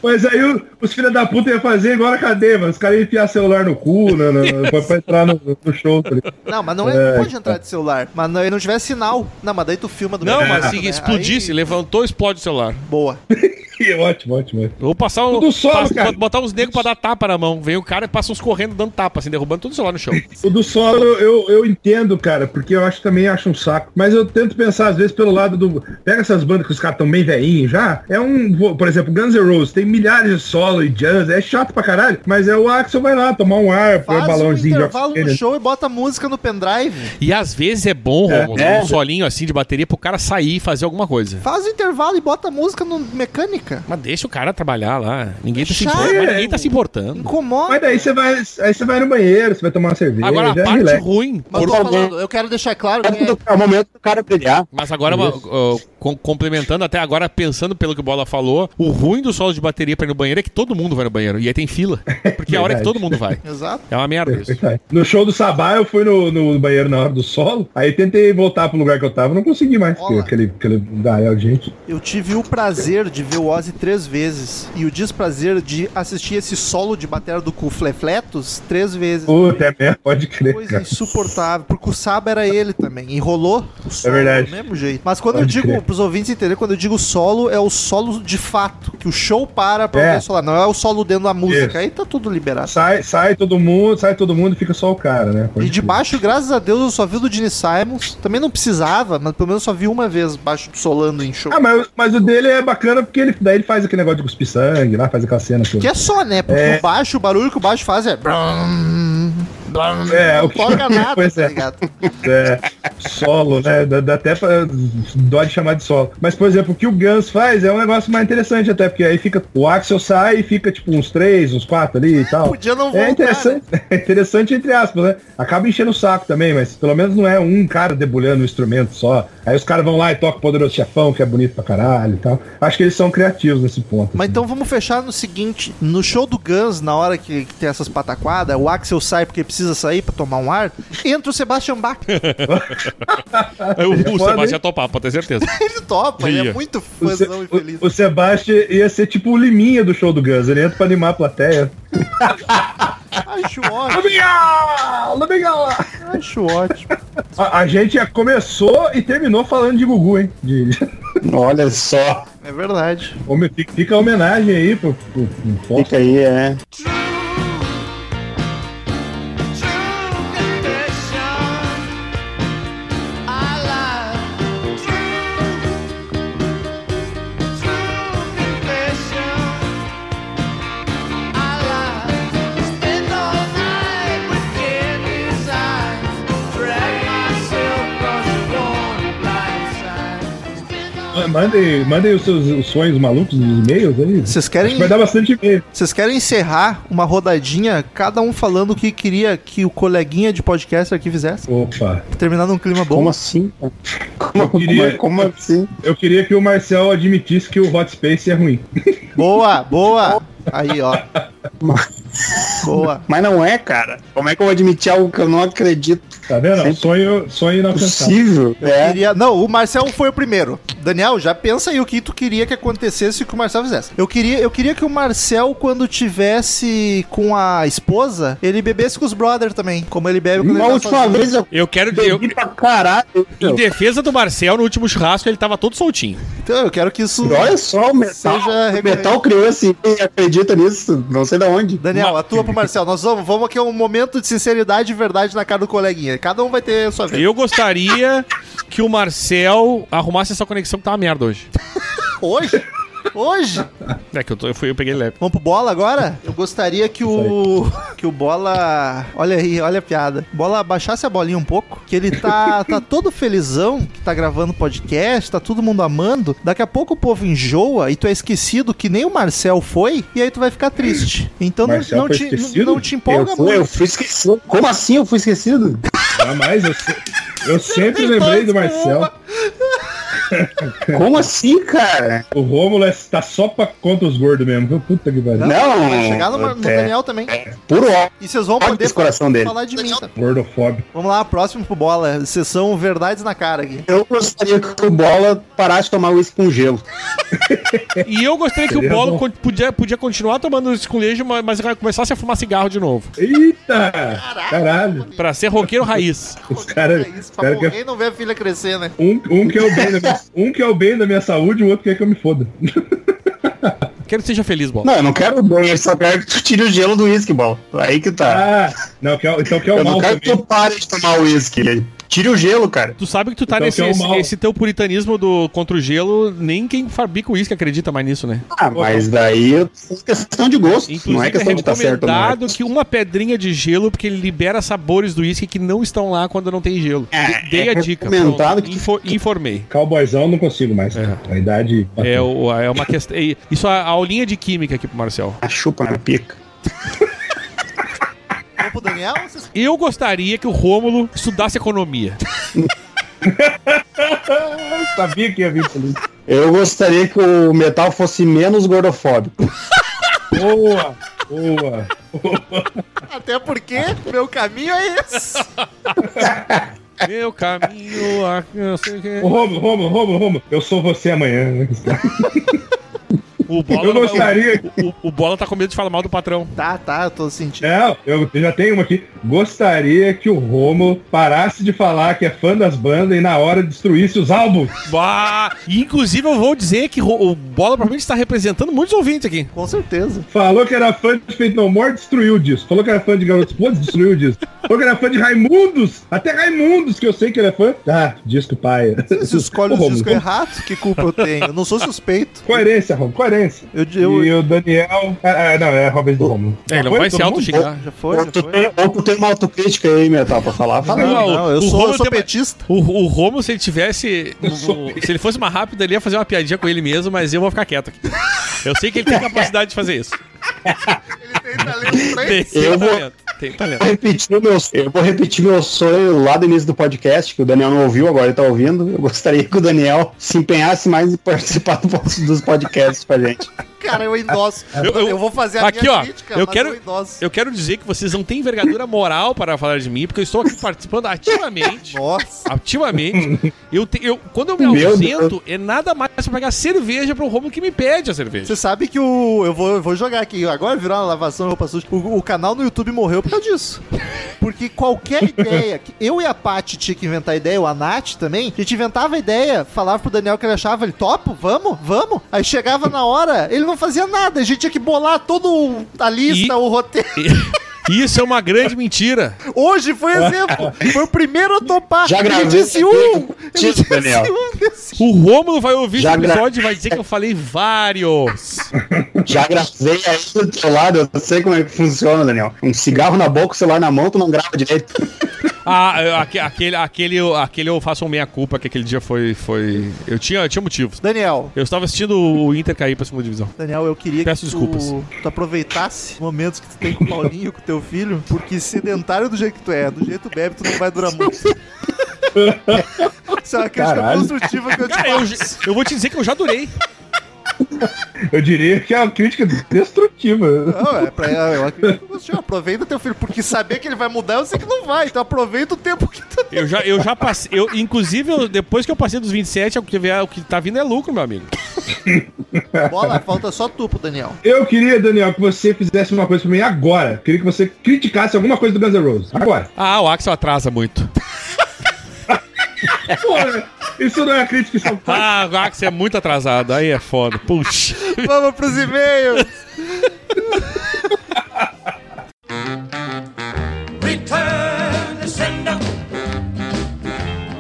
S3: Mas aí o- os filhos da puta iam fazer igual a cadeia, mano. Os caras iam enfiar celular no cu, né? né, pra, pra entrar no, no show. tá ligado?
S1: Não, mas não é, não pode entrar de celular. Mas não, ele não tiver sinal. Não, mas daí tu filma do
S2: Não,
S1: mesmo
S2: mas
S1: jeito,
S2: se
S1: né?
S2: explodisse,
S1: Aí,
S2: levantou, explode o celular.
S1: Boa.
S3: Que é ótimo, ótimo. ótimo.
S2: Eu vou passar um.
S3: Tudo solo,
S2: passa-
S3: cara.
S2: Botar uns negros pra dar tapa na mão. Vem o cara e passa uns correndo dando tapa, assim, derrubando tudo o celular no chão.
S3: O do solo eu, eu entendo, cara, porque eu acho também acho um saco. Mas eu tento pensar, às vezes, pelo lado do. Pega essas bandas que os caras tão bem velhinhos já. É um. vo- Por exemplo, Guns N' Roses tem milhares de solo e jazz. É chato pra caralho. Mas é o Axel vai lá tomar um ar, põe um
S1: Faz um
S3: balãozinho de
S1: intervalo no
S3: oxigênio.
S1: show e bota a música no pendrive.
S2: E às vezes é bom,
S3: É.
S2: Romulo,
S4: É.
S2: um solinho assim de bateria pro cara sair e fazer alguma coisa.
S1: Faz o intervalo e bota a música no mecânica.
S2: Mas deixa o cara trabalhar lá. Ninguém tá, se,
S1: Chato.
S2: importando, mas ninguém tá se importando.
S1: Incomoda.
S3: Mas daí você vai, aí você vai no banheiro, você vai tomar uma cerveja, é
S2: Agora, a
S3: já
S2: parte
S3: relaxa.
S2: ruim.
S1: Mas
S4: Por
S1: tô
S4: favor.
S1: falando, eu quero deixar claro
S4: É
S1: que
S4: do- é o momento do cara brilhar.
S2: Mas agora, ó, com- complementando até agora, pensando pelo que o Bola falou, o ruim do solo de bateria pra ir no banheiro é que todo mundo vai no banheiro. E aí tem fila. Porque é a hora que
S3: Verdade.
S2: todo mundo vai.
S1: Exato.
S2: É uma merda
S3: [laughs]
S2: isso.
S3: Verdade. No show do Sabá, eu fui no, no banheiro na hora do solo, aí tentei voltar pro lugar que eu tava, não consegui mais, porque
S1: Olá.
S3: aquele, aquele garel, gente.
S1: Eu tive o prazer de ver o Ozzy três vezes e o desprazer de assistir esse solo de bateria do cu Flefletos três vezes.
S3: Puta, é mesmo, pode crer,
S1: Coisa
S3: cara.
S1: insuportável, porque o Saba era ele também. Enrolou o solo
S3: verdade.
S1: do mesmo jeito. Mas quando
S3: Pode
S1: eu digo,
S3: crer.
S1: pros ouvintes entenderem, quando eu digo solo, é o solo de fato. Que o show para pra
S3: É.
S1: ver solo. Não é o solo dentro da música.
S3: Isso.
S1: Aí tá tudo liberado.
S3: Sai, sai todo mundo, sai todo mundo e fica só o cara, né? Pode
S1: E de
S3: crer.
S1: baixo, graças a Deus, eu só vi o do Gene Simons. Também não precisava, mas pelo menos só vi uma vez baixo solando em show.
S3: Ah, mas, mas o dele é bacana porque ele, daí ele faz aquele negócio de cuspir sangue lá, faz aquela cena
S1: Que
S3: toda.
S1: é só, né? Porque o baixo, o barulho que o baixo faz é. Brum, brum,
S3: É,
S1: não
S3: o que- [laughs]
S1: toca nada,
S3: Pois
S1: tá
S3: é.
S1: ligado?
S3: É. Solo, né? Dá, dá até pra, dó de chamar de solo. Mas, por exemplo, o que o Guns faz é um negócio mais interessante até, porque aí fica. O Axel sai e fica tipo uns três, uns quatro ali e tal.
S1: Podia não voltar, né?
S3: É interessante, [laughs] é interessante entre aspas, né? Acaba enchendo o saco também, mas pelo menos não é um cara debulhando o instrumento só. Aí os caras vão lá e tocam o Poderoso Chefão, que é bonito pra caralho e tal. Acho que eles são criativos nesse ponto.
S1: Mas
S3: assim.
S1: então vamos fechar no seguinte: no show do Guns, na hora que, que tem essas pataquadas, o Axel sai porque precisa sair pra tomar um ar, entra o Sebastian Bach. [laughs]
S2: Eu, o
S3: Foda,
S2: Sebastião topar, pode ter certeza.
S1: Ele topa, ele é
S2: Ia.
S1: muito
S3: O, Se-
S1: fãzão e feliz.
S3: o- o Sebastião ia ser tipo o Liminha do show do Guns, ele entra pra animar a plateia.
S1: Acho ótimo,
S3: Liminha! Liminha!
S1: acho ótimo.
S3: A, a gente já começou e terminou falando de Gugu, hein? De- [laughs]
S4: Olha só.
S1: É verdade.
S3: Home- fica- Fica a homenagem aí pro, pro, pro Fox.
S4: Fica aí, é.
S3: Mandem, mandem os seus os sonhos malucos nos e-mails aí.
S1: Vocês
S3: Acho
S1: querem,
S3: que vai dar bastante e-mail.
S1: vocês querem encerrar uma rodadinha, cada um falando o que queria que o coleguinha de podcast aqui fizesse?
S3: Opa.
S1: Terminar num clima bom.
S4: Como assim? cara? Como,
S3: queria-
S4: como, como assim?
S3: Eu queria que o Marcel admitisse que o Hot Space é ruim. [laughs]
S4: assim?
S1: Boa, boa. Aí, ó. Boa.
S4: Mas não é, cara. Como é que eu vou admitir algo que eu não acredito
S3: Tá vendo?
S4: Sempre.
S3: Sonho, sonho inalcançável.
S4: possível? É.
S1: Queria- Não, o Marcel foi o primeiro. Daniel, já pensa aí o que tu queria que acontecesse e o que o Marcel fizesse. Eu queria, eu queria que o Marcel, quando tivesse com a esposa, ele bebesse com os brothers também, como ele bebe quando
S4: Uma
S1: ele tá
S4: última
S1: sozinho.
S4: vez eu
S2: Eu quero
S4: [laughs]
S2: eu,
S4: bebi pra caralho.
S2: Em defesa do Marcel, no último churrasco ele tava todo soltinho.
S1: Então, eu quero que isso...
S4: Olha só, o metal,
S1: Seja
S4: o
S1: recorrente.
S4: metal criou esse e acredita nisso, não sei da onde.
S1: Daniel,
S2: Ma-
S1: atua pro Marcel. Nós vamos, vamos aqui a um momento de sinceridade e verdade na cara do coleguinha. Cada um vai ter a sua vez.
S2: Eu gostaria que o Marcel arrumasse essa conexão que tá uma merda hoje.
S1: Hoje? Hoje?
S2: É que eu, tô- eu fui, eu peguei leve.
S1: Vamos pro bola agora? Eu gostaria que o. Que o bola. Olha aí, olha a piada. Bola baixasse a bolinha um pouco. Que ele tá, tá todo felizão, que tá gravando podcast, tá todo mundo amando. Daqui a pouco o povo enjoa e tu é esquecido que nem o Marcel foi. E aí tu vai ficar triste. Então não,
S3: Marcel
S1: não
S3: foi
S1: te, não,
S3: esquecido?
S1: não te empolga
S4: Eu fui, eu
S1: muito.
S4: fui esquecido. Como assim eu fui esquecido?
S3: Jamais. Eu, se- eu sempre lembrei do Marcel.
S4: Como assim, cara?
S3: O Rômulo é- tá só pra contra os gordos mesmo. viu? Puta que pariu.
S4: Não,
S1: Vai chegar no, Mar- no
S4: é,
S1: Daniel também.
S4: puro ódio
S1: E vocês vão poder
S4: desse coração dele.
S1: falar de mim. tá?
S3: Gordofóbico.
S1: Vamos lá, próximo pro bola. Sessão Verdades na cara aqui.
S4: Eu gostaria que o Bola parasse de tomar uísque com gelo.
S2: E eu gostaria que o
S3: Seria
S2: Bolo
S3: bom.
S2: con- podia, podia continuar tomando esse colégio, mas, mas começasse a fumar cigarro de novo.
S3: Eita! Caralho.
S2: Pra ser roqueiro raiz.
S3: Os caras.
S1: É isso,
S3: os
S1: pra
S3: caras que-
S1: morrer e não ver a filha crescer, né?
S3: Um, um, que é o bem da minha, um que é o bem da minha saúde, o outro quer que eu me foda.
S2: Quero que seja feliz, Bolo.
S4: Não, eu não quero bem, eu só quero que tu tire o gelo do uísque, Bola. Aí que tá.
S3: Ah, não, que é, o- então que é o
S4: eu não
S3: mal
S4: quero que
S3: também.
S4: tu pare de tomar uísque. né? Tire o gelo, cara.
S2: Tu sabe que tu tá
S3: Então
S2: nesse
S3: que é o
S2: esse,
S3: mal.
S2: esse teu puritanismo do contra o gelo, nem quem fabrica o uísque acredita mais nisso, né?
S4: Ah, mas daí é questão de gosto. não é questão de estar certo, ou não.
S2: recomendado que uma pedrinha de gelo, porque ele libera sabores do uísque que não estão lá quando não tem gelo.
S4: É,
S2: De- Dei
S4: é
S2: a dica.
S4: recomendado
S2: pronto.
S4: que-
S2: Info- informei.
S3: Cowboyzão não consigo mais.
S2: É.
S3: cara. A idade.
S2: É, o- é uma questão. é- Isso é a aulinha de química aqui pro Marcel.
S4: A Ah, chupa na pica.
S1: Vamos pro Daniel? [laughs] Vocês...
S2: Eu gostaria que o Rômulo estudasse economia.
S3: Eu sabia que ia [laughs] vir pra mim.
S4: Eu gostaria que o metal fosse menos gordofóbico.
S3: Boa! Boa!
S1: Até porque meu caminho é esse.
S2: Meu caminho. a- não sei o quê.
S3: Ô, Romulo, Romulo, Romulo, Romulo, eu sou você amanhã. [laughs] né?
S2: O
S3: Eu
S2: Bola,
S3: gostaria.
S2: o- o- o Bola tá com medo de falar mal do patrão.
S1: [laughs] Tá, tá, eu tô sentindo.
S3: Não, É, eu já tenho uma aqui. Gostaria que o Romulo parasse de falar que é fã das bandas e na hora destruísse os álbuns.
S2: Bah! E, Inclusive, eu vou dizer que Ro- o Bola provavelmente está representando muitos ouvintes aqui.
S1: Com certeza.
S3: Falou que era fã de Feito No More, destruiu o disco. Falou que era fã de Garotos Podres, destruiu o disco. Falou que era fã de Raimundos, até Raimundos, que eu sei que ele é fã. Ah, disco paia.
S1: Se escolhe
S3: Ô,
S1: os
S3: [laughs] Romulo,
S1: discos errados, que culpa eu tenho? Eu não sou suspeito.
S3: Coerência, Romulo, Lourenço.
S1: Eu, eu-
S3: E o Daniel. Ah, ah, não, é Robert de Romulo.
S2: É, ele
S3: Já
S2: não
S3: foi
S2: vai
S3: todo
S2: se
S3: mundo?
S2: auto-xingar.
S1: Já foi,
S4: Ou
S1: já
S4: tu,
S1: foi.
S4: tem, ou tu tem uma autocrítica aí, Metal, pra falar? Fala aí.
S2: Não,
S1: Não, eu
S2: o
S1: sou,
S2: Romulo
S1: eu sou
S2: tem uma-
S1: petista.
S2: O, o Romulo, se ele tivesse. o- se ele fosse mais rápido, ele ia fazer uma piadinha com ele mesmo, mas eu vou ficar quieto aqui. Eu sei que ele tem capacidade de fazer isso.
S1: tá
S2: Tem, tem
S4: Eu vou-
S2: talento. Tem talento.
S4: Vou repetir o meu, eu vou repetir meu sonho lá do início do podcast, que o Daniel não ouviu, agora ele tá ouvindo. Eu gostaria que o Daniel se empenhasse mais em participar do- dos podcasts pra gente.
S1: Cara, eu endosso. Eu,
S2: eu-
S1: vou fazer a
S2: aqui,
S1: minha
S2: ó,
S1: crítica,
S2: eu
S1: mas é um
S2: quero-
S1: eu endosso.
S2: Eu quero dizer que vocês não têm envergadura moral para falar de mim, porque eu estou aqui participando ativamente.
S4: [laughs]
S1: Nossa.
S2: Ativamente. Eu te- eu- quando eu me
S4: Meu
S2: ausento, é nada mais pra pagar cerveja pro Romulo que me pede a cerveja.
S1: Você sabe que o. Eu vou, eu vou jogar aqui. Agora virou uma lavação roupa suja. O, o canal no YouTube morreu por causa disso. Porque
S4: [laughs]
S1: qualquer ideia. que Eu e a Paty tinha que inventar ideia, ou a Nath também. A gente inventava a ideia, falava pro Daniel que ele achava ele topo, vamos, vamos. Aí chegava na hora, ele não fazia nada. A gente tinha que bolar toda a lista,
S2: E-
S1: o roteiro.
S2: E Isso é uma grande mentira.
S1: Hoje foi
S4: [laughs]
S1: exemplo. Foi o primeiro a topar.
S4: Já
S1: ele
S4: gravei
S1: disse
S4: esse
S1: um.
S4: vídeo
S1: Ele
S4: contigo,
S1: disse
S4: Daniel.
S1: um desse.
S2: O Romulo vai ouvir
S4: Já
S2: esse
S4: gra-
S2: episódio e vai dizer que eu falei vários.
S4: Já gravei aí do teu lado, eu sei como é que funciona, Daniel. Um cigarro na boca, o celular na mão, tu não grava direito.
S2: Ah, eu- aque- aquele, aquele, aquele eu faço um meia-culpa, que aquele dia foi. foi... Eu, tinha, eu tinha motivos.
S1: Daniel,
S2: Eu estava assistindo o Inter cair pra segunda divisão.
S1: Daniel, eu queria que
S2: Peço desculpas.
S1: tu, tu aproveitasse momentos que tu tem com o Paulinho, com o teu filho, porque sedentário do jeito que tu é, do jeito que tu bebe, tu não vai durar muito. Isso é uma crítica
S3: Caralho.
S1: construtiva que eu te
S2: Cara,
S1: faço.
S2: eu, eu vou te dizer que eu já durei.
S3: Eu diria que é uma crítica destrutiva.
S1: Não, é pra é uma crítica construtiva. Aproveita teu filho, porque saber que ele vai mudar, eu sei que não vai. Então aproveita o tempo que tu
S2: Eu já, eu já passei. Eu, inclusive, eu- depois que eu passei dos 27, o que, vier, o que tá vindo é lucro, meu amigo.
S1: Bola, falta só tu pro Daniel.
S3: Eu queria, Daniel, que você fizesse uma coisa pra mim agora. Queria que você criticasse alguma coisa do Guns N' Roses.
S2: [laughs]
S3: Agora.
S2: Ah, o Axel atrasa muito.
S3: Porra, isso não é uma crítica, isso é um fato.
S2: Ah, o Axel é muito atrasado. Aí é foda. Puxa.
S1: Vamos pros e-mails.
S5: Return to sender.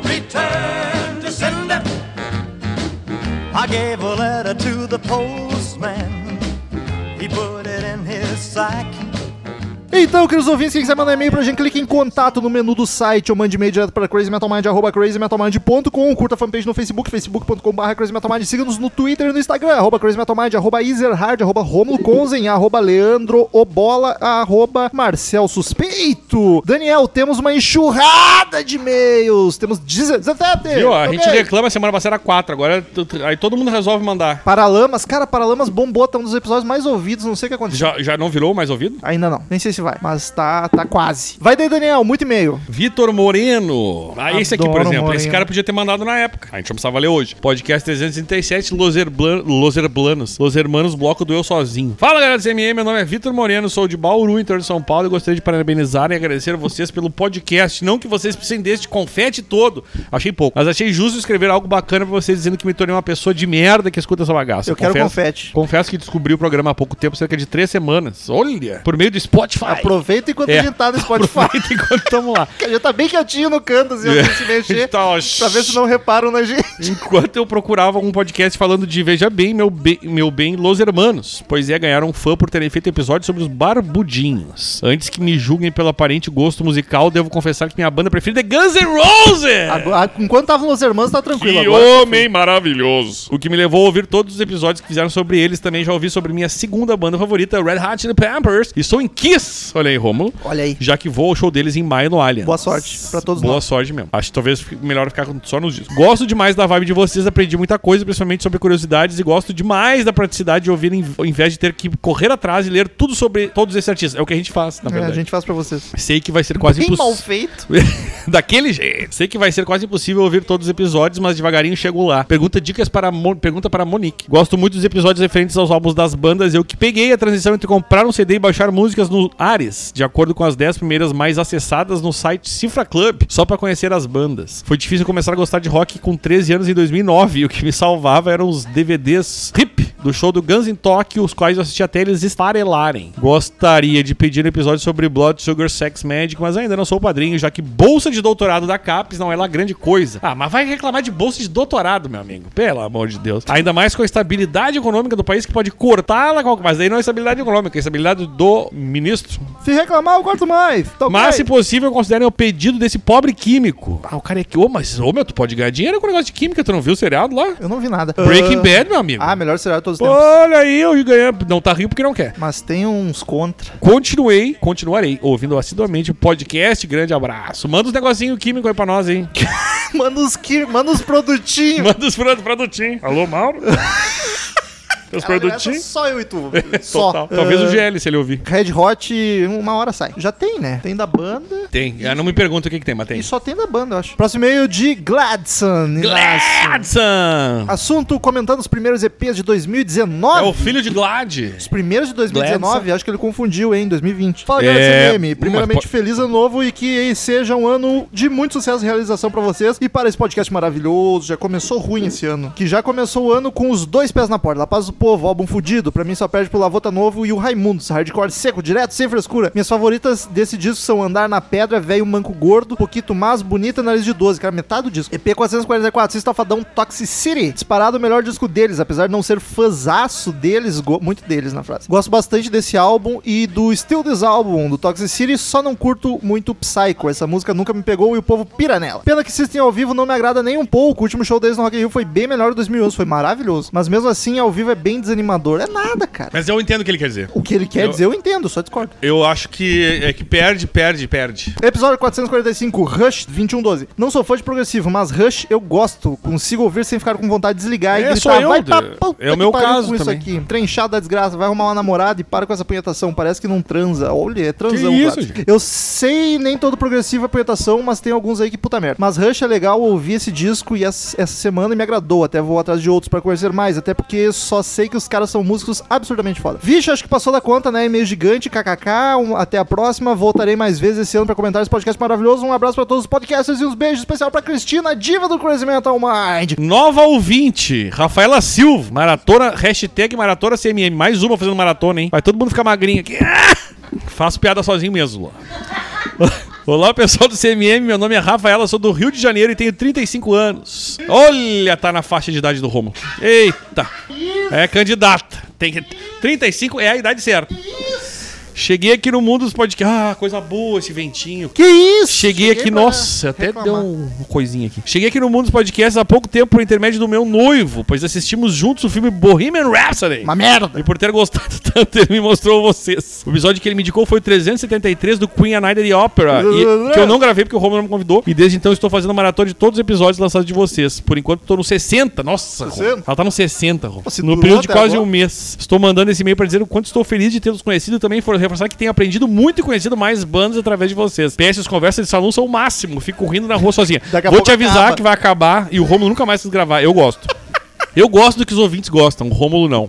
S5: Return to sender. I gave a letter to the postman. He put it in his sack.
S1: Então, queridos ouvintes, quem quiser mandar e-mail pra gente, clique em contato no menu do site ou mande e-mail direto pra crazymetalmind, arroba crazymetalmind.com, curta a fanpage no Facebook, facebook.com.br crazymetalmind, siga-nos no Twitter e no Instagram, arroba crazymetalmind, arroba iserhard, arroba romulo conzen, arroba leandro obola, arroba marcel suspeito. Daniel, temos uma enxurrada de e-mails, temos 17.
S2: Viu? A gente
S1: Ok.
S2: reclama semana passada era 4. Agora tu- tu- aí todo mundo resolve mandar.
S1: Paralamas, cara, Paralamas bombou, tá um dos episódios mais ouvidos, não sei o que aconteceu.
S2: Já, já não virou mais ouvido?
S1: Ainda não, nem sei se vai, mas tá, tá quase. Vai daí, Daniel, muito e-mail.
S2: Vitor Moreno. Ah, esse aqui, por
S1: Adoro
S2: exemplo. Esse
S1: Moreno.
S2: cara podia ter mandado na época. A gente não precisava ler hoje. Podcast 337, Los, Herblan- Los Herblanos. Los Hermanos, bloco do Eu Sozinho. Fala, galera do CMM. Meu nome é Vitor Moreno. Sou de Bauru, interior de São Paulo. E gostaria de parabenizar e agradecer a vocês pelo podcast. Não que vocês precisem deste confete todo. Achei pouco. Mas achei justo escrever algo bacana pra vocês, dizendo que me tornei uma pessoa de merda que escuta essa bagaça.
S1: Eu quero confete.
S2: Confesso que descobri o programa há pouco tempo, cerca de três semanas. Olha! Por meio do Spotify. [laughs]
S1: Aproveita enquanto
S2: É.
S1: a gente tá no Spotify.
S2: Aproveita enquanto
S1: [laughs]
S2: estamos lá.
S1: que a gente tá bem quietinho no canto, assim,
S2: É.
S1: a gente mexer.
S2: [laughs] Tá, ó,
S1: pra ver se não reparam na gente.
S2: [laughs] Enquanto eu procurava um podcast falando de Veja Bem, meu bem, meu bem Los Hermanos, pois é, ganharam um fã por terem feito episódio sobre os barbudinhos. Antes que me julguem pelo aparente gosto musical, devo confessar que minha banda preferida é Guns N' Roses!
S1: Agora, enquanto tava nos irmãos, tá tranquilo.
S2: É. Que
S1: Agora.
S2: homem maravilhoso! O que me levou a ouvir todos os episódios que fizeram sobre eles. Também já ouvi sobre minha segunda banda favorita, Red Hot Chili Peppers. E sou em Kiss! Olha aí, Rômulo.
S1: Olha aí.
S2: Já que vou ao show deles em maio no Allianz.
S1: Boa sorte pra todos
S2: Boa
S1: nós.
S2: sorte mesmo. Acho que talvez fique melhor ficar com- só nos discos. Gosto demais da vibe de vocês, aprendi muita coisa, principalmente sobre curiosidades, e gosto demais da praticidade de ouvir, em- ao invés de ter que correr atrás e ler tudo sobre todos esses artistas. É o que a gente faz, na
S1: É, a
S2: verdade.
S1: gente faz pra vocês.
S2: Sei que vai ser quase
S1: Bem mal
S2: impossível.
S1: feito.
S2: [laughs] Daquele jeito. Sei que vai ser quase impossível ouvir todos os episódios, mas devagarinho chego lá. Pergunta dicas para Mo- pergunta para Monique. Gosto muito dos episódios referentes aos álbuns das bandas. Eu que peguei a transição entre comprar um CD e baixar músicas no Ares, de acordo com as 10 primeiras mais acessadas no site Cifra Club, só pra conhecer as bandas. Foi difícil começar a gostar de rock com 13 anos em 2009 e o que me salvava eram os DVDs RIP do show do Guns in Tóquio, os quais eu assisti até eles esfarelarem. Gostaria de pedir um episódio sobre Blood Sugar Sex Magic, mas ainda não sou o padrinho, já que bolsa de doutorado da CAPES não é lá grande coisa. Ah, mas vai reclamar de bolsa de doutorado, meu amigo. Pelo amor de Deus. Ainda mais com a estabilidade econômica do país que pode cortá-la, com- mas daí não é estabilidade econômica, é estabilidade do ministro.
S1: Se reclamar, eu corto mais. Tá ok?
S2: Mas, se possível, considerem o pedido desse pobre químico. Ah, o cara é que. Ô, mas, ô, meu, tu pode ganhar dinheiro com negócio de química, tu não viu o seriado lá?
S1: Eu não vi nada.
S2: Breaking
S1: Ah,
S2: Bad, meu amigo.
S1: Ah, melhor seriado de todos os tempos.
S2: Olha aí, eu ganhei. Não tá rindo porque não quer.
S1: Mas tem uns contra. [laughs]
S2: Continuei, continuarei ouvindo assiduamente o podcast. Grande abraço. Manda os negocinho químico aí pra nós, hein?
S1: Manda os, que... Manda os produtinhos.
S2: Manda os pro- produtinhos. Alô, [laughs] Mauro? Os
S1: Cara, essa
S2: produtinhos?
S1: Só eu e
S2: [laughs]
S1: tu. Só.
S2: Total. É. Talvez o
S1: Ah,
S2: GL, se ele ouvir.
S1: Red Hot, uma hora sai. Já tem, né? Tem da banda.
S2: Tem. Ah, não me pergunta o que, que tem, mas tem.
S1: E só tem da banda, eu acho. Próximo e-mail de Gladson. Inácio.
S2: Gladson!
S1: Assunto comentando os primeiros EPs de 2019.
S2: É o filho de Glad.
S1: Os primeiros de 2019, acho que ele confundiu, hein? 2020. Fala, galera
S2: É,
S1: do CDM. Primeiramente,
S2: mas po-
S1: feliz ano novo e que seja um ano de muito sucesso e realização pra vocês e para esse podcast maravilhoso. Já começou ruim esse ano. Que já começou o ano com os dois pés na porta. La Paz do Povo, álbum fudido. Pra mim só perde pro Lavota Novo e o Raimundos. Hardcore seco, direto, sem frescura. Minhas favoritas desse disco são Andar na Pedra, Velho Manco Gordo, Poquito Mas, Bonita, Nariz de 12. Cara, metade do disco. EP 444, Sistafadão, Toxicity. Disparado o melhor disco deles, apesar de não ser fãzaço deles, go- muito deles na frase. Gosto bastante desse álbum e do Still This Album, do Toxic City, só não curto muito Psycho. Essa música nunca me pegou e o povo pira nela. Pena que System ao vivo não me agrada nem um pouco. O último show deles no Rock in Rio foi bem melhor em 2011, foi maravilhoso. Mas mesmo assim, ao vivo é bem desanimador. É nada, cara.
S2: Mas eu entendo o que ele quer dizer.
S1: O que ele quer
S2: Eu-
S1: dizer, eu entendo, só discordo.
S2: Eu acho que é que perde, perde, perde.
S1: Episódio 445, Rush 2112. Não sou fã de progressivo, mas Rush eu gosto. Consigo ouvir sem ficar com vontade de desligar e
S2: É,
S1: gritar.
S2: sou eu,
S1: vai pra
S2: é
S1: puta
S2: o
S1: que
S2: meu
S1: pariu
S2: caso
S1: com isso
S2: também."
S1: aqui. Trenchado da desgraça, vai arrumar uma namorada e para com essa punhetação. Parece que não transa. Olha, é transão.
S2: Que isso,
S1: Vlad.
S2: gente?
S1: Eu sei nem todo progressivo é punhetação, mas tem alguns aí que puta merda. Mas Rush é legal, eu ouvi esse disco e essa, essa semana e me agradou. Até vou atrás de outros pra conhecer mais, até porque só sei que os caras são músicos absurdamente foda. Vixe, acho que passou da conta, né? E-mail gigante, kkk. um- até a próxima. Voltarei mais vezes esse ano pra comentar esse podcast maravilhoso. Um abraço pra todos os podcasters e uns beijos especial pra Cristina, diva do Crazy Metal Mind.
S2: Nova ouvinte, Rafaela Silva, maratona, hashtag maratona CMM. Mais uma fazendo maratona, hein? Vai todo mundo ficar magrinho aqui. Ah! Faço piada sozinho mesmo, Ló. [laughs] Olá, pessoal do CMM. Meu nome é Rafaela, sou do Rio de Janeiro e tenho 35 anos. Olha, tá na faixa de idade do Romulo. Eita, é candidata. Tem que... 35 é a idade certa. Cheguei aqui no mundo dos podcasts. Ah, coisa boa esse ventinho.
S1: Que isso?
S2: Cheguei, aqui,
S1: pra
S2: nossa, até
S1: reclamar.
S2: deu uma coisinha aqui. Cheguei aqui no mundo dos podcasts há pouco tempo por intermédio do meu noivo, pois assistimos juntos o filme Bohemian Rhapsody.
S1: Uma merda.
S2: E por ter gostado [laughs] tanto, ele me mostrou vocês. O episódio que ele me indicou foi o 373 do Queen A Night at the Opera, e- que eu não gravei porque o Romulo não me convidou. E desde então estou fazendo maratona de todos os episódios lançados de vocês. Por enquanto estou no 60. Nossa, Romulo.
S1: 60?
S2: ela tá no 60, Romulo.
S1: Se
S2: No
S1: durou
S2: período de
S1: até
S2: quase
S1: agora.
S2: um mês. Estou mandando esse e-mail para dizer o quanto estou feliz de tê-los conhecido e também for reforçar que tenho aprendido muito e conhecido mais bandas através de vocês. PS, as conversas de salão são o máximo. Fico rindo na rua sozinha.
S1: Daqui a
S2: Vou
S1: pouco
S2: te avisar
S1: acaba.
S2: que vai acabar e o Romulo nunca mais quis gravar. Eu gosto. Eu gosto do que os ouvintes gostam, o Rômulo não.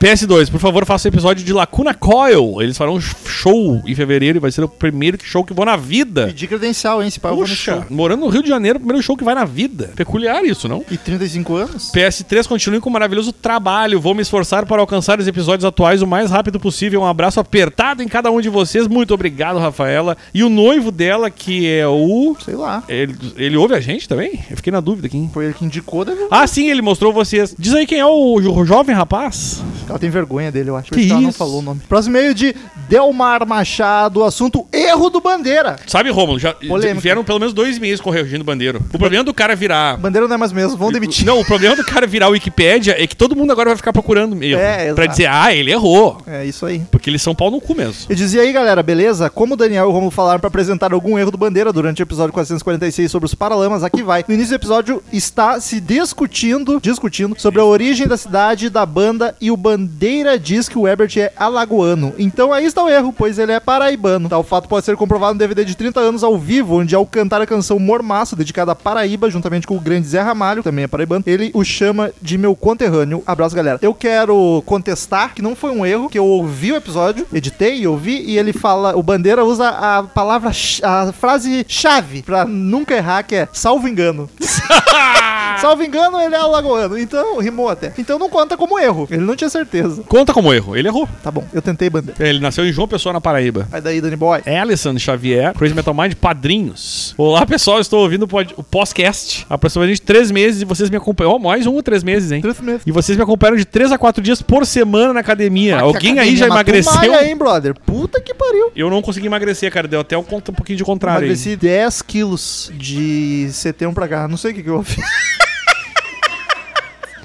S2: PS2, por favor, faça o episódio de Lacuna Coil. Eles farão um show em fevereiro e vai ser o primeiro show que vou na vida.
S1: Pedi credencial, hein? Se pá, eu vou no show.
S2: Puxa, morando no Rio de Janeiro, primeiro show que vai na vida. Peculiar isso, não?
S1: E 35 anos?
S2: PS3, continue com o maravilhoso trabalho. Vou me esforçar para alcançar os episódios atuais o mais rápido possível. Um abraço apertado em cada um de vocês. Muito obrigado, Rafaela. E o noivo dela, que é o.
S1: Sei lá.
S2: Ele, ele ouve a gente também? Eu fiquei na dúvida aqui, hein?
S1: Foi ele que indicou, deve.
S2: Ah, sim, ele mostrou vocês. Diz aí quem é o jo- jovem rapaz.
S1: Ela tem vergonha dele, eu acho.
S2: Que
S1: Por ela não
S2: isso?
S1: falou o nome. Próximo meio de Delmar Machado, assunto erro do Bandeira.
S2: Sabe, Romulo, já
S1: Polêmica.
S2: vieram pelo menos dois meses corrigindo o bandeiro. O problema do cara virar.
S1: Bandeira não é mais mesmo, vão demitir.
S2: Não, o problema do cara virar Wikipédia é que todo mundo agora vai ficar procurando erro.
S1: É,
S2: É,
S1: exato.
S2: pra dizer, ah, ele errou.
S1: É isso aí.
S2: Porque eles são pau no cu mesmo.
S1: Eu dizia aí, galera, beleza? Como o Daniel e o Romulo falaram pra apresentar algum erro do Bandeira durante o episódio 446 sobre os Paralamas, aqui vai. No início do episódio está se discutindo, discutindo sobre a origem da cidade, da banda e o Bandeira diz que o Herbert é alagoano. Então aí está o erro, pois ele é paraibano. Tal fato pode pode ser comprovado no DVD de 30 anos ao vivo, onde ao cantar a canção Mormaço, dedicada à Paraíba, juntamente com o grande Zé Ramalho, também é paraibano, ele o chama de meu conterrâneo. Abraço, galera. Eu quero contestar que não foi um erro, que eu ouvi o episódio, editei e ouvi, e ele fala, o Bandeira usa a palavra, ch- a frase chave pra nunca errar, que é salvo
S2: [laughs]
S1: engano. Salvo engano, ele é alagoano. Então, rimou até. Então não conta como erro. Ele não tinha certeza.
S2: Conta como erro. Ele errou.
S1: Tá bom, eu tentei bandeira.
S2: Ele nasceu em João Pessoa, na Paraíba.
S1: Aí daí, Danny Boy.
S2: É Alessandro Xavier, Crazy Metal Mind, padrinhos. Olá, pessoal, estou ouvindo o pod- o podcast há aproximadamente três meses e vocês me acompanham. Ó, mais um ou três meses, hein?
S1: Truth Myth.
S2: E vocês me acompanham de três a quatro dias por semana
S1: Ah,
S2: na academia. Alguém aí já
S1: Mas tu
S2: emagreceu?
S1: Malha, hein, brother? Puta que pariu.
S2: Eu não consegui emagrecer, cara. Deu até um, contra- um pouquinho de contrário. aí.
S1: Emagreci 10 quilos de setembro pra cá. Não sei o que, que eu ouvi. [laughs]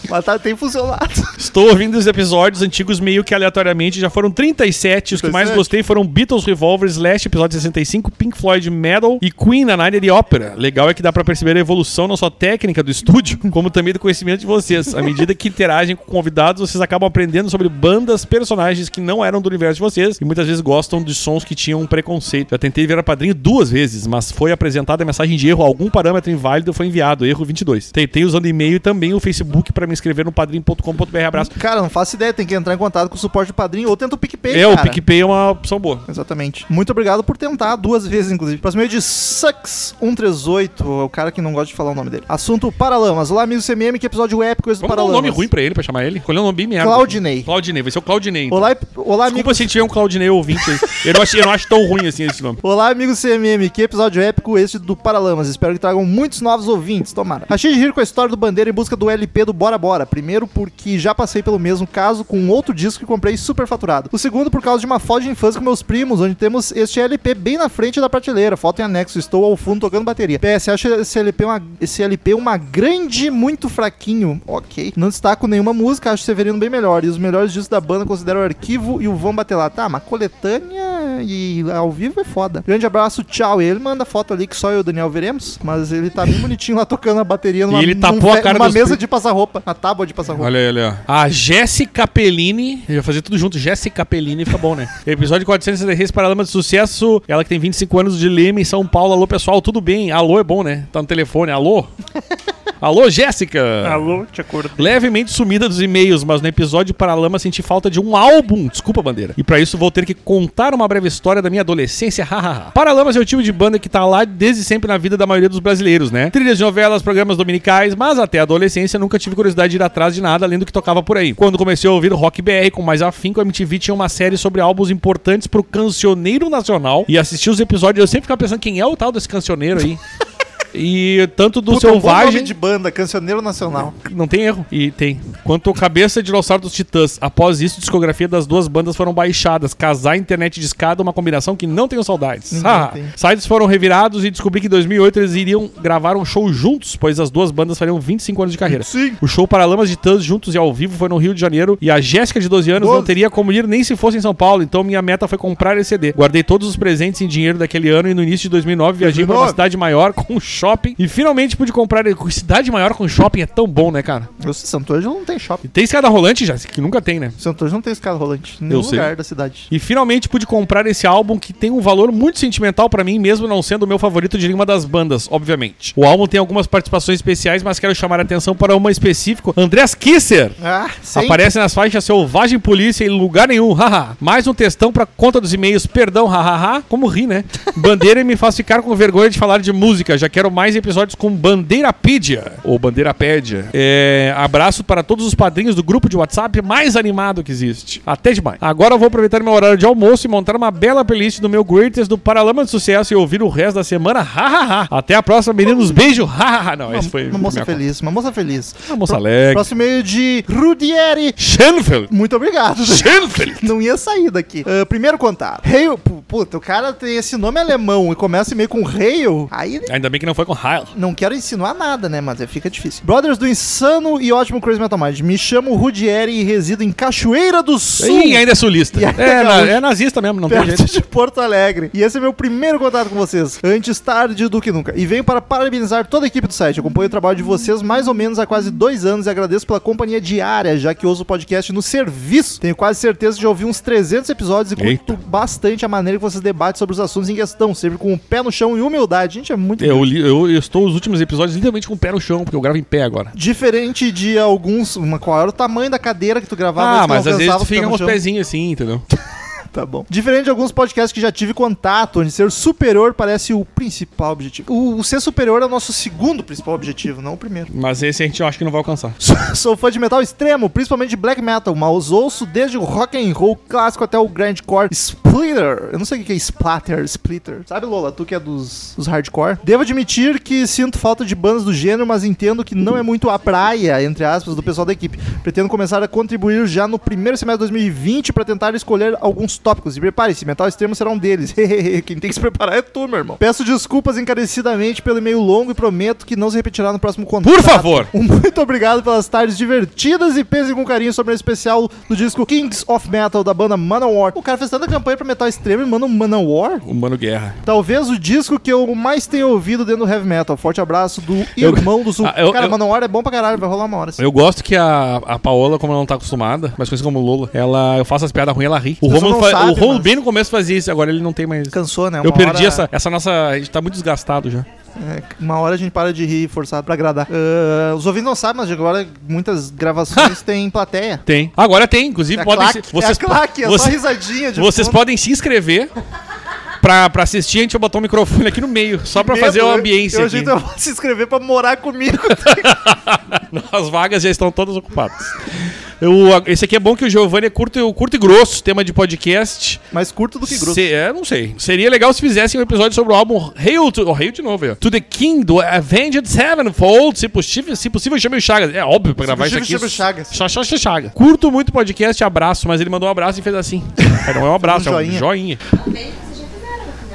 S1: Mas tá, tem funcionado.
S2: Estou ouvindo os episódios antigos meio que aleatoriamente. Já foram 37. Os que mais
S1: 37.
S2: gostei foram Beatles Revolver, Slash, episódio 65, Pink Floyd Metal e Queen na área de ópera. Legal é que dá pra perceber a evolução não só técnica do estúdio, [laughs] como também do conhecimento de vocês. À medida que interagem com convidados, vocês acabam aprendendo sobre bandas, personagens que não eram do universo de vocês e muitas vezes gostam de sons que tinham um preconceito. Já tentei virar padrinho duas vezes, mas foi apresentada a mensagem de erro. Algum parâmetro inválido foi enviado, erro 22. Tentei usando e-mail e também o Facebook pra me inscrever no padrim.com.br. Abraço.
S1: Cara, não faço ideia. Tem que entrar em contato com o suporte do padrinho ou tenta o PicPay,
S2: É,
S1: cara.
S2: o PicPay é uma opção boa.
S1: Exatamente. Muito obrigado por tentar duas vezes, inclusive. Próximo é de Sucks138, é o cara que não gosta de falar o nome dele. Assunto Paralamas. Olá, amigos CMM, que episódio épico esse do
S2: Vamos dar um
S1: Paralamas.
S2: nome ruim pra ele, pra chamar ele? Escolher um nome bem merda.
S1: Claudinei.
S2: Claudinei, vai ser o Claudinei. então.
S1: Olá, e- olá,
S2: Desculpa
S1: amigo.
S2: se tiver um Claudinei ouvinte aí. Eu não, acho, eu não acho tão ruim assim esse nome.
S1: Olá, amigos CMM, que episódio épico este do Paralamas. Espero que tragam muitos novos ouvintes, tomara. Achei de rir com a história do Bandeira em busca do LP do Bora Bora. Primeiro, porque já passei pelo mesmo caso com outro disco que comprei super faturado. O segundo, por causa de uma foto de infância com meus primos, onde temos este LP bem na frente da prateleira. Foto em anexo, estou ao fundo tocando bateria. PS, acho esse LP uma, esse LP uma grande, muito fraquinho. Ok. Não destaco nenhuma música, acho Severino bem melhor. E os melhores discos da banda considero o arquivo e o Vão Bater Lá. Tá, mas coletânea e ao vivo é foda. Grande abraço, tchau. E ele manda foto ali que só eu e o Daniel veremos, mas ele tá bem bonitinho lá tocando a bateria numa,
S2: ele
S1: num
S2: tapou a
S1: fe-
S2: cara
S1: numa
S2: dos
S1: mesa
S2: pri-
S1: de passar roupa, na tábua de passar roupa.
S2: Olha aí, olha aí. A Jéssica Pellini. Eu ia fazer tudo junto. Jéssica Pellini fica bom, né? [laughs] Episódio 466, Paralama de Sucesso. Ela que tem 25 anos de Lima, em São Paulo. Alô, pessoal, tudo bem? Alô é bom, né? Tá no telefone. Alô? Alô, Jéssica!
S8: Alô, te acordei.
S2: Levemente sumida dos e-mails, mas no episódio Paralama senti falta de um álbum. Desculpa, bandeira. E pra isso vou ter que contar uma breve história da minha adolescência. [laughs] hahaha. Paralamas é o tipo de banda que tá lá desde sempre na vida da maioria dos brasileiros, né? Trilhas de novelas, programas dominicais, mas até a adolescência nunca tive curiosidade de ir atrás de nada além do que tocava por aí. Quando comecei a ouvir rock BR com mais afinco, a MTV tinha uma série sobre álbuns importantes pro cancioneiro nacional e assisti os episódios. Eu sempre ficava pensando quem é o tal desse cancioneiro
S1: [laughs]
S2: aí. E tanto do
S1: Puta, um bom
S2: Selvagem.
S1: nome de banda, cancioneiro nacional.
S2: Não tem erro. E tem. Quanto ao cabeça de dinossauro dos titãs, após isso, discografia das duas bandas foram baixadas. Casar, internet de escada, é uma combinação que não tenho saudades.
S1: Ninguém
S2: Ah,
S1: tem.
S2: sites foram revirados e descobri que em 2008 eles iriam gravar um show juntos, pois as duas bandas fariam 25 anos de carreira.
S1: Sim.
S2: O show Paralamas de Titãs juntos e ao vivo foi no Rio de Janeiro e a Jéssica de 12 anos não
S1: Doze.
S2: teria como ir nem se fosse em São Paulo, então minha meta foi comprar esse CD. Guardei todos os presentes em dinheiro daquele ano e no início de 2009 viajei para uma
S1: 2009.
S2: cidade maior com um shopping e finalmente pude comprar ele. Cidade maior com shopping é tão bom, né, cara?
S1: Eu sei, Santo Ângelo não tem shopping.
S2: E tem escada rolante, Jéssica, que nunca tem, né?
S1: Santo Ângelo não tem escada rolante. Em nenhum
S2: sei.
S1: lugar da cidade.
S2: E finalmente pude comprar esse álbum que tem um valor muito sentimental pra mim, mesmo não sendo o meu favorito de nenhuma das bandas, obviamente. O álbum tem algumas participações especiais, mas quero chamar a atenção para uma específica. Andreas Kisser!
S1: Ah, sim.
S2: Aparece nas faixas Selvagem Polícia em lugar nenhum, haha. Mais um textão pra conta dos e-mails, perdão, hahaha. Como
S1: [laughs]
S2: ri, né? Bandeira me faz ficar com vergonha de falar de música. Já quero mais episódios com Bandeirapídia. Ou Bandeirapédia. É, abraço para todos os padrinhos do grupo de WhatsApp mais animado que existe. Até demais. Agora eu vou aproveitar meu horário de almoço e montar uma bela playlist do meu Greatest do Paralama de Sucesso e ouvir o resto da semana, hahaha. Até a próxima, meninos. Beijo, hahaha. Não, esse foi.
S1: Uma moça
S2: minha
S1: feliz, uma moça feliz.
S2: conta. Uma moça alegre.
S1: Próximo e-mail de Rudieri.
S2: Schoenfeld.
S1: [laughs] Muito obrigado.
S2: Schoenfeld.
S1: Não ia sair daqui. Ah, primeiro contato. Hail. pu- Puta, o cara tem esse nome alemão e começa meio com Hail. Aí ele
S2: Ainda bem que não foi Fucking Hell.
S1: Não quero insinuar nada, né? Mas é, fica difícil. Brothers do Insano e ótimo Crazy Metal Mind. Me chamo Rudieri e resido em Cachoeira do Sul.
S2: Ih, ainda é sulista.
S1: E ainda [laughs]
S2: É,
S1: é
S2: na-
S1: gaúcho.
S2: é nazista mesmo, não tem
S1: Perto
S2: jeito.
S1: de Porto Alegre. E esse é meu primeiro contato com vocês. Antes tarde do que nunca. E venho para parabenizar toda a equipe do site. Acompanho o trabalho de vocês mais ou menos há quase dois anos e agradeço pela companhia diária, já que ouço o podcast no serviço. Tenho quase certeza de já ouvi uns 300 episódios e
S2: Eita.
S1: curto bastante a maneira que vocês debatem sobre os assuntos em questão, sempre com o pé no chão e humildade. Gente, é muito
S2: Eu, li- eu- eu estou os últimos episódios literalmente com o pé no chão, porque eu gravo em pé agora.
S1: Diferente de alguns. Uma, qual era o tamanho da cadeira que tu gravava
S2: Ah, mas
S1: tu
S2: às vezes
S1: alcançava
S2: tu fica
S1: ficar
S2: com
S1: no
S2: os
S1: chão.
S2: pezinhos assim, entendeu?
S1: Tá bom. Diferente de alguns podcasts que já tive contato, onde ser superior parece o principal objetivo. O, o ser superior é o nosso segundo principal objetivo, não o primeiro.
S2: Mas esse a gente eu acho que não vai alcançar.
S1: Sou- [laughs] Sou fã de metal extremo, principalmente de black metal, mas ouço desde o rock and roll clássico até o grindcore splitter. Eu não sei o que que é splatter, splitter. Sabe, Lola, tu que é dos, dos hardcore? Devo admitir que sinto falta de bandas do gênero, mas entendo que não é muito a praia, entre aspas, do pessoal da equipe. Pretendo começar a contribuir já no primeiro semestre de 2020 para tentar escolher alguns tópicos. E prepare-se, metal extremo será um deles. [laughs] Quem tem que se preparar é tu, meu irmão. Peço desculpas encarecidamente pelo e-mail longo e prometo que não se repetirá no próximo contato.
S2: Por favor!
S1: Um Muito obrigado pelas tardes divertidas e pensem com carinho sobre o especial do disco Kings of Metal da banda Manowar. O cara fez tanta campanha pra metal extremo e manda um Manowar?
S2: O Mano Guerra.
S1: Talvez o disco que eu mais tenha ouvido dentro do heavy metal. Forte abraço do
S2: Eu-
S1: Irmão do Sul.
S2: Ah, eu-
S1: cara,
S2: eu-
S1: Manowar é bom pra caralho, vai rolar uma hora. assim.
S2: Eu gosto que a, a Paola, como ela não tá acostumada, mas conhece como Lola, ela, eu faço as piadas ruins, ela ri. O
S1: pessoas
S2: Romulo,
S1: não
S2: fa- o
S1: sabem,
S2: Romulo
S1: mas-
S2: bem no começo fazia isso, agora ele não tem mais.
S1: Cansou, né?
S2: eu
S1: Uma
S2: perdi
S1: hora-
S2: essa, essa nossa. A gente tá muito desgastado já.
S1: é, uma hora a gente para de rir forçado pra agradar. Ah, os ouvintes não sabem, mas agora muitas
S2: [laughs]
S1: gravações têm plateia.
S2: Tem. Agora tem, inclusive,
S1: É
S2: podem
S1: claque,
S2: se.
S1: é a claque, é só
S2: vocês-
S1: risadinha de
S2: vocês
S1: fundo.
S2: podem se inscrever. Pra, pra assistir, a gente vai botar um microfone aqui no meio, só pra fazer a
S1: Eu-
S2: ambiência.
S1: Eu
S2: aqui.
S1: achei que eu vou se inscrever pra morar comigo.
S2: [laughs] As vagas já estão todas ocupadas. Eu- a- esse aqui é bom que o Giovanni é curto, curto e grosso, tema de podcast.
S1: Mais curto do que grosso.
S2: Se- é, não sei. Seria legal se fizessem um episódio sobre o álbum Hail to, oh, Hail de novo, aí, ó. To the King do Avenged Sevenfold. Se possível, se possível chame o Chagas. É óbvio pra gravar isso
S1: possível,
S2: aqui.
S1: chame o Chagas.
S2: Cha- cha- cha- Chaga. Curto muito o podcast, abraço, mas ele mandou um abraço e fez assim. É, não é um abraço, é um
S1: joinha.
S2: joinha.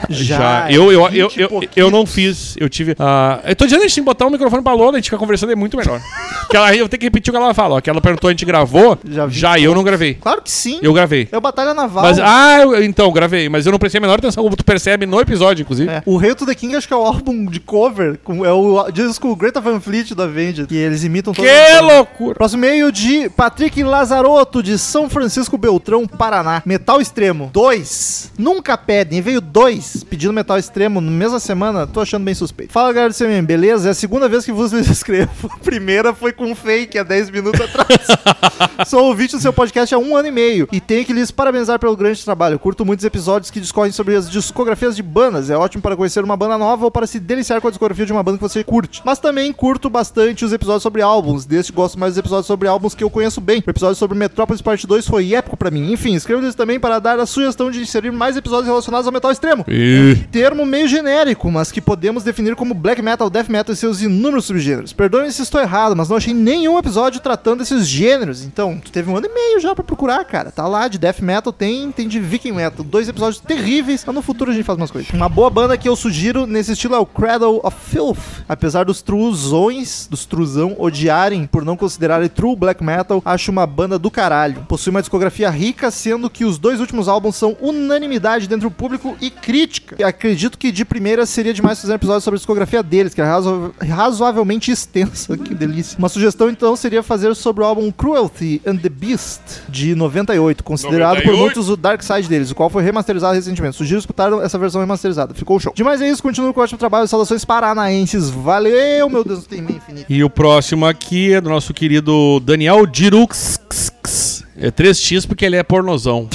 S2: Já.
S1: é
S2: Eu, eu, eu, eu, eu, não fiz. Eu tive. ah, eu tô dizendo a gente tem que botar o microfone pra Lola, a gente fica conversando é
S1: [laughs]
S2: muito melhor. que ela, eu tenho que repetir o que ela fala, ó. Que ela perguntou, a gente gravou.
S1: Já
S2: Já,
S1: vi.
S2: eu não gravei.
S1: Claro que sim.
S2: Eu gravei.
S1: É o Batalha Naval.
S2: Mas, ah, eu- então, gravei, mas eu não prestei a menor atenção, como tu percebe no episódio, inclusive.
S1: É. O Hail to the King acho que é o álbum de cover, com- é o disco Greta Van Fleet da Avenged, que eles imitam todo
S2: Que
S1: mundo.
S2: loucura!
S1: Próximo meio de Patrick Lazarotto, de São Francisco Beltrão, Paraná. Metal Extremo. Dois. Nunca pedem. Veio dois pedindo Metal Extremo na mesma semana. Tô achando bem suspeito. Fala, galera do CMM. Beleza? É a segunda vez que vos [laughs] escrevo. A primeira foi com um fake há 10 minutos atrás. Sou ouvinte do seu podcast há um ano e meio. E tenho que lhes parabenizar pelo grande trabalho. Curto muitos episódios que discorrem sobre as discografias de bandas. É ótimo para conhecer uma banda nova ou para se deliciar com a discografia de uma banda que você curte. Mas também curto bastante os episódios sobre álbuns. Deste gosto mais dos episódios sobre álbuns que eu conheço bem. O episódio sobre Metrópolis Parte 2 foi épico pra mim. Enfim, escrevo-lhes também para dar a sugestão de inserir mais episódios relacionados ao metal extremo.
S2: Ih,
S1: Termo meio genérico, mas que podemos definir como black metal, death metal e seus inúmeros subgêneros. Perdoem se estou errado, mas não achei nenhum episódio tratando esses gêneros. Então, tu teve um ano e meio já pra procurar, cara. Tá lá, de death metal tem, tem de viking metal. Dois episódios terríveis, mas no futuro a gente faz umas coisas. Uma boa banda que eu sugiro nesse estilo é o Cradle of Filth. Apesar dos truzões, dos truzão odiarem por não considerarem true black metal, acho uma banda do caralho. Possui uma discografia rica, sendo que os dois últimos álbuns são unanimidade dentro do público e crítica. E acredito que de primeira seria demais fazer um episódio sobre a discografia deles, que é razo- razoavelmente extensa. [laughs] Que delícia. Uma sugestão então seria fazer sobre o álbum Cruelty and the Beast de 98, considerado por
S2: 98?
S1: muitos o Dark Side deles, o qual foi remasterizado recentemente. Sugiro escutar essa versão remasterizada. Ficou show. Demais é isso, continuo com o ótimo trabalho. Saudações paranaenses. Valeu, meu Deus, não tem meio infinito.
S2: E o próximo aqui é do nosso querido Daniel Dirux. É 3x porque ele é [laughs] pornozão.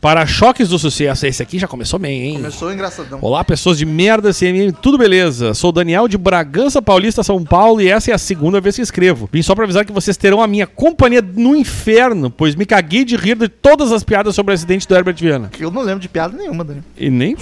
S2: Para choques do sucesso. Esse aqui já começou bem, hein?
S1: Começou engraçadão.
S2: Olá, pessoas de merda, CMM, tudo beleza? Sou Daniel de Bragança Paulista, São Paulo, e essa é a segunda vez que escrevo. Vim só pra avisar que vocês terão a minha companhia no inferno, pois me caguei de rir de todas as piadas sobre o acidente do Herbert Viana.
S1: Eu não lembro de piada nenhuma, Daniel.
S2: E nem.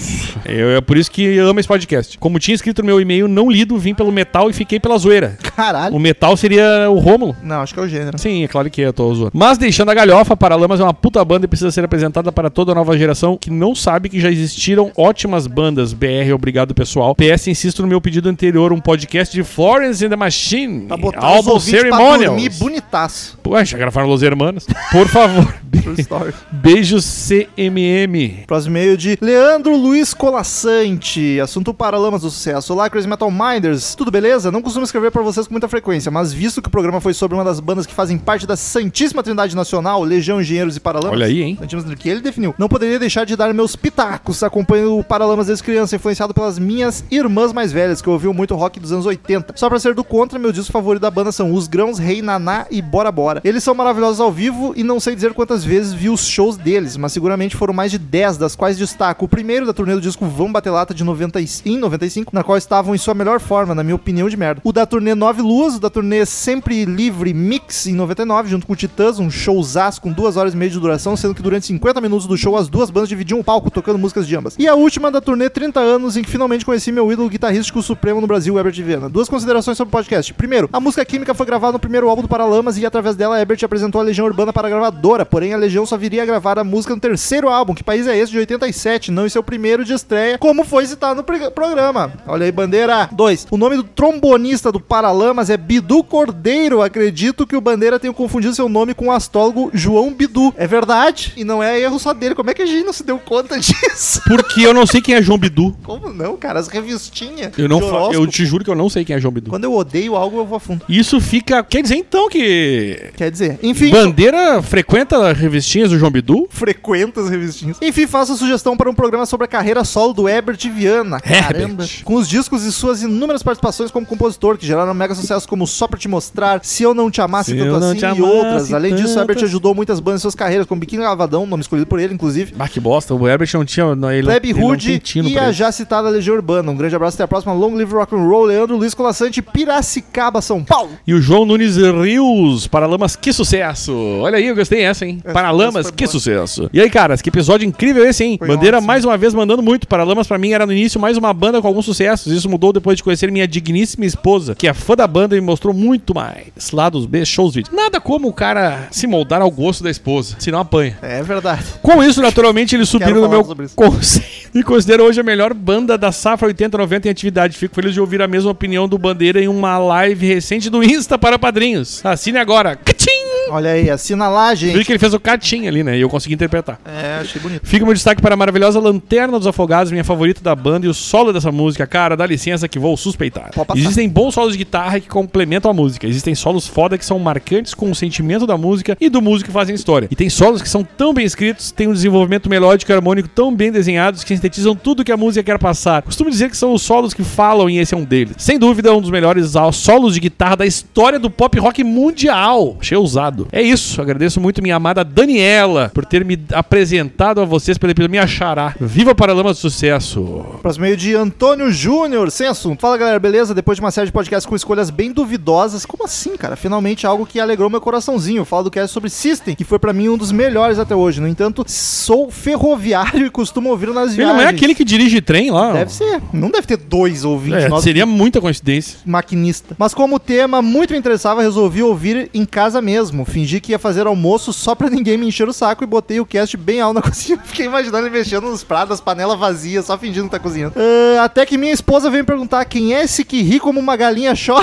S2: Eu, é por isso que eu amo esse podcast. Como tinha escrito no meu e-mail, não lido, vim pelo metal e fiquei pela zoeira.
S1: Caralho.
S2: O metal seria o Rômulo.
S1: Não, acho que é o gênero.
S2: Sim, é claro que é, eu tô zoando. Mas deixando a galhofa, Paralamas é uma puta banda e precisa ser apresentada para toda a nova geração que não sabe que já existiram ótimas bandas. BR, obrigado pessoal. PS, insisto no meu pedido anterior, um podcast de Florence and the Machine.
S1: Pra botar os
S2: álbum
S1: ouvintes pra dormir
S2: Ceremonials.
S1: bonitaço.
S2: Ué, já gravaram Los Hermanos? Por favor.
S1: [laughs] True story.
S2: Beijo CMM.
S1: Próximo e-mail de Leandro Luiz Colassante. Assunto Paralamas do Sucesso. Olá, Crazy Metal Minders. Tudo beleza? Não costumo escrever pra vocês com muita frequência, mas visto que o programa foi sobre uma das bandas que fazem parte da Santíssima Trindade Nacional, Legião Engenheiros e Paralamas.
S2: Olha aí, hein?
S1: Santíssima Trindade, que ele definiu. Não poderia deixar de dar meus pitacos. Acompanho o Paralamas desde criança, influenciado pelas minhas irmãs mais velhas, que ouviam muito rock dos anos 80. Só pra ser do contra, meu disco favorito da banda são Os Grãos, Rei Naná e Bora Bora. Eles são maravilhosos ao vivo e não sei dizer quantas vezes vi os shows deles, mas seguramente foram mais de 10, das quais destaco o primeiro da turnê do disco Vão Bater Lata de 90 e- em 95, na qual estavam em sua melhor forma, na minha opinião de merda. O da turnê Nove Luas, o da turnê Sempre Livre Mix em 99, junto com o Titãs, um showzaço com duas horas e meia de duração, sendo que durante 50 minutos do show as duas bandas dividiam o palco tocando músicas de ambas. E a última da turnê 30 anos, em que finalmente conheci meu ídolo guitarrístico supremo no Brasil, Herbert Viana. Duas considerações sobre o podcast. Primeiro, a música Química foi gravada no primeiro álbum do Paralamas e através dela Herbert apresentou a Legião Urbana para a gravadora, porém a Legião só viria a gravar a música no terceiro álbum, que país é esse de 87, não em seu primeiro de estreia, como foi citado no pre- programa. Olha aí, bandeira. 2. O nome do trombonista do Paralamas é Bidu Cordeiro. Acredito que o Bandeira tenha confundido seu nome com o astrólogo João Bidu. É verdade? E não é erro só dele. Como é que a gente não se deu conta [laughs] disso?
S2: Porque eu não sei quem é João Bidu.
S1: Como não, cara? As revistinhas.
S2: Eu, não
S1: de
S2: fa- eu
S1: horóscopo.
S2: te juro que eu não sei quem é João Bidu.
S1: Quando eu odeio algo, eu vou a fundo.
S2: Isso fica. Quer dizer então que.
S1: Quer dizer, enfim.
S2: Bandeira frequenta as revistinhas do João Bidu?
S1: frequenta as revistinhas. Enfim, faço a sugestão para um programa sobre a carreira solo do Herbert Viana. Caramba!
S2: Herbert.
S1: Com os discos e suas inúmeras participações como compositor, que geraram mega sucessos como Só Pra Te Mostrar, Se Eu Não Te Amasse
S2: Se Eu
S1: Tanto
S2: Não
S1: Assim
S2: Te
S1: e outras.
S2: Amasse
S1: Além disso,
S2: Tanto
S1: Herbert
S2: Assim.
S1: ajudou muitas bandas em suas carreiras, como Biquíni Lavadão, nome escolhido por ele, inclusive.
S2: Ah, que bosta. O Herbert não tinha. Não, ele, é um-
S1: Plebe
S2: ele não tem
S1: Rude
S2: tino
S1: e
S2: pra
S1: a
S2: ele.
S1: já citada Legião Urbana. Um grande abraço, até a próxima. Long Live Rock and Roll, Leandro Luiz Colassante, Piracicaba, São Paulo.
S2: E o João Nunes Rios, Paralamas, que sucesso! Olha aí, eu gostei dessa, hein?
S1: Essa-
S2: Paralamas,
S1: essa foi
S2: que
S1: boa.
S2: sucesso! E aí, caras, que episódio incrível esse, hein?
S1: Foi
S2: Bandeira,
S1: ótimo.
S2: mais uma vez, mandando muito. Paralamas, pra mim, era no início mais uma banda com alguns sucessos. Isso mudou depois de conhecer minha digníssima esposa, que é fã da banda e me mostrou muito mais. Lados B, shows, vídeos. Nada como o cara se moldar ao gosto da esposa, senão apanha.
S1: É verdade.
S2: Com isso, naturalmente, eles
S1: Quero
S2: subiram no
S1: falar
S2: meu
S1: sobre isso.
S2: conceito e considero hoje a melhor banda da safra 80-90 em atividade. Fico feliz de ouvir a mesma opinião do Bandeira em uma live recente do Insta para padrinhos. Assine agora. Catim!
S1: Olha aí, assina lá, gente.
S2: Vi que ele fez o catim ali, né? E eu consegui interpretar.
S1: É, achei bonito.
S2: Fica o meu destaque para a maravilhosa Lanterna dos Afogados, minha favorita da banda, e o solo dessa música. Cara, dá licença que vou suspeitar.
S1: Pode passar.
S2: Existem bons solos de guitarra que complementam a música. Existem solos foda que são marcantes com o sentimento da música e do músico que fazem história. E tem solos que são tão bem escritos, têm um desenvolvimento melódico e harmônico tão bem desenhados que sintetizam tudo que a música quer passar. Costumo dizer que são os solos que falam e esse é um deles. Sem dúvida, é um dos melhores ao- solos de guitarra da história do pop rock mundial. Achei ousado. É isso. Agradeço muito minha amada Daniela por ter me apresentado a vocês pelo episódio Me Achará. Viva Paralamas do Sucesso!
S1: Próximo meio de Antônio Júnior, sem assunto. Fala galera, beleza? Depois de uma série de podcasts com escolhas bem duvidosas, como assim, cara? Finalmente algo que alegrou meu coraçãozinho. Fala do cast sobre System, que foi pra mim um dos melhores até hoje. No entanto, sou ferroviário e costumo ouvir nas viagens.
S2: Ele não é aquele que dirige trem lá?
S1: Deve ser. Não deve ter dois ouvintes
S2: É,
S1: nossos
S2: seria muita coincidência.
S1: maquinista. Mas como o tema muito me interessava, resolvi ouvir em casa mesmo. Fingi que ia fazer almoço só pra ninguém me encher o saco e botei o cast bem alto na [laughs] cozinha. Fiquei imaginando ele mexendo nos pratos, panela vazia, só fingindo que tá cozinhando. Ah, até que minha esposa veio me perguntar quem é esse que ri como uma galinha choca.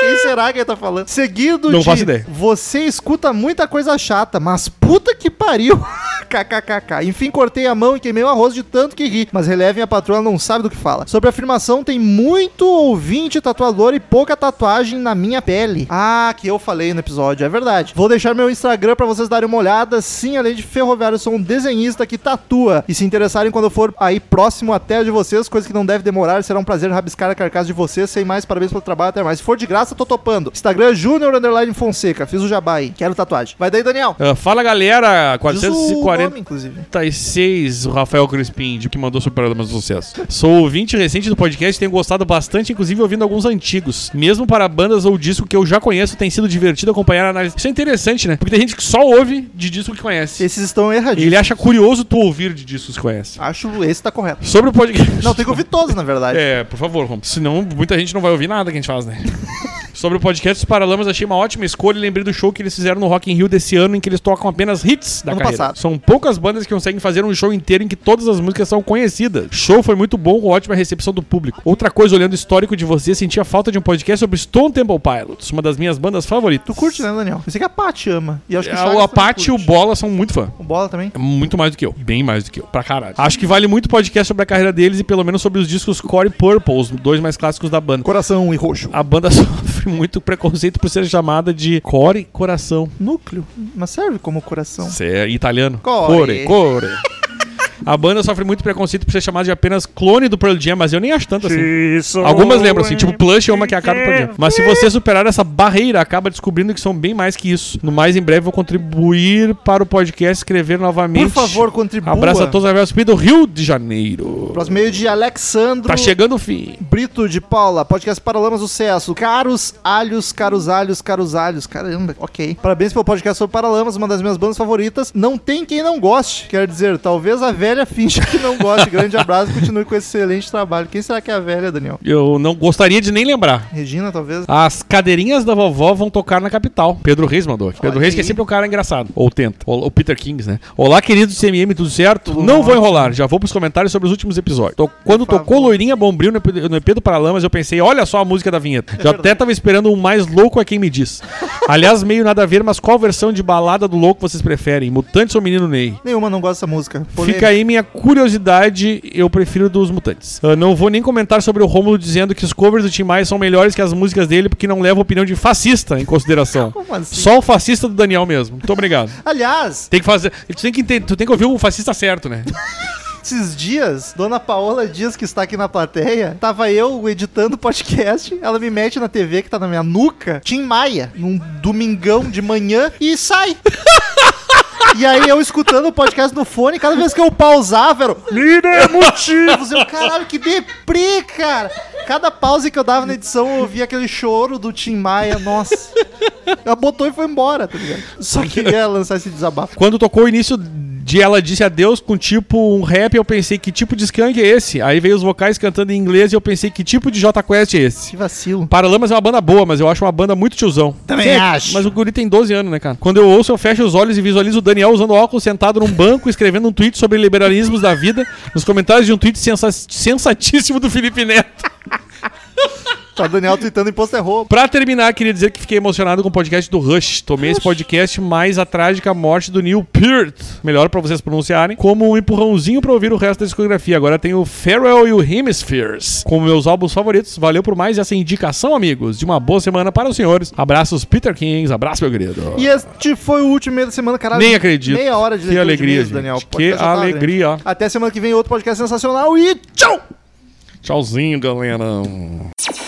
S1: Quem será que ele tá falando? Seguido
S2: Não
S1: de
S2: faço ideia.
S1: você escuta muita coisa chata, mas puta que pariu. [laughs] KKKK. Enfim, cortei a mão e queimei o arroz de tanto que ri. Mas relevem, a patroa não sabe do que fala. Sobre a afirmação, tem muito ouvinte tatuador e pouca tatuagem na minha pele. Ah, que eu falei no episódio, é verdade. Vou deixar meu Instagram pra vocês darem uma olhada. Sim, além de ferroviário, sou um desenhista que tatua. E se interessarem quando eu for aí próximo até a de vocês, coisa que não deve demorar, será um prazer rabiscar a carcaça de vocês. Sem mais, parabéns pelo trabalho, até mais. Se for de graça, tô topando. Instagram é Junior Underline Fonseca. Fiz o jabá aí. Quero tatuagem. Vai daí, Daniel.
S2: Ah, fala galera,
S1: Diz o
S2: 440.
S1: nome, inclusive.
S2: 36, o Rafael Crispim, de que mandou sobre Paralamas do Sucesso. Sou ouvinte recente do podcast, tenho gostado bastante, inclusive ouvindo alguns antigos. Mesmo para bandas ou disco que eu já conheço, tem sido divertido acompanhar a análise. Isso é interessante, né? Porque tem gente que só ouve de disco que conhece.
S1: Esses estão erradinhos.
S2: Ele acha curioso tu ouvir de discos que conhece.
S1: Acho esse tá correto.
S2: Sobre o podcast.
S1: Não, tem que ouvir todos, na verdade. [laughs]
S2: É, por favor, Rom. Senão muita gente não vai ouvir nada que a gente faz, né? Sobre o podcast dos Paralamas, achei uma ótima escolha e lembrei do show que eles fizeram no Rock in Rio desse ano, em que eles tocam apenas hits da
S1: Ano
S2: carreira.
S1: passado.
S2: São poucas bandas que conseguem fazer um show inteiro em que todas as músicas são conhecidas. O show foi muito bom, com ótima recepção do público. Outra coisa, olhando o histórico de você, senti a falta de um podcast sobre Stone Temple Pilots, uma das minhas bandas favoritas.
S1: Tu curte, né, Daniel? Eu sei que a Paty ama. E acho que
S2: A, a Paty e É, o
S1: Bola.
S2: Bola são muito fã. É
S1: O Bola também?
S2: Muito mais do que eu. Bem mais do que eu. Pra caralho. Acho que vale muito podcast sobre a carreira deles e pelo menos sobre os discos Core e Purple, os dois mais clássicos da banda.
S1: Coração e roxo.
S2: A banda [laughs] sofre muito preconceito por ser chamada de Core Coração.
S1: Núcleo. Mas serve como coração.
S2: Isso é italiano.
S1: Core.
S2: Core. core. A banda sofre muito preconceito por ser chamada de apenas clone do Pearl Jam, mas eu nem acho tanto assim. Algumas lembram, assim, tipo Plush é uma que é a cara do Pearl Jam. Mas se você superar essa barreira, acaba descobrindo que são bem mais que isso. No mais, em breve, vou contribuir para o podcast, escrever novamente.
S1: Por favor, contribua.
S2: Abraço a todos a Velha do Rio de Janeiro.
S1: Próximo meio de Alexandro.
S2: Tá chegando o fim.
S1: Brito de Paula, podcast Paralamas do Sucesso. Caros alhos, caros alhos, caros alhos. Caramba, ok. Parabéns pelo podcast sobre Paralamas, uma das minhas bandas favoritas. Não tem quem não goste. Quer dizer, talvez a velha finja que não goste. Grande abraço e continue com esse excelente trabalho. Quem será que é a velha, Daniel?
S2: Eu não gostaria de nem lembrar.
S1: Regina, talvez?
S2: As cadeirinhas da vovó vão tocar na capital. Pedro Reis mandou aqui. Pedro
S1: Olha
S2: Reis, que é
S1: aí.
S2: sempre um cara engraçado. Ou tenta. Ou, o Peter Kings, né? Olá, queridos do CMM, tudo certo? não vou enrolar, já vou pros comentários sobre os últimos episódios. Tô- quando
S1: Por
S2: tocou
S1: favor.
S2: Loirinha Bombril no EP do- no EP do Paralamas, eu pensei, olha só a música da vinheta. já até tava esperando um mais louco é quem me [laughs] diz. Aliás, meio nada a ver, mas qual versão de balada do louco vocês preferem? Mutantes ou Menino Ney?
S1: Nenhuma não gosta dessa música.
S2: Fica aí minha curiosidade, eu prefiro dos Mutantes. Eu não vou nem comentar sobre o Rômulo dizendo que os covers do Tim Maia são melhores que as músicas dele, porque não leva a opinião de fascista em
S1: [laughs]
S2: consideração.
S1: Como assim?
S2: Só o fascista do Daniel mesmo. Muito obrigado. [laughs]
S1: Aliás,
S2: Tem que fazer. Tu tem que, enten- tu tem que ouvir o fascista certo, né?
S1: Esses dias, Dona Paola Dias, que está aqui na plateia, tava eu editando o podcast, ela me mete na TV que tá na minha nuca, Tim Maia, num domingão de manhã, e sai! E aí eu escutando o podcast no fone, cada vez que eu pausava, era... Me dê motivos! Eu, caralho, que deprê, cara! Cada pausa que eu dava na edição, eu ouvia aquele choro do Tim Maia, nossa. Ela botou e foi embora, tá ligado? Só queria lançar esse desabafo.
S2: Quando tocou o início de Ela Disse Adeus com tipo um rap, eu pensei que tipo de skunk é esse? Aí veio os vocais cantando em inglês e eu pensei que tipo de J Quest é esse?
S1: Que vacilo.
S2: Paralamas é uma banda boa, mas eu acho uma banda muito tiozão.
S1: Também
S2: Quem é-
S1: acho.
S2: Mas o guri tem 12 anos, né, cara? Quando eu ouço, eu fecho os olhos e visualizo o Daniel usando óculos sentado num banco, escrevendo um tweet sobre liberalismos da vida, nos comentários de um tweet sensa- sensatíssimo do Felipe Neto.
S1: Tá, Daniel tweetando imposto é roubo.
S2: Pra terminar, queria dizer que fiquei emocionado com o podcast do Rush. Tomei esse podcast mais a trágica morte do Neil Peart, melhor pra vocês pronunciarem, como um empurrãozinho pra ouvir o resto da discografia. Agora tem o Farewell e o Hemispheres, como meus álbuns favoritos. Valeu por mais essa indicação, amigos. De uma boa semana para os senhores. Abraços, Peter Kings. Abraço, meu querido.
S1: E este foi o último e-mail da semana, caralho.
S2: Nem acredito.
S1: Meia hora de
S2: Que
S1: leitura de
S2: alegria,
S1: e-mails,
S2: gente.
S1: Daniel.
S2: Que
S1: Podcast já tá grande.
S2: alegria.
S1: Até semana que vem, outro podcast sensacional e tchau!
S2: Tchauzinho, galera.